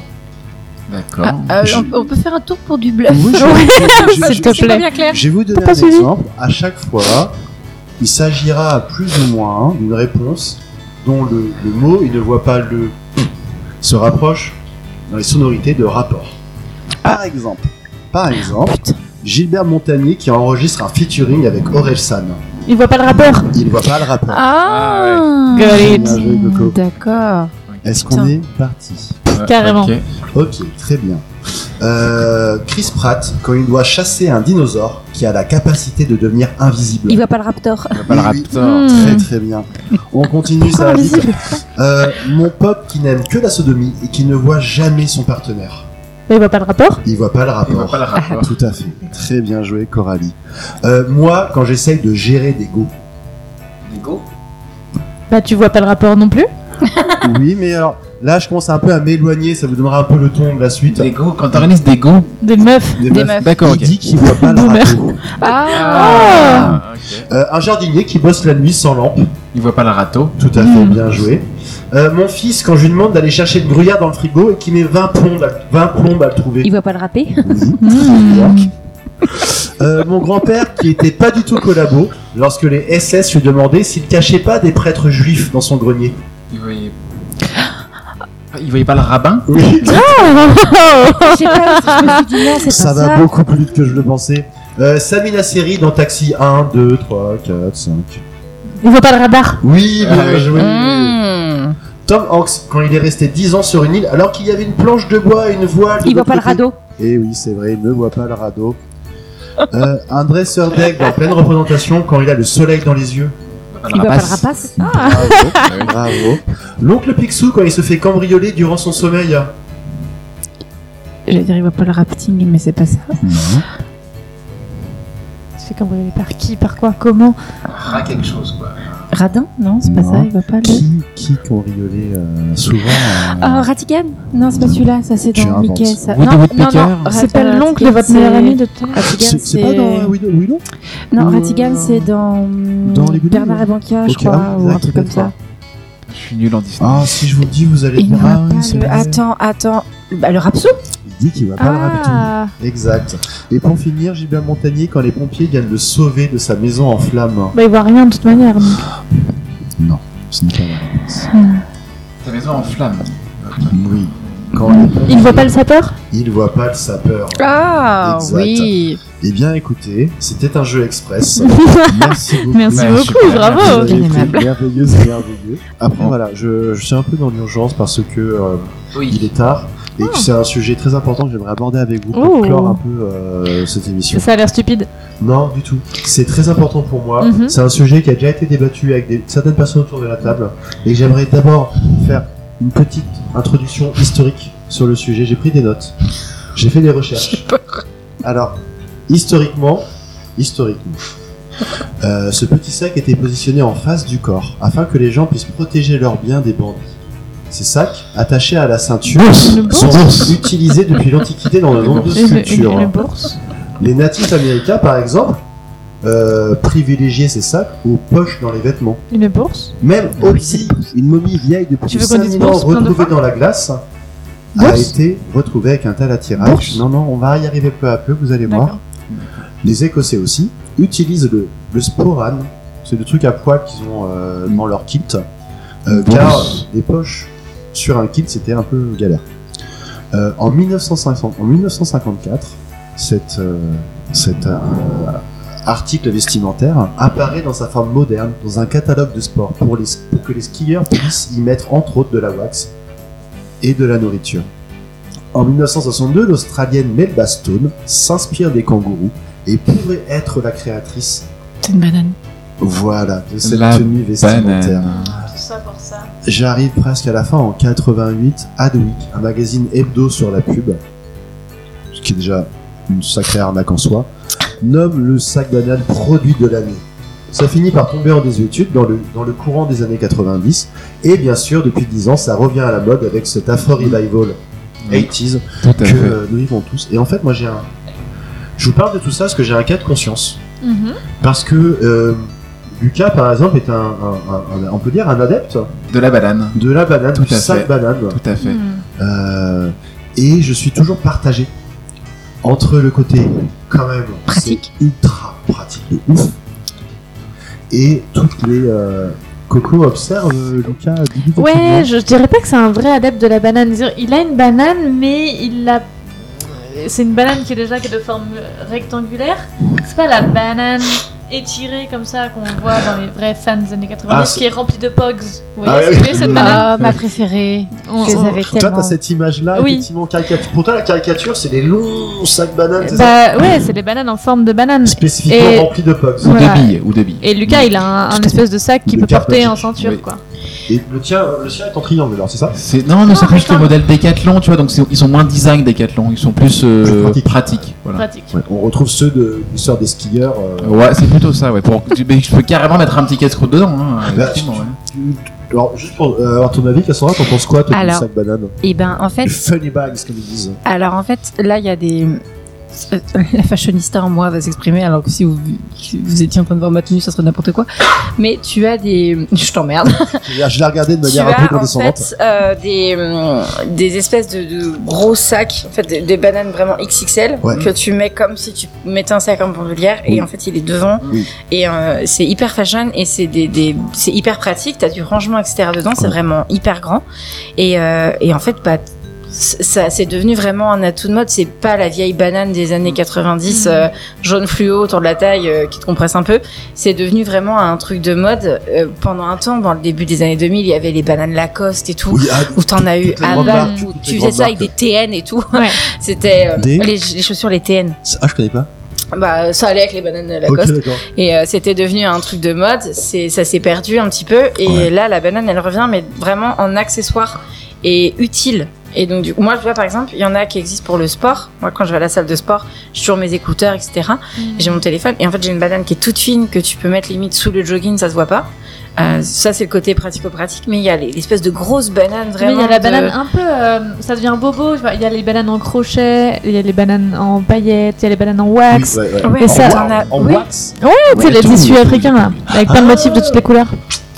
D'accord.
Euh,
Je-
on, on peut faire un tour pour du bluff.
Oui, je- je- Bah, je-
S'il te
je-
plaît.
clair.
Je vais vous donner
T'as
un
pas suivi
exemple. À chaque fois, il s'agira à plus ou moins d'une réponse dont le, le mot, il ne voit pas le [CLEARS THROAT] se rapproche dans les sonorités de rapport. Par exemple, par exemple, Gilbert Montagnier qui enregistre un featuring avec Aurel San.
Il voit pas le rapport! Mmh.
Il ne voit pas le rapport.
Ah,
Ah,
Got it.
Bien joué, Coco.
D'accord.
Est-ce qu'on
Putain.
est parti
Carrément.
Ok.
Ok, très bien. Euh, Chris Pratt, quand il doit chasser un dinosaure qui a la capacité de devenir invisible.
Il voit pas le raptor.
On va pas le
Oui, oui.
raptor.
Hmm.
Très très bien. On continue, ça va vite.
invisible
Euh, mon pote qui n'aime que la sodomie et qui ne voit jamais son partenaire.
Il voit pas le rapport?
Il voit pas le
On va
rapport.
pas le raptor.
Tout à fait. Très bien joué, Coralie. Euh, moi, quand j'essaye de gérer des go.
Lido.
Bah, tu vois pas le rapport non plus?
[LAUGHS] Oui, mais alors là, je commence un peu à m'éloigner. Ça vous donnera un peu le ton de la suite.
Des go. Quand t'organises des go.
Des meufs!
meufs.
meufs.
D'accord, ok.
Il dit qu'il voit pas le
Boomer.
rapport.
Ah,
ok.
Euh, un jardinier qui bosse la nuit sans lampe.
Il voit pas le râteau.
Tout à
Mm.
fait, bien joué. Euh, mon fils, quand je lui demande d'aller chercher une gruyère dans le frigo et qui met 20 plombes à, 20 plombes à le trouver. Mm.
Il voit pas le râpé.
Euh, mon grand-père, qui était pas du tout collabo, lorsque les SS lui demandaient s'il cachait pas des prêtres juifs dans son grenier.
Il voyait. Ah, Il voyait pas le rabbin.
Oui,
Oh,
Je sais pas, je me suis dit non, Ah, c'est pas
ça
ça.
va beaucoup plus vite que je le pensais. Euh, Samina série dans Taxi 1, 2, 3, 4, 5.
Il voit pas le radar!
Oui, bien
Ah oui.
joué.
Mm.
Mmh.
Tom Hanks, quand il est resté 10 ans sur une île, alors qu'il y avait une planche de bois et une voile. de
Il voit
l'autre
pas le
côté.
radeau.
Et Eh oui, c'est vrai, il ne voit pas le [LAUGHS] radeau. Euh, un dresseur d'aigle en pleine représentation quand il a le soleil dans les yeux.
Il
Ah,
voit pas
bah,
le rapace!
Bravo,
Ah oui.
bravo. L'oncle Picsou quand il se fait cambrioler durant son sommeil.
J'allais dire, il voit pas le rapting, mais c'est pas ça.
Mmh. Tu fais cambrioler par qui, par quoi, comment?
Rat Ah, quelque chose quoi.
Radin Non, c'est pas
Non.
ça, il voit pas le.
Qui, qui cambriolait euh, souvent euh,
Ah, Ratigan Non, c'est pas celui-là, ça c'est
Tu
dans
inventes.
Mickey. Ça...
Woody
Non, non,
Woodpecker.
non, Ra-
Ah, C'est pas
euh,
l'oncle de
Ratigan,
votre
c'est-
meilleur ami de tout à l'heure?
Ratigan,
C'est c'est pas dans euh, Willow, Willow
Non,
Euh,
Ratigan, c'est dans.
dans les Goonies,
Bernard et Banca, je
Ok, ah
crois,
oui,
ou un
exact,
truc comme ça.
d'accord.
Je suis nul en Disney.
Ah, si je vous le dis, vous allez
Il ne
dire.
voit
Ah, oui,
pas
c'est
le.
vrai.
Attends, attends. Bah, le rapsou
Il dit qu'il va pas le radeau.
Ah!
Exact. Et pour finir, Gilbert Montagnier, quand les pompiers viennent le sauver de sa maison en flammes.
Bah, il voit rien de toute manière. donc.
Ce n'est pas la réponse.
Ta maison en flamme.
Oui. Quand les pompiers-
Il voit pas le sapeur?
Il voit pas le sapeur.
Ah,
Exact.
oui
Eh bien, écoutez, c'était un jeu
[LAUGHS]
express. Merci beaucoup.
Merci
Ouais,
beaucoup,
super,
Bah, Vous
bravo!
avez été
Aimable.
merveilleux, c'est merveilleux. Après, voilà, je, je suis un peu dans l'urgence parce que euh, il est tard et que c'est un sujet très important que j'aimerais aborder avec vous pour
Ah. Oh.
clore un peu euh, cette émission.
[LAUGHS] Ça a l'air stupide.
Non, du tout. C'est très important pour moi.
Mhm.
C'est un sujet qui a déjà été débattu avec des- certaines personnes autour de la table et j'aimerais d'abord faire une petite introduction historique sur le sujet. J'ai pris des notes. J'ai fait des recherches. Alors, historiquement, historiquement, euh, ce petit sac était positionné en face du corps afin que les gens puissent protéger leurs biens des bandits. Ces sacs, attachés à la ceinture, sont utilisés depuis l'Antiquité dans de
Les
nombreuses
Et le, et le- et
cultures.
le bourse?
Les natifs américains, par exemple, euh, privilégier ses sacs aux poches dans les vêtements.
Une bourse
Même Ozzy, une momie vieille de plus
Tu
de
veux qu'on dise
5000 ans
bourse plein de
retrouvée
fois
dans la glace, a
Bourse
été retrouvée avec un tel attirage.
Bourse
Non, non, on va y arriver peu à peu, vous allez voir.
D'accord.
Les Écossais aussi utilisent le, le sporane, c'est le truc à poil qu'ils ont euh,
Mm.
dans leur kilt, euh,
Bourse.
car les poches sur un kilt c'était un peu galère. Euh, en, 1950, en 1954, cette, euh, cet euh, article vestimentaire apparaît dans sa forme moderne dans un catalogue de sport pour, les, pour que les skieurs puissent y mettre entre autres de la wax et de la nourriture. En 1962, l'Australienne Melba Stone s'inspire des kangourous et pourrait être la créatrice
C'est une banane.
voilà, de cette
La
tenue vestimentaire.
Banane.
Tout ça pour ça.
J'arrive presque à la fin en 88, Adweek, un magazine hebdo sur la pub, ce qui est déjà une sacrée arnaque en soi, nomme le sac banal produit de l'année. Ça finit par tomber en désuétude dans le, dans le courant des années 90, et bien sûr, depuis 10 ans, ça revient à la mode avec cet Afro Revival
Oui.
80s
Tout à
que
fait.
euh, nous vivons tous. Et en fait, moi j'ai un. Je vous parle de tout ça parce que j'ai un cas de conscience. Parce que euh, Lucas, par exemple, est un, un- un- un- on peut dire un adepte
De la banane.
de la banane,
Tout
du
à
sac
fait.
banane.
Tout à fait.
Euh, et je suis toujours partagé entre le côté, quand même,
Pratique.
c'est ultra pratique de ouf, et toutes les. euh, Coco observe euh, Lucas. Bibi,
Ouais,
effectivement.
je, je dirais pas que c'est un vrai adepte de la banane. C'est-à-dire, Il a une banane, mais il l'a. C'est une banane qui est déjà qui est de forme rectangulaire. C'est pas la banane étirée comme ça qu'on voit dans les vrais fans des années 90
Ah, c'est-
qui est remplie de pogs. Vous voyez
Ah,
ce que
oui.
c'est, cette banane
Ah, ma préférée.
On-
Je les
on-
avais
Toi, t'as
tellement.
cette image-là,
Oui.
effectivement, caricature. Pour toi, la caricature, c'est les longs sacs bananes, c'est ça
Bah ouais, c'est des bananes en forme de banane.
spécifiquement
et-
remplis de pugs.
Ou
Voilà.
de billes. Ou de billes.
Et Lucas, il a un, un espèce de sac qu'il
De
peut porter
carte
en ceinture,
Oui.
quoi.
Et le tien, le sien est en triangle, alors c'est ça
C'est- Non, mais c'est
mais
plus le
quand-
modèle Decathlon, tu vois, donc c'est- ils sont moins design Decathlon, ils sont plus, euh,
Plus pratique.
pratiques. Voilà.
Pratique.
Ouais, On retrouve ceux de l'histoire des skieurs. euh,
Ouais, c'est plutôt ça, ouais. Pour... mais je peux carrément mettre un petit casse-croûte dedans, hein,
Bah,
effectivement, ouais.
Alors, juste pour euh, avoir ton avis, Cassandra, t'en penses quoi, toi, du
Alors.
sac banane
eh
Et ben, en fait,
Les funny bags, comme ils disent.
Alors en fait, là, il y a des...
euh, [LAUGHS]
La fashionista en moi va s'exprimer, alors que si vous, si vous étiez en train de voir ma tenue, ça serait n'importe quoi. Mais tu as
[LAUGHS]
des... Je t'emmerde.
Je l'ai regardé de
Tu
manière un peu
as en
condescendante.
fait euh, des, hum, des espèces de, de gros sacs, en fait, des, des bananes vraiment XXL
Ouais.
que tu mets comme si tu mettais un sac en bandoulière et
Oui.
en fait il est devant
Oui.
et euh, c'est hyper fashion et c'est des, des- c'est hyper pratique. T'as du rangement etc dedans, c'est
Ouais.
vraiment hyper grand et, euh, et en fait bah c- ça c'est devenu vraiment un atout de mode. C'est pas la vieille banane des années 90
Mhm.
euh, jaune fluo autour de la taille euh, qui te compresse un peu. C'est devenu vraiment un truc de mode. Euh, pendant un temps, dans le début des années 2000, il y avait les bananes Lacoste et tout
Oui, ah,
où t'en as eu
toutes les
à
grandes
bas,
marques,
où
toutes les
tu faisais
grandes
ça avec des
marques.
TN et tout.
Ouais.
[LAUGHS] C'était euh,
Des-
les, les chaussures, les TN.
Ah, je connais pas.
Bah, ça allait avec les bananes
Ok,
Lacoste.
d'accord.
Et euh, c'était devenu un truc de mode. C'est, ça s'est perdu un petit peu. Et
Ouais.
là, la banane, elle revient, mais vraiment en accessoire et utile. Et donc, du coup, moi, je vois par exemple, il y en a qui existent pour le sport. Moi, quand je vais à la salle de sport, je suis sur mes écouteurs, etc. J'ai mon téléphone et en fait j'ai une banane qui est toute fine que tu peux mettre limite sous le jogging, ça se voit pas. Euh, ça c'est le côté pratico-pratique, mais il y a les- l'espèce de grosse banane
Mais
vraiment.
il y a la
de-
banane un peu, euh, ça devient bobo. tu vois, Il y a les bananes en crochet, il y a les bananes en paillettes, il y a les bananes en
Oui,
wax.
ouais, ouais.
Ouais,
Et ça-
t'en as-
En
oui.
wax
tu sais,
Ouais,
les
tout,
tissus
tout,
africains là, avec plein de motifs de toutes les couleurs.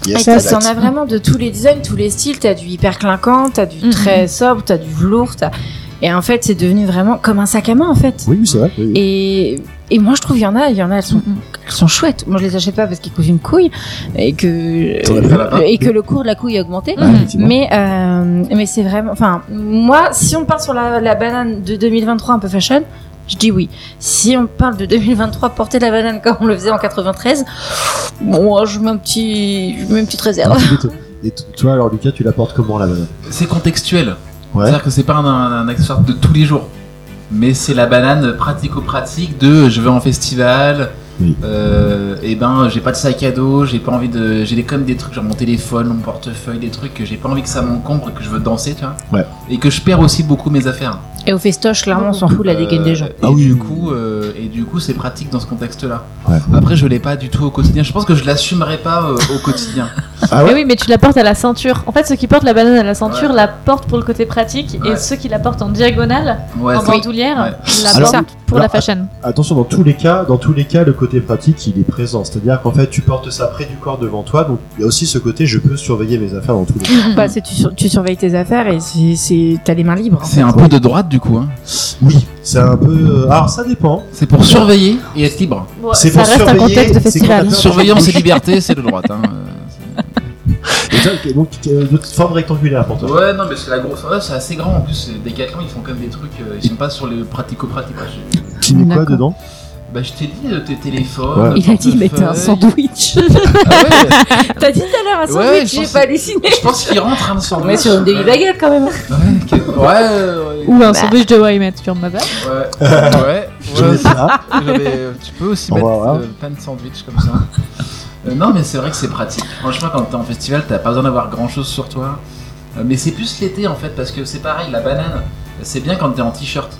Yes,
Et
I
t'en
like.
as vraiment de tous les designs, tous les styles. T'as du hyper clinquant, t'as du
Mhm.
très sobre, t'as du velours. t'as- Et en fait, c'est devenu vraiment comme un sac à main en fait.
Oui, oui, c'est vrai. oui, oui.
Et, et moi, je trouve il y en a, il y en a, elles sont, elles sont chouettes. Moi, je les achète pas parce qu'ils coûtent une couille et
T'en as pris la
que, et que le cours de la couille a augmenté.
Ouais, Ah, effectivement.
Mais, euh, mais c'est vraiment. Enfin, moi, si on part sur la, la banane de 2023 un peu fashion, je dis oui. Si on parle de 2023 porter de la banane comme on le faisait en 93, moi, je mets, un petit, je mets une petite réserve.
Alors, tu dis- Et t- toi, alors, Lucas, tu la portes comment, la banane
C'est contextuel.
Ouais.
C'est-à-dire que c'est pas un, un- un accessoire de tous les jours. Mais c'est la banane pratico-pratique de je vais en festival,
Oui.
euh, et ben j'ai pas de sac à dos, j'ai pas envie de. J'ai des- comme des trucs genre mon téléphone, mon portefeuille, des trucs que j'ai pas envie que ça m'encombre, que je veux danser, tu vois.
Ouais.
Et que je perds aussi beaucoup mes affaires.
Et au festoche, clairement, on s'en fout de la dégaine des gens.
Euh, Et,
Ah oui,
du
oui,
coup, euh, et du coup, c'est pratique dans ce contexte-là.
Ouais.
Après, je l'ai pas du tout au quotidien. Je pense que je l'assumerai pas euh, au quotidien.
Ah ouais
mais Eh oui, mais tu la portes à la ceinture. En fait, ceux qui portent la banane à la ceinture
Ouais.
la portent pour le côté pratique et
Ouais.
ceux qui la portent en diagonale,
Ouais,
en
c'est-
bandoulière, la
Alors-
portent pour
alors,
la fashion.
Attention, dans tous les cas, dans tous les cas, le côté pratique, il est présent. C'est-à-dire qu'en fait, tu portes ça près du corps devant toi, donc il y a aussi ce côté, je peux surveiller mes affaires dans tous les cas.
Bah, c'est tu, sur- tu surveilles tes affaires et c'est- c'est t'as les mains libres.
C'est un peu de droite du coup. Hein.
Oui, c'est un peu. euh, Alors, ça dépend.
C'est pour surveiller et être libre.
Bon,
c'est
ça
pour
reste un
surveiller,
contexte de
c'est
festival.
quand t'as peur
Surveillance et liberté, c'est de droite. Hein. euh,
Et toi, ok, donc, euh, de forme rectangulaire pour
c'est-
toi.
Ouais, non, mais c'est la grosse. ouais, c'est assez grand en plus. les Décathlon, ils font quand même des trucs. euh, ils sont pas sur les pratico-pratiques.
Tu mets quoi
D'accord.
dedans
Bah, je t'ai dit euh, tes téléphones.
Ouais.
ton
Il a dit, mais t'es un
portefeuille.
sandwich.
Ah ouais,
T'as dit tout à l'heure [LAUGHS] hein, un
Ouais,
sandwich,
je pense-
j'ai pas halluciné.
Je pense qu'il rentre un sandwich.
On est sur une demi-baguette quand même.
Ouais, ok. ouais, ouais,
Ou
Bah.
un sandwich de Waymet sur ma base.
[LAUGHS]
ouais, ouais.
Je mets ça.
J'avais- tu peux aussi
On va
mettre
voir.
euh, plein de sandwich comme ça. Euh, non, mais c'est vrai que c'est pratique. Franchement, quand t'es en festival, t'as pas besoin d'avoir grand chose sur toi. Euh, mais c'est plus l'été en fait, parce que c'est pareil, la banane, c'est bien quand t'es en t-shirt.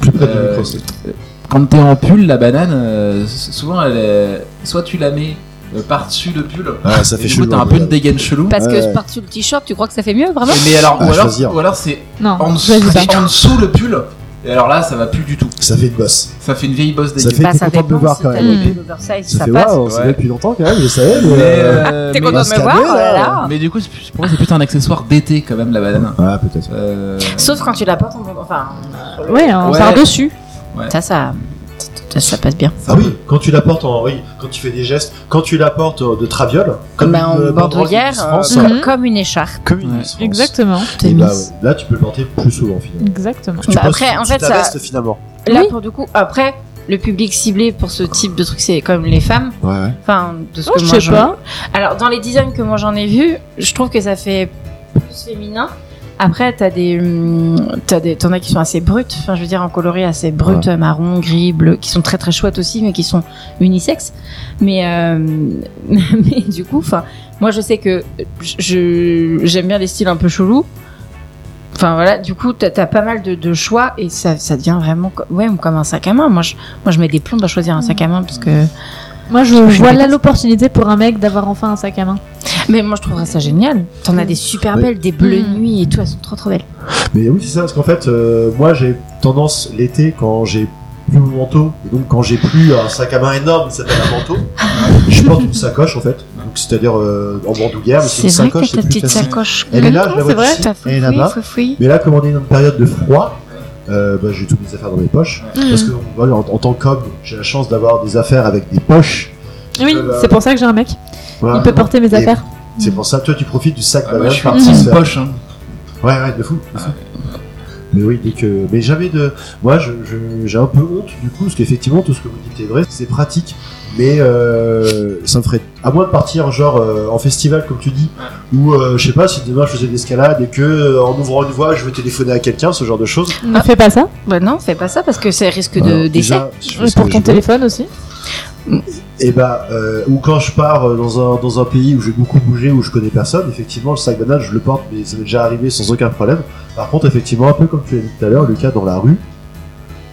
Plus près du
Euh,
micro, c'est-
Quand t'es en pull, la banane, euh, s- souvent, elle est- soit tu la mets euh, par-dessus le pull.
Ah, ça
et
fait
du coup,
chelou.
t'as un
hein,
peu
mais-
une dégaine chelou.
Parce
Ouais, ouais.
que par-dessus le t-shirt, tu crois que ça fait mieux, vraiment
Et- Mais alors,
Ah,
ou,
choisir.
alors, ou alors c'est
Non,
en dessous,
choisis pas.
en dessous le pull. Et alors là, ça va plus du tout.
Ça fait une bosse.
Ça fait une vieille bosse
Ça
dégueu.
fait
Bah,
t'es
ça
content de me
dépend
voir
si
quand
t'as
même. Mm.
des oversize, ça
Ça fait
passe.
waouh, on s'est
ouais.
vu depuis longtemps quand même, je savais. mais, euh,
Mais, euh,
T'es
mais-
content de
ça
me voir
vient,
Oh là
euh,
là.
Mais du coup, c'est plus- pour moi, c'est plutôt un accessoire d'été quand même, la banane.
Ouais, peut-être.
Euh,
Sauf quand tu la portes en enfin
Ouais, hein. en
Ouais.
par-dessus.
ça ça ça, ça passe bien.
Ah oui, quand tu la portes en. Oui, quand tu fais des gestes, quand tu la portes euh, de traviole, comme
Bah, en
une, euh,
bandoulière,
banderole Miss
euh,
France,
Mhm.
comme une écharpe.
comme une
Ouais.
Miss France.
Exactement,
Et bah, ouais, là, tu peux le porter plus souvent finalement.
exactement.
Tu
Bah,
passes
après,
sous-
en
sous
fait,
ta
ça-
veste, finalement.
Là
Oui.
pour du coup après le public ciblé pour ce type de truc c'est comme les femmes.
Ouais, ouais.
Enfin de ce
Oh,
que
je
moi
sais
j'en-
pas.
Alors dans les designs que moi j'en ai vu, je trouve que ça fait plus féminin. Après t'as des hum, t'as des t'en as qui sont assez brutes. Enfin je veux dire en coloris assez brutes, marron, gris, bleu, qui sont très très chouettes aussi, mais qui sont unisexes. Mais euh, [LAUGHS] mais du coup, enfin moi je sais que je- je j'aime bien les styles un peu chelous. Enfin voilà, du coup t'as as pas mal de, de choix et ça, ça devient vraiment co- ouais comme un sac à main. Moi je moi je mets des plombes à choisir un sac à main parce que
Moi, je
Je
vois là
déteste.
l'opportunité pour un mec d'avoir enfin un sac à main.
Mais moi je trouverais ça génial. T'en as des super
Ouais.
belles, des bleues
Mm.
nuit et tout, elles sont trop trop belles.
Mais oui, c'est ça, parce qu'en fait, euh, moi j'ai tendance l'été quand j'ai plus mon manteau, et donc quand j'ai plus un sac à main énorme qui s'appelle un manteau, je porte une sacoche en fait, donc c'est-à-dire euh, en bandoulière, mais c'est une
C'est vrai que
sacoche, c'est
t'as ta
plus
petite
facile.
sacoche.
Elle est là, je
c'est
la vois
vrai,
d'ici,
T'as
elle est
fouillé,
là-bas.
fouillé.
Mais là, comme on est dans une période de froid, euh, bah, j'ai toutes mes affaires dans mes poches, parce que voilà, en, en tant qu'homme, j'ai la chance d'avoir des affaires avec des poches.
Oui,
Euh,
c'est pour ça que j'ai un mec.
Voilà.
Il peut porter mes
Et-
affaires.
C'est pour ça, toi tu profites du sac
ah, moi,
banane
je suis
par
parti une
satisfaire.
poche. Hein.
Ouais, ouais, de fou. de fou. Mais oui, dès que. Mais jamais de. Moi, je- je- j'ai un peu honte du coup, parce qu'effectivement, tout ce que vous dites est vrai, c'est pratique, mais euh, ça me ferait. À moins de partir, genre, euh, en festival, comme tu dis, ou euh, je sais pas, si demain je faisais de l'escalade et que, euh, en ouvrant une voie, je veux téléphoner à quelqu'un, ce genre de choses.
Ne fais pas ça.
Bah non, fais pas ça parce que ça risque de
Alors,
décès.
déjà, je fais ce
pour
que
ton
je veux.
téléphone aussi.
Et bah, euh, ou quand je pars euh, dans un, dans un pays où j'ai beaucoup bougé, où je connais personne, effectivement, le sac banane, je le porte, mais ça m'est déjà arrivé sans aucun problème. Par contre, effectivement, un peu comme tu l'as dit tout à l'heure, le cas dans la rue,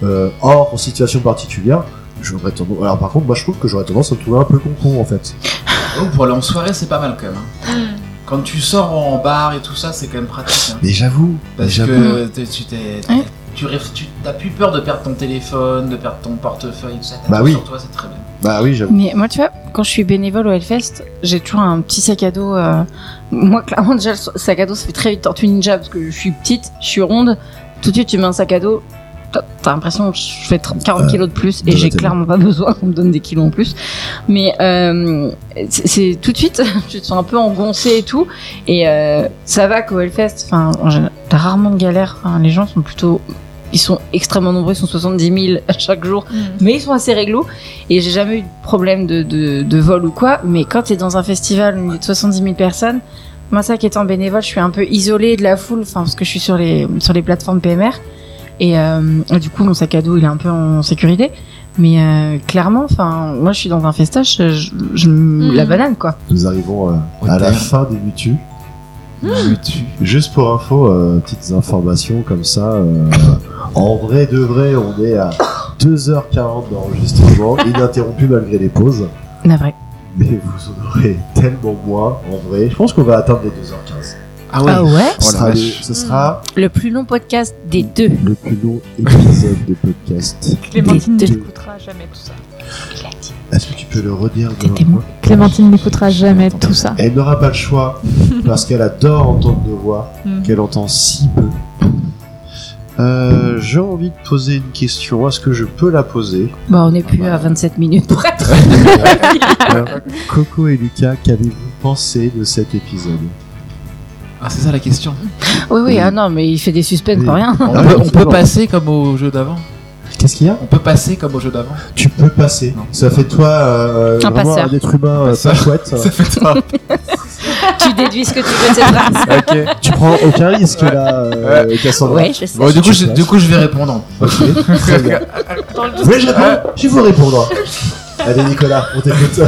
euh, hors en situation particulière, j'aurais tendance. Alors, par contre, moi, je trouve que j'aurais tendance à me trouver un peu con en fait.
Donc, Oh, pour aller en soirée, c'est pas mal quand même. hein. Quand tu sors en bar et tout ça, c'est quand même pratique. hein.
Mais j'avoue,
Parce
j'avoue.
que t'es- tu t'es. t'es-
Ouais.
Tu réf- tu- t'as plus peur de perdre ton téléphone, de perdre ton portefeuille, tout ça. t'as
Bah
tout
oui.
Sur toi, c'est très bien.
Bah oui, j'avoue.
Mais moi, tu vois, quand je suis bénévole au Hellfest, j'ai toujours un petit sac à dos. euh, Moi, clairement, déjà, le sac à dos, ça fait très vite tortue ninja parce que je suis petite, je suis ronde. Tout de suite, tu mets un sac à dos, t'as t'as l'impression que je fais 30, 40 kilos de plus
de
et j'ai
la télé.
clairement pas [LAUGHS] besoin qu'on me donne des kilos en plus. Mais euh, c'est c'est- tout de suite, [LAUGHS] tu te sens un peu engoncé et tout. Et euh, ça va qu'au Hellfest, enfin, en général, t'as rarement de galère. Enfin, les gens sont plutôt. Ils sont extrêmement nombreux, ils sont 70 000 [LAUGHS] à chaque jour mais ils sont assez réglo et j'ai jamais eu de problème de, de, de vol ou quoi mais quand t'es dans un festival au milieu de 70 000 personnes moi ça qui étant bénévole je suis un peu isolée de la foule enfin parce que je suis sur les sur les plateformes PMR et euh, du coup mon sac à dos il est un peu en sécurité mais euh, clairement enfin moi je suis dans un festage je, je- je- la banane quoi
Nous arrivons euh,
Ouais,
à la
t'as-
fin des mutus.
Mutu.
Juste pour info, euh, petites informations comme ça. euh, en vrai de vrai, on est à 2h40 d'enregistrement, ininterrompu malgré les pauses.
navré
mais vous en aurez tellement moins, en vrai. Je pense qu'on va atteindre les 2h15.
Ah ouais.
Ah ouais
Ce
Oh la
sera,
vache.
le- ce sera
Le plus long podcast des deux.
le plus long épisode de podcast.
Clémentine
Des deux.
n'écoutera jamais tout ça.
Est-ce que tu peux le redire de
T'étais moi.
Clémentine n'écoutera jamais tout ça.
Elle n'aura pas le
[LAUGHS]
choix parce qu'elle adore entendre nos voix,
Hmm.
Mm.
qu'elle entend si peu. Euh, J'ai envie de poser une question. Est-ce que je peux la
[LAUGHS]
poser
Bah, on est plus à 27 minutes pour être.
Alors, Euh, Coco et Lucas, qu'avez-vous pensé de cet épisode
Ah, c'est ça la [LAUGHS] question.
[LAUGHS] Oui, oui, ah non, mais il fait des suspens pour rien.
On,
Ah,
peut- on
c'est
peut
bon.
passer comme au jeu d'avant.
Qu'est-ce qu'il y a
On peut passer comme au jeu d'avant.
Tu peux passer.
Non.
Ça fait de toi euh,
Un
vraiment
passeur.
un être humain euh, pas
passeur.
chouette. ça.
tu déduis ce que tu veux de cette phrase.
[LAUGHS] Ok.
tu prends aucun risque là, euh, Cassandra.
[LAUGHS] Ouais, je sais.
Bon, du,
Tu
coup, je,
passes.
du coup, je vais répondre.
Ok, très bien. Oui, je réponds. Je vais vous répondre. Allez, Nicolas, on t'écoute.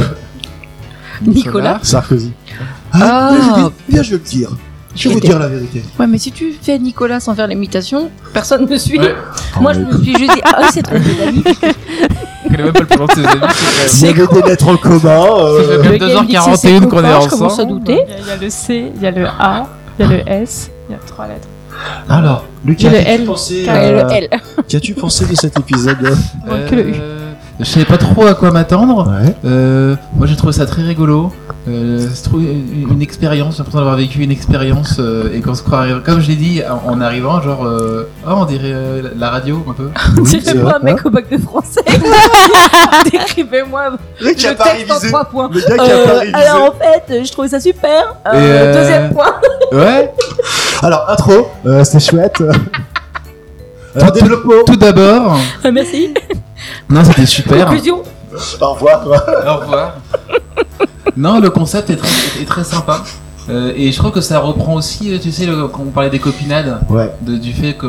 Nicolas.
Sarkozy.
[LAUGHS] Ah,
Bien, je vais le dire. Je vais vous dire la vérité.
ouais, mais si tu fais Nicolas sans faire l'imitation, personne ne suit.
Ouais.
Moi, je me suis juste dit, ah, c'est trop d'amis.
Je connais même pas le prénom de ses amis. [LAUGHS] c'est
Vous avez des lettres en commun.
quand
euh,
même- Ça fait
Le gars, il dit que c'est
2h41
ses
qu'on est
copains, Je commence à
ensemble.
douter.
Il y a le C, il y a le A, il y a le S, il y a trois lettres.
Alors, Lucas,
Le
qu'as-tu
L.
pensé,
Ah,
euh,
le L.
qu'as-tu pensé de cet épisode
quand même-
que le U.
Euh, Je savais pas trop à quoi m'attendre.
Ouais.
Euh, moi j'ai trouvé ça très rigolo. Euh, c'est trop une, une expérience, j'ai l'impression d'avoir vécu une expérience euh, et qu'on se croirait. Comme je l'ai dit en, en arrivant, genre, euh, oh, on dirait euh, la- la radio un peu.
Tu
c'est
réponds à un
vrai,
mec au bac de français. [LAUGHS] Décrivez-moi
Le
le texte en trois points.
Le gars qui a pas
Euh,
révisé.
alors en fait, euh, je trouvais ça super. Euh,
Et, euh,
Deuxième point.
Ouais.
Alors, intro, euh, c'était
[LAUGHS]
chouette. alors,
Tout-
développement.
Tout d'abord,
Euh, merci.
non c'était super.
Conclusion.
Au revoir.
Au revoir. non, le concept est très, est très sympa. Euh, et je trouve que ça reprend aussi, euh, tu sais, le- quand on parlait des copinades,
Ouais.
de- du fait que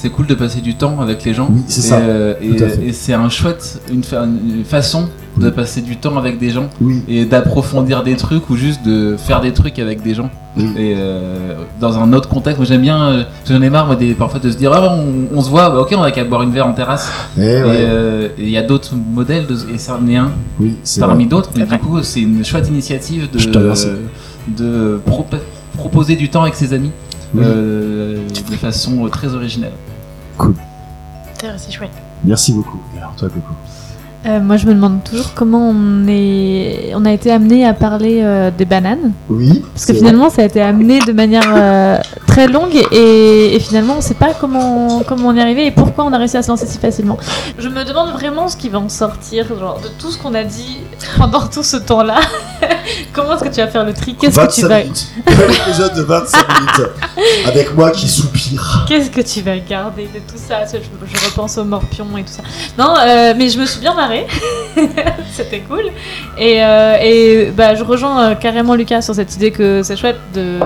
c'est cool de passer du temps avec les gens.
Oui, c'est
Et,
ça.
euh,
Tout à fait.
et et c'est un chouette, une, fa- une façon de passer du temps avec des gens
Oui.
et d'approfondir des trucs ou juste de faire des trucs avec des gens.
Oui.
Et euh, dans un autre contexte, moi j'aime bien, euh, j'en ai marre moi, des, parfois de se dire, ah, on, on se voit, bah, ok, on a qu'à boire une verre en terrasse.
Eh
Et
ouais.
euh, et il y a d'autres modèles, de, et c'en est un
oui, c'est vrai.
parmi d'autres, mais du coup, c'est une chouette initiative de,
Je te remercie.
de pro- proposer du temps avec ses amis
Oui.
euh, de façon très originelle.
C'est chouette.
Merci beaucoup. Et alors, toi, Coco
Euh, moi, je me demande toujours comment on, est... on a été amené à parler euh, des bananes.
Oui.
Parce
c'est
que finalement, ça a été amené de manière euh, très longue et, et finalement, on ne sait pas comment, comment on y est arrivé et pourquoi on a réussi à se lancer si facilement. Je me demande vraiment ce qui va en sortir, genre, de tout ce qu'on a dit [LAUGHS] pendant tout ce temps-là. [LAUGHS] comment est-ce que tu vas faire le tri Qu'est-ce que tu
25
vas
minutes. Un épisode de
[LAUGHS]
25 minutes. Avec moi qui soupire.
Qu'est-ce que tu vas garder de tout ça je, je repense aux morpions et tout ça. Non, euh, mais je me suis bien marrée. [LAUGHS] C'était cool. Et, euh, et, bah, je rejoins euh, carrément Lucas sur cette idée que c'est chouette de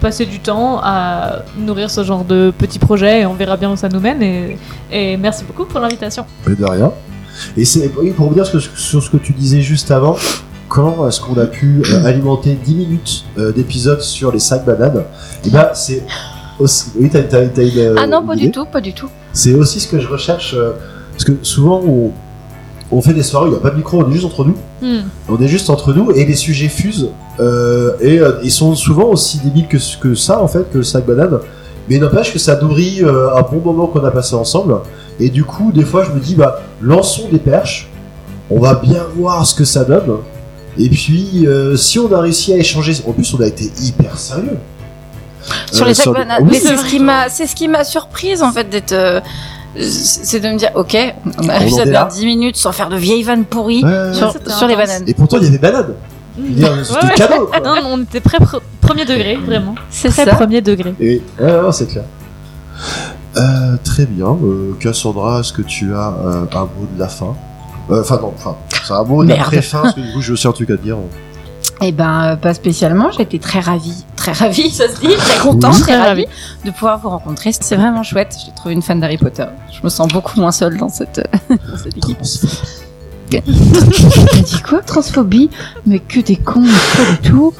passer du temps à nourrir ce genre de petits projets et on verra bien où ça nous mène. Et, et merci beaucoup pour l'invitation.
Mais de rien. Et c'est oui, pour revenir sur, ce que- sur ce que tu disais juste avant, quand est-ce qu'on a pu euh, alimenter 10 minutes euh, d'épisodes sur les sacs bananes Et ben c'est aussi. Oui, t'as, t'as- t'as une. euh,
Ah non, pas
une
du
idée
tout, pas du tout.
C'est aussi ce que je recherche. euh, parce que souvent, on, on fait des soirées où il n'y a pas de micro, on est juste entre nous.
Hmm.
On est juste entre nous et les sujets fusent. euh, et euh, ils sont souvent aussi débiles que, ce- que ça, en fait, que le sac banane. Mais n'empêche que ça nourrit euh, un bon moment qu'on a passé ensemble. Et du coup, des fois, je me dis, bah, lançons des perches. On va bien voir ce que ça donne. Et puis, euh, si on a réussi à échanger. En plus, on a été hyper sérieux.
sur
Euh,
les sacs
le-
bananes.
Oui,
mais
c'est
c'est ce qui m'a, c'est ce qui m'a surprise en fait d'être, euh, c'est c'est de me dire, ok, on a
On
réussi
en
à
est
tenir
là.
10 minutes sans faire de vieilles vannes pourries
Ouais.
sur,
c'était
sur les
intense.
bananes.
Et pourtant, il y avait banane. Je veux dire, C'était
Hmm. Ouais. Ah,
cadeau,
[LAUGHS]
quoi.
Non, on était très pre- premier degré, vraiment.
C'est
Très
ça.
premier degré.
Et ouais, ouais, c'est clair. Euh, très bien. Euh, Cassandra, est-ce que tu as euh, un mot de la fin Euh, Enfin, non, enfin, c'est un mot de la
Merde.
pré-fin, parce que du coup, je sais un truc à te dire. on-
Eh ben, euh, pas spécialement. J'ai été très ravie, très ravie, ça se dit, très contente,
Très
très
ravie.
ravie de pouvoir vous rencontrer. C'est vraiment chouette. J'ai trouvé une fan d'Harry Potter. Je me sens beaucoup moins seule dans cette, euh, dans cette équipe. T'as dit quoi Transphobie Mais que t'es con, mais pas du tout.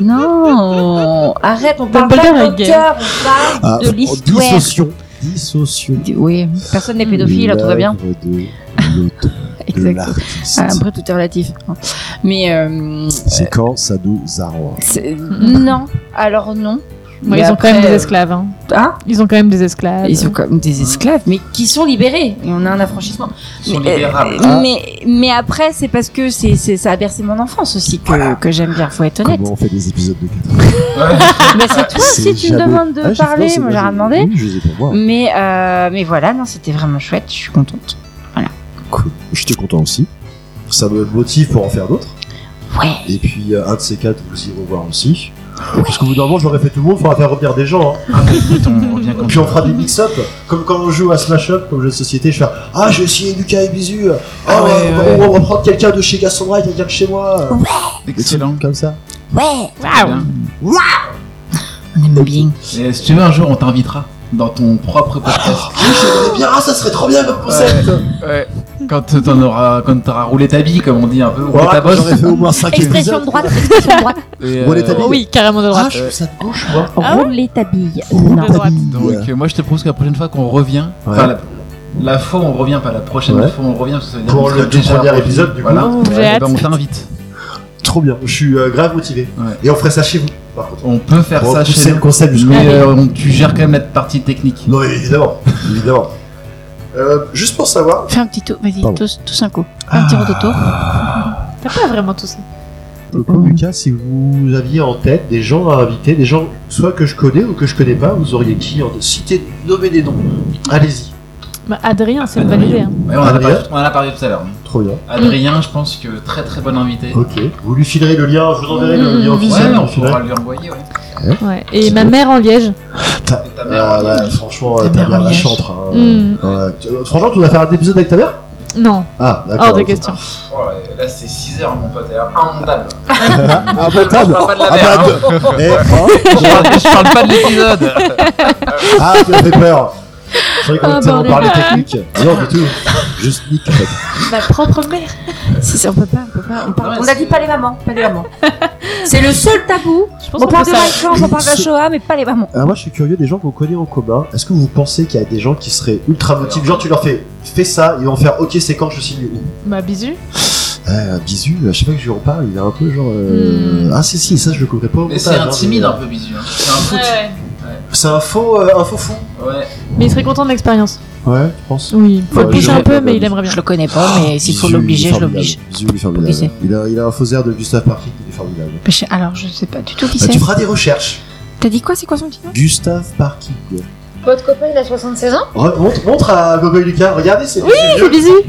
Non, arrête, on parle
Dumbledore
pas
est gay.
d'auteur, on
Ah,
parle de
en
l'histoire.
Dissocions. Dissocions. bah,
Oui, personne n'est pédophile, tout va bien.
L'œuvre de l'auteur.
Exactement.
l'artiste.
Ah, Après, tout est relatif. hein. Mais euh,
C'est quand ça nous arrange.
c'est- non, alors non.
Bon,
Mais
ils ont
après,
quand même des
euh,
esclaves. hein.
hein
Ils ont quand même des esclaves.
ils sont comme des esclaves, mais qui sont libérés. Et on a un affranchissement.
Ils sont
Mais, euh,
libérables. Ah,
mais, mais après, c'est parce que c'est c'est- ça a bercé mon enfance aussi que,
Ah.
que j'aime bien, faut être honnête.
Comment on fait des épisodes de quatre
Mais c'est toi
C'est
aussi, tu me
jaloux.
demandes de
Ah, je sais pas,
parler,
c'est
moi j'ai
moi,
rien
je-
demandé.
oui, Je les ai pour moi.
Mais, euh, mais voilà, non, c'était vraiment chouette, je suis contente.
Cool. Je suis content aussi.
Ça me motive pour en faire d'autres.
Ouais.
Et puis, euh, un de ces quatre, vous irez voir aussi. Parce qu'au bout d'un moment, je l'aurais fait tout le monde, il faudra faire revenir des gens. hein.
Ah, mais putain, on revient quand
Puis on fera des mix-up, comme quand on joue à Smash Up, comme jeu de société, je fais Ah, j'ai essayé Lucas et Bizu, ah,
Ah ouais,
on va-
ouais.
on va prendre quelqu'un de chez Gassandra et quelqu'un de chez moi.
Excellent.
Comme ça.
Ah,
Waouh.
On aime bien.
Et si tu veux, un jour, on t'invitera dans ton propre podcast.
Eh bien, ah, ça serait trop bien comme concept
Ouais. Quand t'en auras, quand t'auras roulé ta bille, comme on dit un peu, roulé
Voilà,
ta bosse.
J'aurais fait au moins 5
Expression de droite, expression de droite.
Et, euh,
Roulé ta bille.
Oui, carrément de droite.
Ah, je fais ça de gauche, moi.
Ah
Roule ta bille.
de droite.
Donc euh, moi je te propose que la prochaine fois qu'on revient, enfin la, la fois où on revient, pas la prochaine
Ouais.
fois où on revient, parce que ça veut dire
Pour
qu'on
le
sera
tout
déjà
premier
revenu.
épisode, du coup.
voilà.
Oh, j'ai
Eh
hâte.
ben, on t'invite.
Trop bien, je suis euh, grave motivé.
Ouais.
Et on ferait ça chez vous, par contre.
On peut faire
Bon,
ça
pousser
chez
le
nous,
concept jusqu'au
mais
bout.
euh, on- tu gères quand même la partie technique.
Non, évidemment, évidemment. Euh, juste pour savoir,
Fais un petit tour, vas-y,
Pardon. Ah.
tous, tous un coup. Un petit rototo.
T'as pas vraiment tout ça.
Lucas, si vous aviez en tête des gens à inviter, des gens soit que je connais ou que je connais pas, vous auriez qui en Citez, nommez des noms. Allez-y.
Bah, Adrien, c'est une bonne idée. hein.
Ouais, on, en a
Adrien
parlé, on en a parlé tout à l'heure.
Trop bien.
Adrien, je pense que très très bon invité.
Ok. Vous lui filerez le lien, je vous enverrai le
Mm,
lien
mm,
officiel.
Ouais, on
vous filerez.
pourra lui envoyer. Ouais.
hein. Ouais. Et ma mère en Liège.
Et ta mère,
Ah, ouais, franchement,
Ta
ta
mère
mère
en
la
liège.
chantre. hein.
Mm.
Ouais. Tu- Franchement, tu vas faire un épisode avec ta mère
Non,
Ah, d'accord.
hors de
ok. [LAUGHS]
question.
oh, ouais, là c'est 6 heures mon pote, elle est immontable.
Ah, bah,
Je
table.
[LAUGHS]
parle pas de la
Ah,
mère,
bah,
hein.
deux. Eh, hein.
Je parle- je parle pas de l'épisode.
Ah, tu m'as fait peur. Je croyais
Ah,
qu'on était en
bordel.
parler technique. Non, du tout. Juste nique. en fait.
Ma propre mère. Si, si, on peut pas, on peut pas. On, parle-
Non, mais
on a
c'est-
dit pas les mamans, pas les mamans. [LAUGHS] c'est le seul tabou.
Je pense
On
qu'on
parle
peut
de
ça.
la France, on parle de la Shoah, mais pas les mamans.
Alors moi, je suis curieux des gens qu'on connaît en commun. Est-ce que vous pensez qu'il y a des gens qui seraient ultra motivés Genre, tu leur fais, fais ça, ils vont faire, ok, c'est quand je signe où
Bah, bisous.
Euh, Bisu, à chaque fois que je lui en parle, il est un peu genre. euh,
Hmm.
Mm.
Ah, si, si, ça, je le couvrais pas. au
Mais c'est
montage, hein,
intimide
mais,
un peu bisu. hein. C'est un foot.
euh, C'est un faux, euh, un faux fou.
Ouais.
Mais il serait content de l'expérience.
Ouais, je pense.
Oui, faut le
Ouais,
pousser
je-
un peu, mais il aimerait bien.
Je le connais pas, mais s'il faut l'obliger, je l'oblige.
Bisous, il est formidable.
Obligé.
Il a, il a un faux air de Gustave Parking, il est formidable.
Mais Bah, je- Alors, je sais pas du tout qui
Bah,
Euh, tu
c'est.
feras des recherches.
T'as dit quoi C'est quoi son petit nom
Gustave Parking.
Votre copain, il a 76 ans
Re- montre, montre à Gogo et Lucas, regardez, c'est oui,
C'est bisous.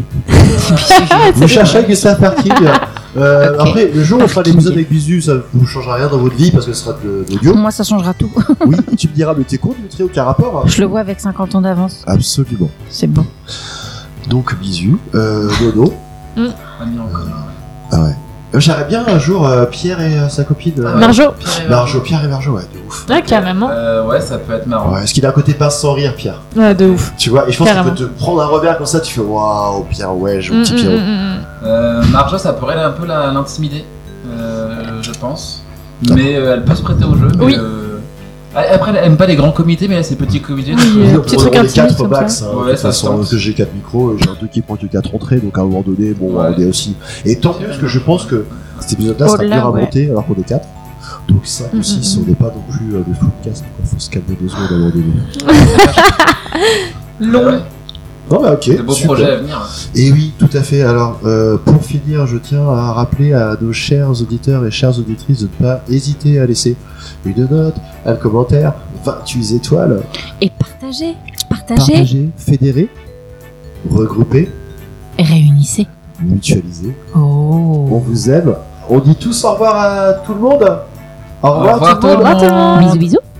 Vous cherchez Gustave Parking. Euh,
Ok.
Après, le jour où on fera
Parking.
l'épisode avec Bisu, ça vous changera rien dans votre vie parce que ce sera de de l'audio.
Moi, ça changera tout.
[LAUGHS] Oui, tu me diras, mais t'es con de mettrais aucun rapport. hein.
Je le vois avec 50 ans d'avance.
Absolument.
C'est bon.
Donc, Bisu, euh, Dodo.
On a mis en commun.
Euh, J'aimerais bien un jour euh, Pierre et euh, sa copine. euh,
Marjo.
Pierre et
Marjo, Pierre et Marjo, ouais, de ouf.
Ouais, carrément.
Euh, ouais, ça peut être marrant.
Ouais, est-ce qu'il a un côté pince sans rire, Pierre
Ouais, de ouf.
Tu vois, et je pense qu'il
Carrément.
peut te prendre un revers comme ça, tu fais waouh, Pierre, ouais, j'ai
Mm,
mon petit
mm,
Pierrot.
mm, mm.
Euh, Marjo, ça pourrait un peu la- l'intimider, euh, je pense. Mais euh, elle peut se prêter au jeu. mais,
Oui.
euh, elle- Après, elle aime pas les grands comités, mais là, ces petits comités.
Oui,
On
euh,
est-
petit
on est
truc
les
intimiste
quatre
comme
max,
ça.
hein,
Ouais,
de toute
ça se
façon,
tente.
parce que j'ai 4 micros et j'ai un deux qui prend que 4 entrées, donc à un moment donné, bon,
Ouais.
on est aussi. Et tant mieux, parce que je pense
[LAUGHS]
que cet épisode-là sera
Oh là,
dur à
ouais.
monter alors qu'on est 4. Donc 5 ou
Mm,
6,
mm,
on n'est pas non plus euh, des fous de casque, donc faut se calmer deux secondes à un moment donné.
Long.
Non, bah ok.
Des beaux
super.
projets à venir.
Et oui, tout à fait. Alors, euh, pour finir, je tiens à rappeler à nos chers auditeurs et chères auditrices de ne pas hésiter à laisser une note, un commentaire, 28 étoiles,
Et partagez, partagez,
partager, fédérer, regrouper,
réunissez.
mutualiser. On
Oh.
vous aime. On dit tous au revoir à tout le monde. Au revoir,
revoir
tout le monde.
tout le monde.
Bisous, bisous.